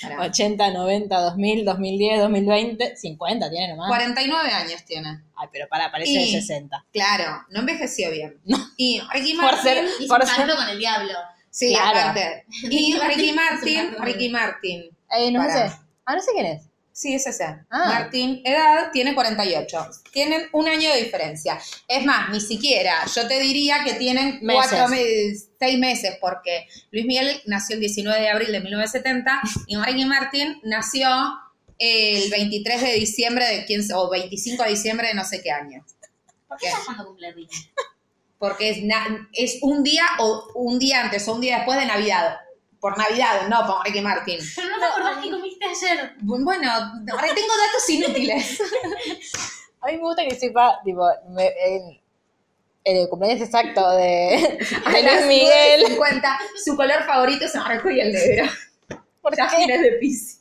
Speaker 5: pará,
Speaker 4: 80, 90, 2000, 2010, 2020, 50 tiene nomás.
Speaker 5: 49 años tiene.
Speaker 4: Ay, pero para, parece
Speaker 5: Y-
Speaker 4: de 60.
Speaker 5: Claro, no envejeció bien.
Speaker 4: No.
Speaker 5: Y Ricky
Speaker 4: Por
Speaker 5: Martin.
Speaker 4: ser-
Speaker 6: Hizo
Speaker 4: por
Speaker 6: un
Speaker 4: ser-
Speaker 6: pacto con el diablo.
Speaker 5: Sí,
Speaker 4: Claro.
Speaker 5: aparte. Y [laughs] Ricky Martin, Ricky Martin.
Speaker 4: Eh, no
Speaker 5: Pará.
Speaker 4: sé. Ah, no sé quién es.
Speaker 5: Sí, es ese.
Speaker 4: Ah.
Speaker 5: Martín, edad, tiene 48. Tienen un año de diferencia. Es más, ni siquiera. Yo te diría que tienen
Speaker 4: Meses.
Speaker 5: cuatro meses, seis meses, porque Luis Miguel nació el 19 de abril de 1970 y Ricky Martin nació el 23 de diciembre de 15, o 25 de diciembre de no sé qué año.
Speaker 6: ¿Por qué
Speaker 5: Ok.
Speaker 6: estás cuando cumple Ricky?
Speaker 5: Porque es, na- es un día o un día antes o un día después de Navidad. Por Navidad, no por Ricky Martin.
Speaker 6: Pero no te acordás que comiste ayer.
Speaker 5: Bueno, ahora tengo datos inútiles.
Speaker 4: A mí me gusta que sepa, tipo, me- el, el cumpleaños exacto
Speaker 5: [laughs]
Speaker 4: de, de
Speaker 5: las
Speaker 4: Luis Miguel.
Speaker 5: 50, su color favorito es el rojo y el negro.
Speaker 4: ¿Por
Speaker 5: Ya
Speaker 4: qué?
Speaker 5: es de Pisces.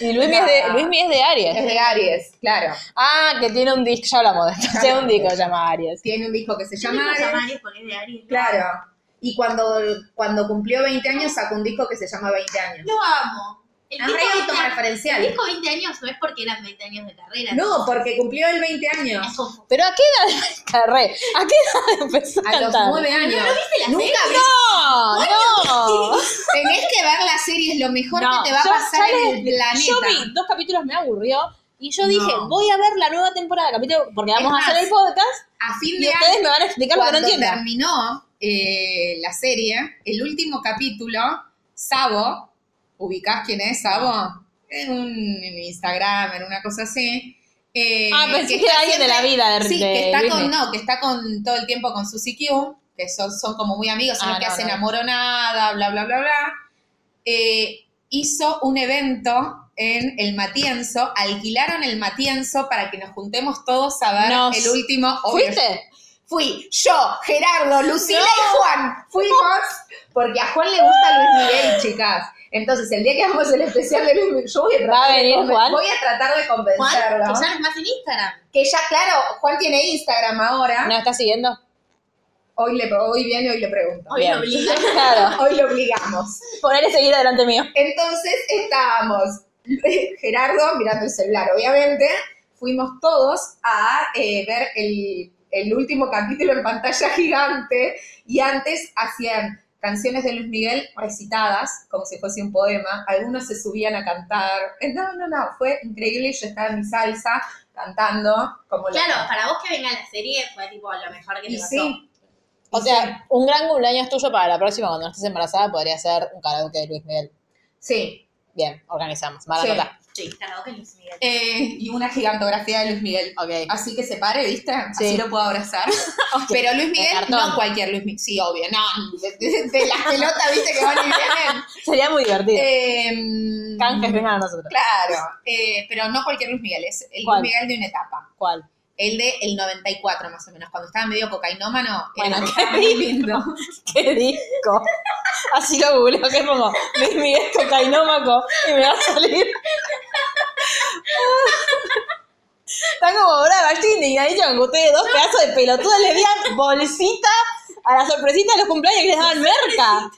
Speaker 4: Y Luis Miguel es de, Luis Miguel es de
Speaker 5: Es
Speaker 4: Aries.
Speaker 5: de Aries, claro.
Speaker 4: Ah, que tiene un disco, ya hablamos de esto.
Speaker 5: Ya
Speaker 4: Tiene un
Speaker 5: hablamos de
Speaker 4: disco que
Speaker 5: esto.
Speaker 4: se llama Aries.
Speaker 5: Tiene un disco que se
Speaker 6: Yo
Speaker 5: llama
Speaker 6: digo
Speaker 5: Aries.
Speaker 6: Samaris porque es de Aries. ¿no?
Speaker 5: Claro. Y cuando, cuando cumplió 20 años, sacó un disco que se llama 20 años.
Speaker 6: Lo amo. El
Speaker 5: Es
Speaker 6: disco,
Speaker 5: re
Speaker 6: 20 el
Speaker 5: autorreferencial.
Speaker 6: disco 20 años no es porque eran 20 años de carrera.
Speaker 5: No, porque cumplió el 20 años.
Speaker 6: Es como-
Speaker 4: Pero ¿a qué edad carré? ¿A qué edad empezó a,
Speaker 5: A los
Speaker 4: cantar?
Speaker 5: 9 años.
Speaker 6: la
Speaker 5: Nunca
Speaker 6: serie?
Speaker 5: vi-
Speaker 4: ¡No! ¡No!
Speaker 5: Tenés que ver la serie, es lo mejor
Speaker 4: No,
Speaker 5: que te va a
Speaker 4: yo- ya
Speaker 5: pasar en
Speaker 4: les-
Speaker 5: el planeta.
Speaker 4: Yo vi dos capítulos, me aburrió. Y yo
Speaker 5: No.
Speaker 4: dije, voy a ver la nueva temporada de capítulo porque vamos
Speaker 5: Es
Speaker 4: a hacer
Speaker 5: más,
Speaker 4: el podcast
Speaker 5: A fin
Speaker 4: y
Speaker 5: de
Speaker 4: ustedes
Speaker 5: año.
Speaker 4: me van a explicar lo que no
Speaker 5: cuando
Speaker 4: entiendan.
Speaker 5: terminó eh, la serie, el último capítulo, Sabo, ¿ubicás quién es Sabo? En un en Instagram, en una cosa así. eh,
Speaker 4: Ah, pensé que
Speaker 5: está
Speaker 4: era alguien de la vida de-
Speaker 5: Sí,
Speaker 4: de
Speaker 5: que está
Speaker 4: Luis
Speaker 5: con,
Speaker 4: Miguel.
Speaker 5: no, que está con todo el tiempo con Susi Q, que son, son como muy amigos, son
Speaker 4: Ah,
Speaker 5: los que
Speaker 4: no,
Speaker 5: hacen
Speaker 4: no.
Speaker 5: amoronada, bla, bla, bla, bla. Eh, hizo un evento en el Matienzo, alquilaron el Matienzo para que nos juntemos todos a ver
Speaker 4: Nos-
Speaker 5: el último. obvio,
Speaker 4: ¿Fuiste?
Speaker 5: Fui yo, Gerardo, Lucila y Juan. Fuimos porque a Juan le gusta Luis Miguel, chicas. Entonces, el día que hagamos el especial de Luis Miguel, yo voy a
Speaker 4: ¿Va a
Speaker 5: tratar, de,
Speaker 4: venir
Speaker 5: conven-
Speaker 4: Juan?
Speaker 5: voy a tratar de
Speaker 6: Juan,
Speaker 5: convencerlo.
Speaker 6: que ya no es más en Instagram.
Speaker 5: que ya, claro, Juan tiene Instagram ahora.
Speaker 4: ¿No estás siguiendo?
Speaker 5: Hoy, le, hoy viene, hoy le pregunto.
Speaker 6: Hoy lo obligan.
Speaker 5: [laughs]
Speaker 4: Claro.
Speaker 5: Hoy lo obligamos.
Speaker 4: Poner ese guía delante mío.
Speaker 5: Entonces estábamos [laughs] Gerardo mirando el celular, obviamente. Fuimos todos a eh, ver el, el último capítulo en pantalla [laughs] gigante y antes hacían canciones de Luis Miguel recitadas como si fuese un poema. Algunos se subían a cantar. Eh, No, no, no, fue increíble. Yo estaba en mi salsa cantando como loca.
Speaker 6: Claro, para vos que venga la serie fue tipo lo mejor que te
Speaker 5: Y
Speaker 6: pasó.
Speaker 5: sí,
Speaker 4: O sea, un gran cumpleaños tuyo para la próxima cuando no estés embarazada podría ser un karaoke de Luis Miguel.
Speaker 5: sí.
Speaker 4: Bien, organizamos. Mala
Speaker 5: Sí.
Speaker 4: nota.
Speaker 6: Sí, karaoke Luis Miguel.
Speaker 5: Eh, y una gigantografía de Luis Miguel.
Speaker 4: Ok.
Speaker 5: Así que se pare, ¿viste?
Speaker 4: Sí.
Speaker 5: Así lo
Speaker 4: [laughs]
Speaker 5: puedo abrazar. Pero Luis Miguel,
Speaker 4: cartón.
Speaker 5: no cualquier Luis Miguel. Sí, obvio, no. De, de- de las pelotas, ¿viste? Que van y vienen.
Speaker 4: Sería muy divertido.
Speaker 5: Eh,
Speaker 4: Canjes, vengan a nosotros.
Speaker 5: Claro. eh, pero no cualquier Luis Miguel, es el
Speaker 4: ¿Cuál?
Speaker 5: Luis Miguel de una etapa.
Speaker 4: ¿Cuál?
Speaker 5: El de el 94, más o menos. Cuando estaba medio cocainómano,
Speaker 4: Bueno, [laughs]
Speaker 5: era
Speaker 4: qué
Speaker 5: estaba muy lindo.
Speaker 4: ¿Qué disco? Así lo googleo, que pongo Luis Miguel cocainómaco y me va a salir. Está como brava, estoy indignadita con que ustedes dos pedazos de pelotudos le dían bolsita a la sorpresita de los cumpleaños que les daban merca.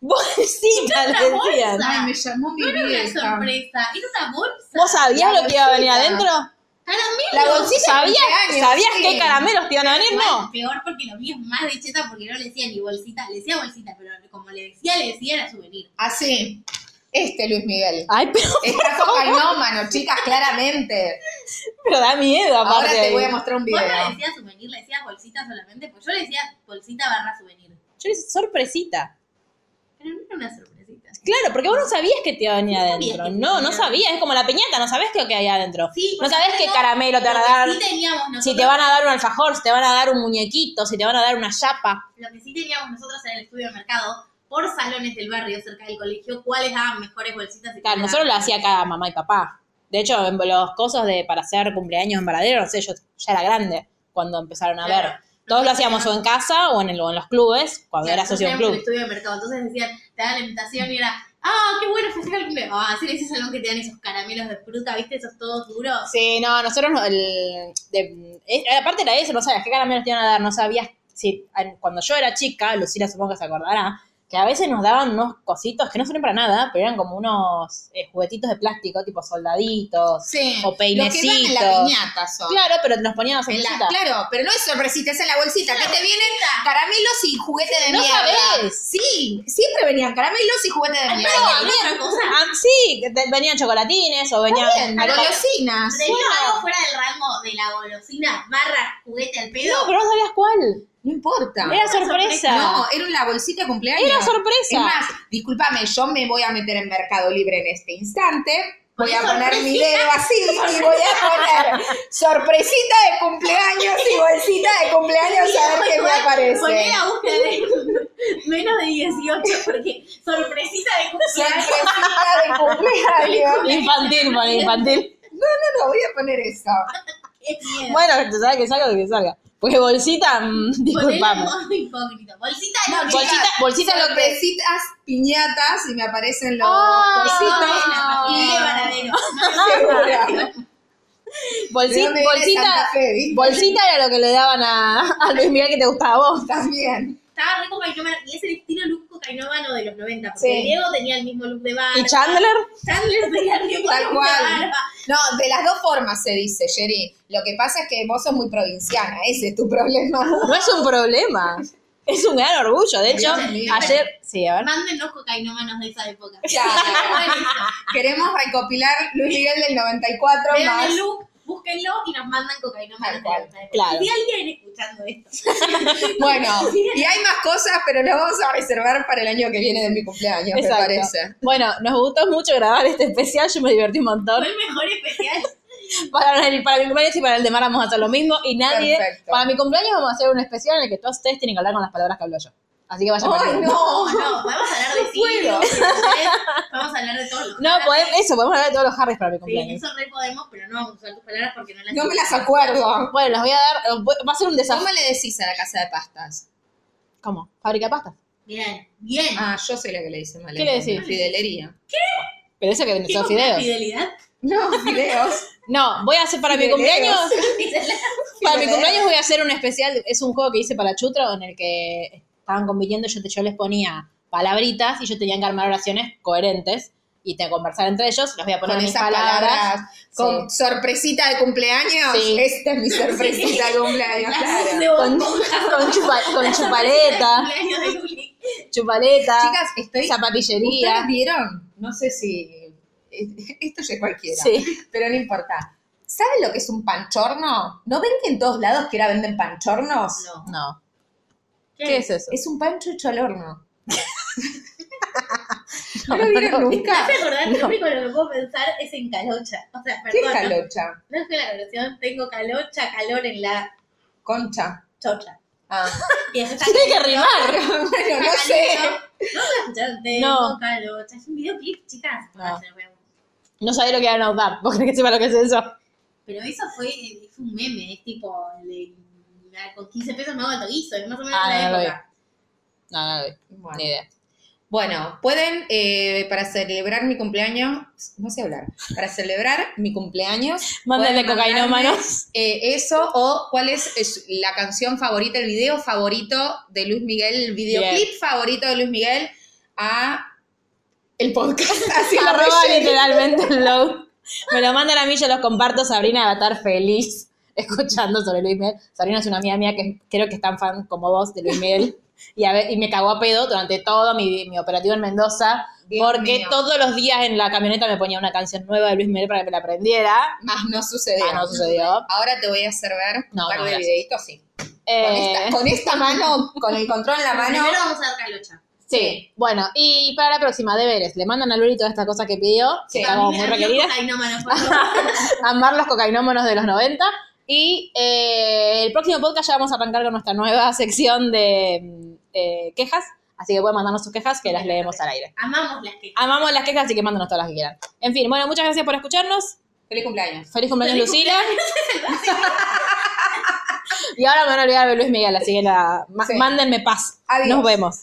Speaker 4: Bolsita
Speaker 6: Una
Speaker 4: le decían.
Speaker 6: bolsa.
Speaker 5: Ay, me llamó mi
Speaker 6: No era una
Speaker 5: vieja.
Speaker 6: sorpresa, era una bolsa.
Speaker 4: ¿Vos sabías
Speaker 5: La
Speaker 4: lo que iba a venir
Speaker 5: bolsita.
Speaker 4: adentro?
Speaker 6: Caramelo.
Speaker 5: La bolsita de
Speaker 4: ¿Sabías,
Speaker 5: cumpleaños,
Speaker 4: ¿sabías
Speaker 5: sí.
Speaker 4: qué caramelos te iban a venir?
Speaker 6: Igual,
Speaker 4: No.
Speaker 6: peor porque lo vi es más de cheta porque no le decía ni bolsita, le decía bolsita, pero como le decía, le decía era souvenir.
Speaker 5: Así. Ah, Este Luis Miguel.
Speaker 4: Ay, pero, [laughs]
Speaker 5: Está cocainómano, chicas, claramente.
Speaker 4: pero da miedo aparte.
Speaker 5: Ahora te voy a
Speaker 4: Yo
Speaker 5: mostrar un
Speaker 6: Vos
Speaker 5: video.
Speaker 6: no le decías souvenir, le decías bolsita solamente, pues yo le decía bolsita barra souvenir.
Speaker 4: le dije, sorpresita.
Speaker 6: Pero no era una sorpresita.
Speaker 4: Claro, porque vos no sabías que te iba a venir
Speaker 6: No sabías
Speaker 4: adentro.
Speaker 6: que te
Speaker 4: No, no
Speaker 6: tenía.
Speaker 4: sabías. Es como la piñata, no sabés qué qué había adentro.
Speaker 6: Sí,
Speaker 4: no
Speaker 6: porque
Speaker 4: sabés qué
Speaker 6: no,
Speaker 4: caramelo te van
Speaker 6: Lo
Speaker 4: a
Speaker 6: que
Speaker 4: dar.
Speaker 6: sí teníamos nosotros,
Speaker 4: Si te van a dar un alfajor, si te van a dar un muñequito, si te van a dar una chapa.
Speaker 6: lo que sí teníamos nosotros en el estudio de mercado, por salones del barrio cerca del colegio, cuáles daban mejores bolsitas y
Speaker 4: Claro,
Speaker 6: cuáles
Speaker 4: nosotros lo
Speaker 6: daban-
Speaker 4: hacía cada mamá y papá. De hecho, en los cosos de para hacer cumpleaños en Varadero, no sé, yo ya era grande cuando empezaron a
Speaker 6: Claro.
Speaker 4: ver. Todos lo hacíamos o en casa o en, el- o en los clubes, cuando era socio de un
Speaker 6: teníamos el
Speaker 4: club.
Speaker 6: estudio de mercado, entonces decían, te daban la invitación y era, ah, qué bueno festejar el cumpleaños. Ah, hacer ese salón que te dan esos caramelos de fruta, ¿viste? Esos todos duros.
Speaker 4: Sí, no, nosotros, no- el, de- eh, aparte era eso, no sabías qué caramelos te iban a dar, no sabías, si, an- cuando yo era chica, Lucila supongo que se acordará, que a veces nos daban unos cositos que no sirven para nada, pero eran como unos eh, juguetitos de plástico, tipo soldaditos,
Speaker 5: Sí.
Speaker 4: o
Speaker 5: Lo que dan en la
Speaker 4: peinecitos.
Speaker 5: piñata son.
Speaker 4: Claro, pero nos ponían
Speaker 5: En la-
Speaker 4: sorpresita.
Speaker 5: claro, pero no es sorpresita, es en la bolsita. Que te vienen caramelos y juguete de
Speaker 4: No
Speaker 5: mierda.
Speaker 4: sabés.
Speaker 5: Sí, siempre venían caramelos y juguete de mierda.
Speaker 6: otra cosa.
Speaker 4: Ah, sí, que te- venían chocolatines o venían...
Speaker 5: Bien, golosinas.
Speaker 6: Tenía algo fuera del rango de la golosina, barra, juguete al
Speaker 4: No,
Speaker 6: pedo.
Speaker 4: pero no sabías cuál.
Speaker 5: No importa.
Speaker 4: Era sorpresa.
Speaker 5: No, era una bolsita de cumpleaños.
Speaker 4: Era sorpresa.
Speaker 5: Es más, discúlpame, yo me voy a meter en Mercado Libre en este instante. Voy a
Speaker 6: Con
Speaker 5: poner mi
Speaker 6: sorpresita.
Speaker 5: dedo así
Speaker 4: [laughs]
Speaker 5: y voy a poner sorpresita de cumpleaños y bolsita de cumpleaños a ver qué me
Speaker 6: Poné
Speaker 5: aparece.
Speaker 6: la búsqueda de [laughs] menos de 18 porque sorpresita de cumpleaños.
Speaker 5: Sorpresita de cumpleaños.
Speaker 4: Infantil, bueno, infantil.
Speaker 5: [laughs] No, no, voy a poner eso.
Speaker 6: Qué miedo.
Speaker 4: Bueno, que salga, que salga, que salga. Porque bolsita, mm,
Speaker 6: Poné la
Speaker 4: disculpame.
Speaker 6: modo incógnito. Bolsita de
Speaker 5: No,
Speaker 6: cumpleaños.
Speaker 4: bolsita-
Speaker 5: chicas,
Speaker 4: bolsita lo que-
Speaker 5: sorpresitas, piñatas y me aparecen los
Speaker 4: Ah.
Speaker 6: No,
Speaker 5: cositos.
Speaker 6: en la pastelería de Varadero.
Speaker 5: Segura. ¿De
Speaker 4: Bolsita,
Speaker 5: dónde viene
Speaker 4: bolsita,
Speaker 5: Santa Fe, viste?
Speaker 4: bolsita era lo que le daban a, a Luis Miguel que te gustaba a vos.
Speaker 5: También.
Speaker 6: Estaba re cocainómano y es el estilo look cocainómano de los 90. Porque
Speaker 5: Sí.
Speaker 6: Diego tenía el mismo look de barba.
Speaker 4: ¿Y Chandler?
Speaker 6: Chandler tenía el mismo
Speaker 5: Tal
Speaker 6: look de
Speaker 5: cual.
Speaker 6: barba.
Speaker 5: No, de las dos formas se dice, Jerry. Lo que pasa es que vos sos muy provinciana, ese es tu problema. [laughs]
Speaker 4: No es un problema. Es un gran orgullo. De hecho,
Speaker 5: Dios mío.
Speaker 4: ayer. Sí, a ver.
Speaker 6: Mándenos cocainómanos de
Speaker 5: [laughs]
Speaker 6: esa época.
Speaker 5: Claro. Queremos recopilar Luis Miguel del 94
Speaker 6: Vean
Speaker 5: más.
Speaker 6: el look, búsquenlo y nos mandan
Speaker 5: Tal
Speaker 6: cocainómanos de
Speaker 5: cual.
Speaker 6: esa época.
Speaker 4: Claro.
Speaker 6: Si alguien escuchando esto.
Speaker 5: Bueno, y hay más cosas, pero las vamos a reservar para el año que viene de mi cumpleaños,
Speaker 4: Exacto.
Speaker 5: me parece.
Speaker 4: Bueno, nos gustó mucho grabar este especial. Yo me divertí un montón.
Speaker 6: Fue el mejor especial.
Speaker 4: Para, el, para mi cumpleaños y para el de Mar vamos a hacer lo mismo. Y nadie.
Speaker 5: Perfecto.
Speaker 4: Para mi cumpleaños vamos a hacer un especial en el que todos ustedes tienen que hablar con las palabras que hablo yo. Así que vayan
Speaker 5: ¡Ay,
Speaker 4: perdiendo.
Speaker 5: [laughs] no!
Speaker 6: no, vamos a hablar de
Speaker 5: puedo.
Speaker 6: siglos, vamos a hablar de todos los
Speaker 4: No,
Speaker 6: Harris.
Speaker 4: podemos, eso, podemos hablar de todos los Harrys para mi
Speaker 6: Sí,
Speaker 4: cumpleaños.
Speaker 6: eso re podemos, pero no vamos a usar tus palabras porque no las
Speaker 5: No me las acuerdo.
Speaker 4: Bueno, les voy a dar. Va a ser un desafío.
Speaker 5: ¿Cómo le decís a la casa de pastas?
Speaker 4: ¿Cómo? Fábrica de pastas.
Speaker 6: Bien, bien.
Speaker 5: Ah, yo soy la que le dice mal.
Speaker 4: ¿Qué le decís?
Speaker 5: Fidelería.
Speaker 4: Pero eso que vende
Speaker 6: ¿Qué
Speaker 4: son
Speaker 6: compras,
Speaker 4: fideos.
Speaker 6: fidelidad?
Speaker 4: [laughs]
Speaker 5: No, fideos.
Speaker 4: No, voy a hacer para mi
Speaker 5: [laughs] Fideos.
Speaker 4: cumpleaños.
Speaker 6: Dice la-
Speaker 4: Para Para mi
Speaker 5: ¿entendés?
Speaker 4: cumpleaños voy a hacer un especial, es un juego que hice para Chutro en el que estaban compitiendo, yo, te, yo les ponía palabritas y yo tenía que armar oraciones coherentes y te conversar entre ellos, les voy a poner
Speaker 5: Con
Speaker 4: mis
Speaker 5: esas
Speaker 4: palabras.
Speaker 5: palabras, con sorpresita de cumpleaños.
Speaker 4: Sí.
Speaker 5: Esta es mi sorpresita de cumpleaños, claro.
Speaker 4: Con, con chupa- con chupaleta,
Speaker 6: Cumpleaños de Juli.
Speaker 4: chupaleta,
Speaker 5: Chicas, estoy. ¿Ustedes
Speaker 4: zapatillería.
Speaker 5: vieron? No sé si. eh, Esto ya es cualquiera.
Speaker 4: Sí.
Speaker 5: Pero no importa. ¿Saben lo que es un panchorno? ¿No ven que en todos lados que ahora venden panchornos?
Speaker 6: No.
Speaker 4: No.
Speaker 6: ¿Qué?
Speaker 4: ¿Qué es eso?
Speaker 5: Es un pancho hecho
Speaker 4: [laughs]
Speaker 5: al horno. ¿No lo vieron
Speaker 4: no. [laughs]
Speaker 6: Me
Speaker 5: nunca?
Speaker 6: hace acordar que lo único en lo que puedo pensar es en calocha. O sea,
Speaker 5: ¿Qué es
Speaker 6: perdón. ¿no?
Speaker 5: calocha?
Speaker 6: No es que la versión tengo calocha, calor en la
Speaker 5: Concha.
Speaker 6: chocha.
Speaker 5: Ah.
Speaker 6: Y eso está
Speaker 4: Tiene que rimar.
Speaker 5: [laughs] bueno, [laughs] no sé.
Speaker 6: No lo escuchaste.
Speaker 4: No.
Speaker 6: No, calocha. Es un videoclip, chicas.
Speaker 4: No.
Speaker 6: Ah, se lo voy a buscar.
Speaker 4: No sabía lo que era Not That. ¿Vos crees que sepa lo que es eso?
Speaker 6: Pero eso fue, es un meme, es tipo, el de, ah, con 15 pesos me hago alto guiso, es más o menos
Speaker 4: Ah,
Speaker 6: la
Speaker 4: no lo
Speaker 6: época.
Speaker 4: No, no, no,
Speaker 5: Bueno.
Speaker 4: ni idea.
Speaker 5: Bueno, pueden, eh, para celebrar mi cumpleaños, no sé hablar, para celebrar mi cumpleaños.
Speaker 4: Mándenle
Speaker 5: pueden
Speaker 4: [laughs]
Speaker 5: mandarme,
Speaker 4: cocainómanos.
Speaker 5: eh, eso o cuál es, es la canción favorita, el video favorito de Luis Miguel, el videoclip favorito de Luis Miguel a el podcast.
Speaker 4: [laughs]
Speaker 5: Así lo
Speaker 4: Arroba
Speaker 5: rellené.
Speaker 4: literalmente el blog. Me lo mandan a mí, yo los comparto. Sabrina va a estar feliz [laughs] escuchando sobre Luis Miguel. Sabrina es una amiga mía que creo que es tan fan como vos de Luis Miguel. Y, a ve- y me cagó a pedo durante todo mi, mi operativo en Mendoza.
Speaker 5: Dios
Speaker 4: porque
Speaker 5: mío.
Speaker 4: todos los días en la camioneta me ponía una canción nueva de Luis Miguel para que me la aprendiera.
Speaker 5: Más no sucedió.
Speaker 4: Ah, no sucedió.
Speaker 5: Ahora te voy a hacer ver un
Speaker 4: No,
Speaker 5: par
Speaker 4: no,
Speaker 5: de
Speaker 4: gracias.
Speaker 5: videitos, sí. Con,
Speaker 4: Eh,
Speaker 5: esta, con esta mano, con el control en la
Speaker 6: Pero
Speaker 5: mano.
Speaker 6: Primero vamos a ver calocha.
Speaker 4: sí, bueno, y para la próxima, deberes. Le mandan a Luli todas estas cosas que pidió, que
Speaker 5: Sí.
Speaker 4: está como muy
Speaker 5: [laughs]
Speaker 4: requerida.
Speaker 6: Ay, no, mano, por
Speaker 4: [laughs]
Speaker 6: favor.
Speaker 4: amar los cocainómanos de los 90. Y eh, el próximo podcast ya vamos a arrancar con nuestra nueva [laughs] sección de mm, eh, quejas. Así que pueden mandarnos sus quejas que las leemos al aire.
Speaker 6: Amamos las que.
Speaker 4: Amamos las quejas, así que mándanos todas las que quieran. En fin, bueno, muchas gracias por escucharnos.
Speaker 5: Feliz cumpleaños.
Speaker 4: Feliz cumpleaños, Lucila. [laughs] y ahora me van a olvidar de Luis Miguel, así que la, ma-
Speaker 5: Sí.
Speaker 4: mándenme paz.
Speaker 5: Adiós.
Speaker 4: Nos vemos.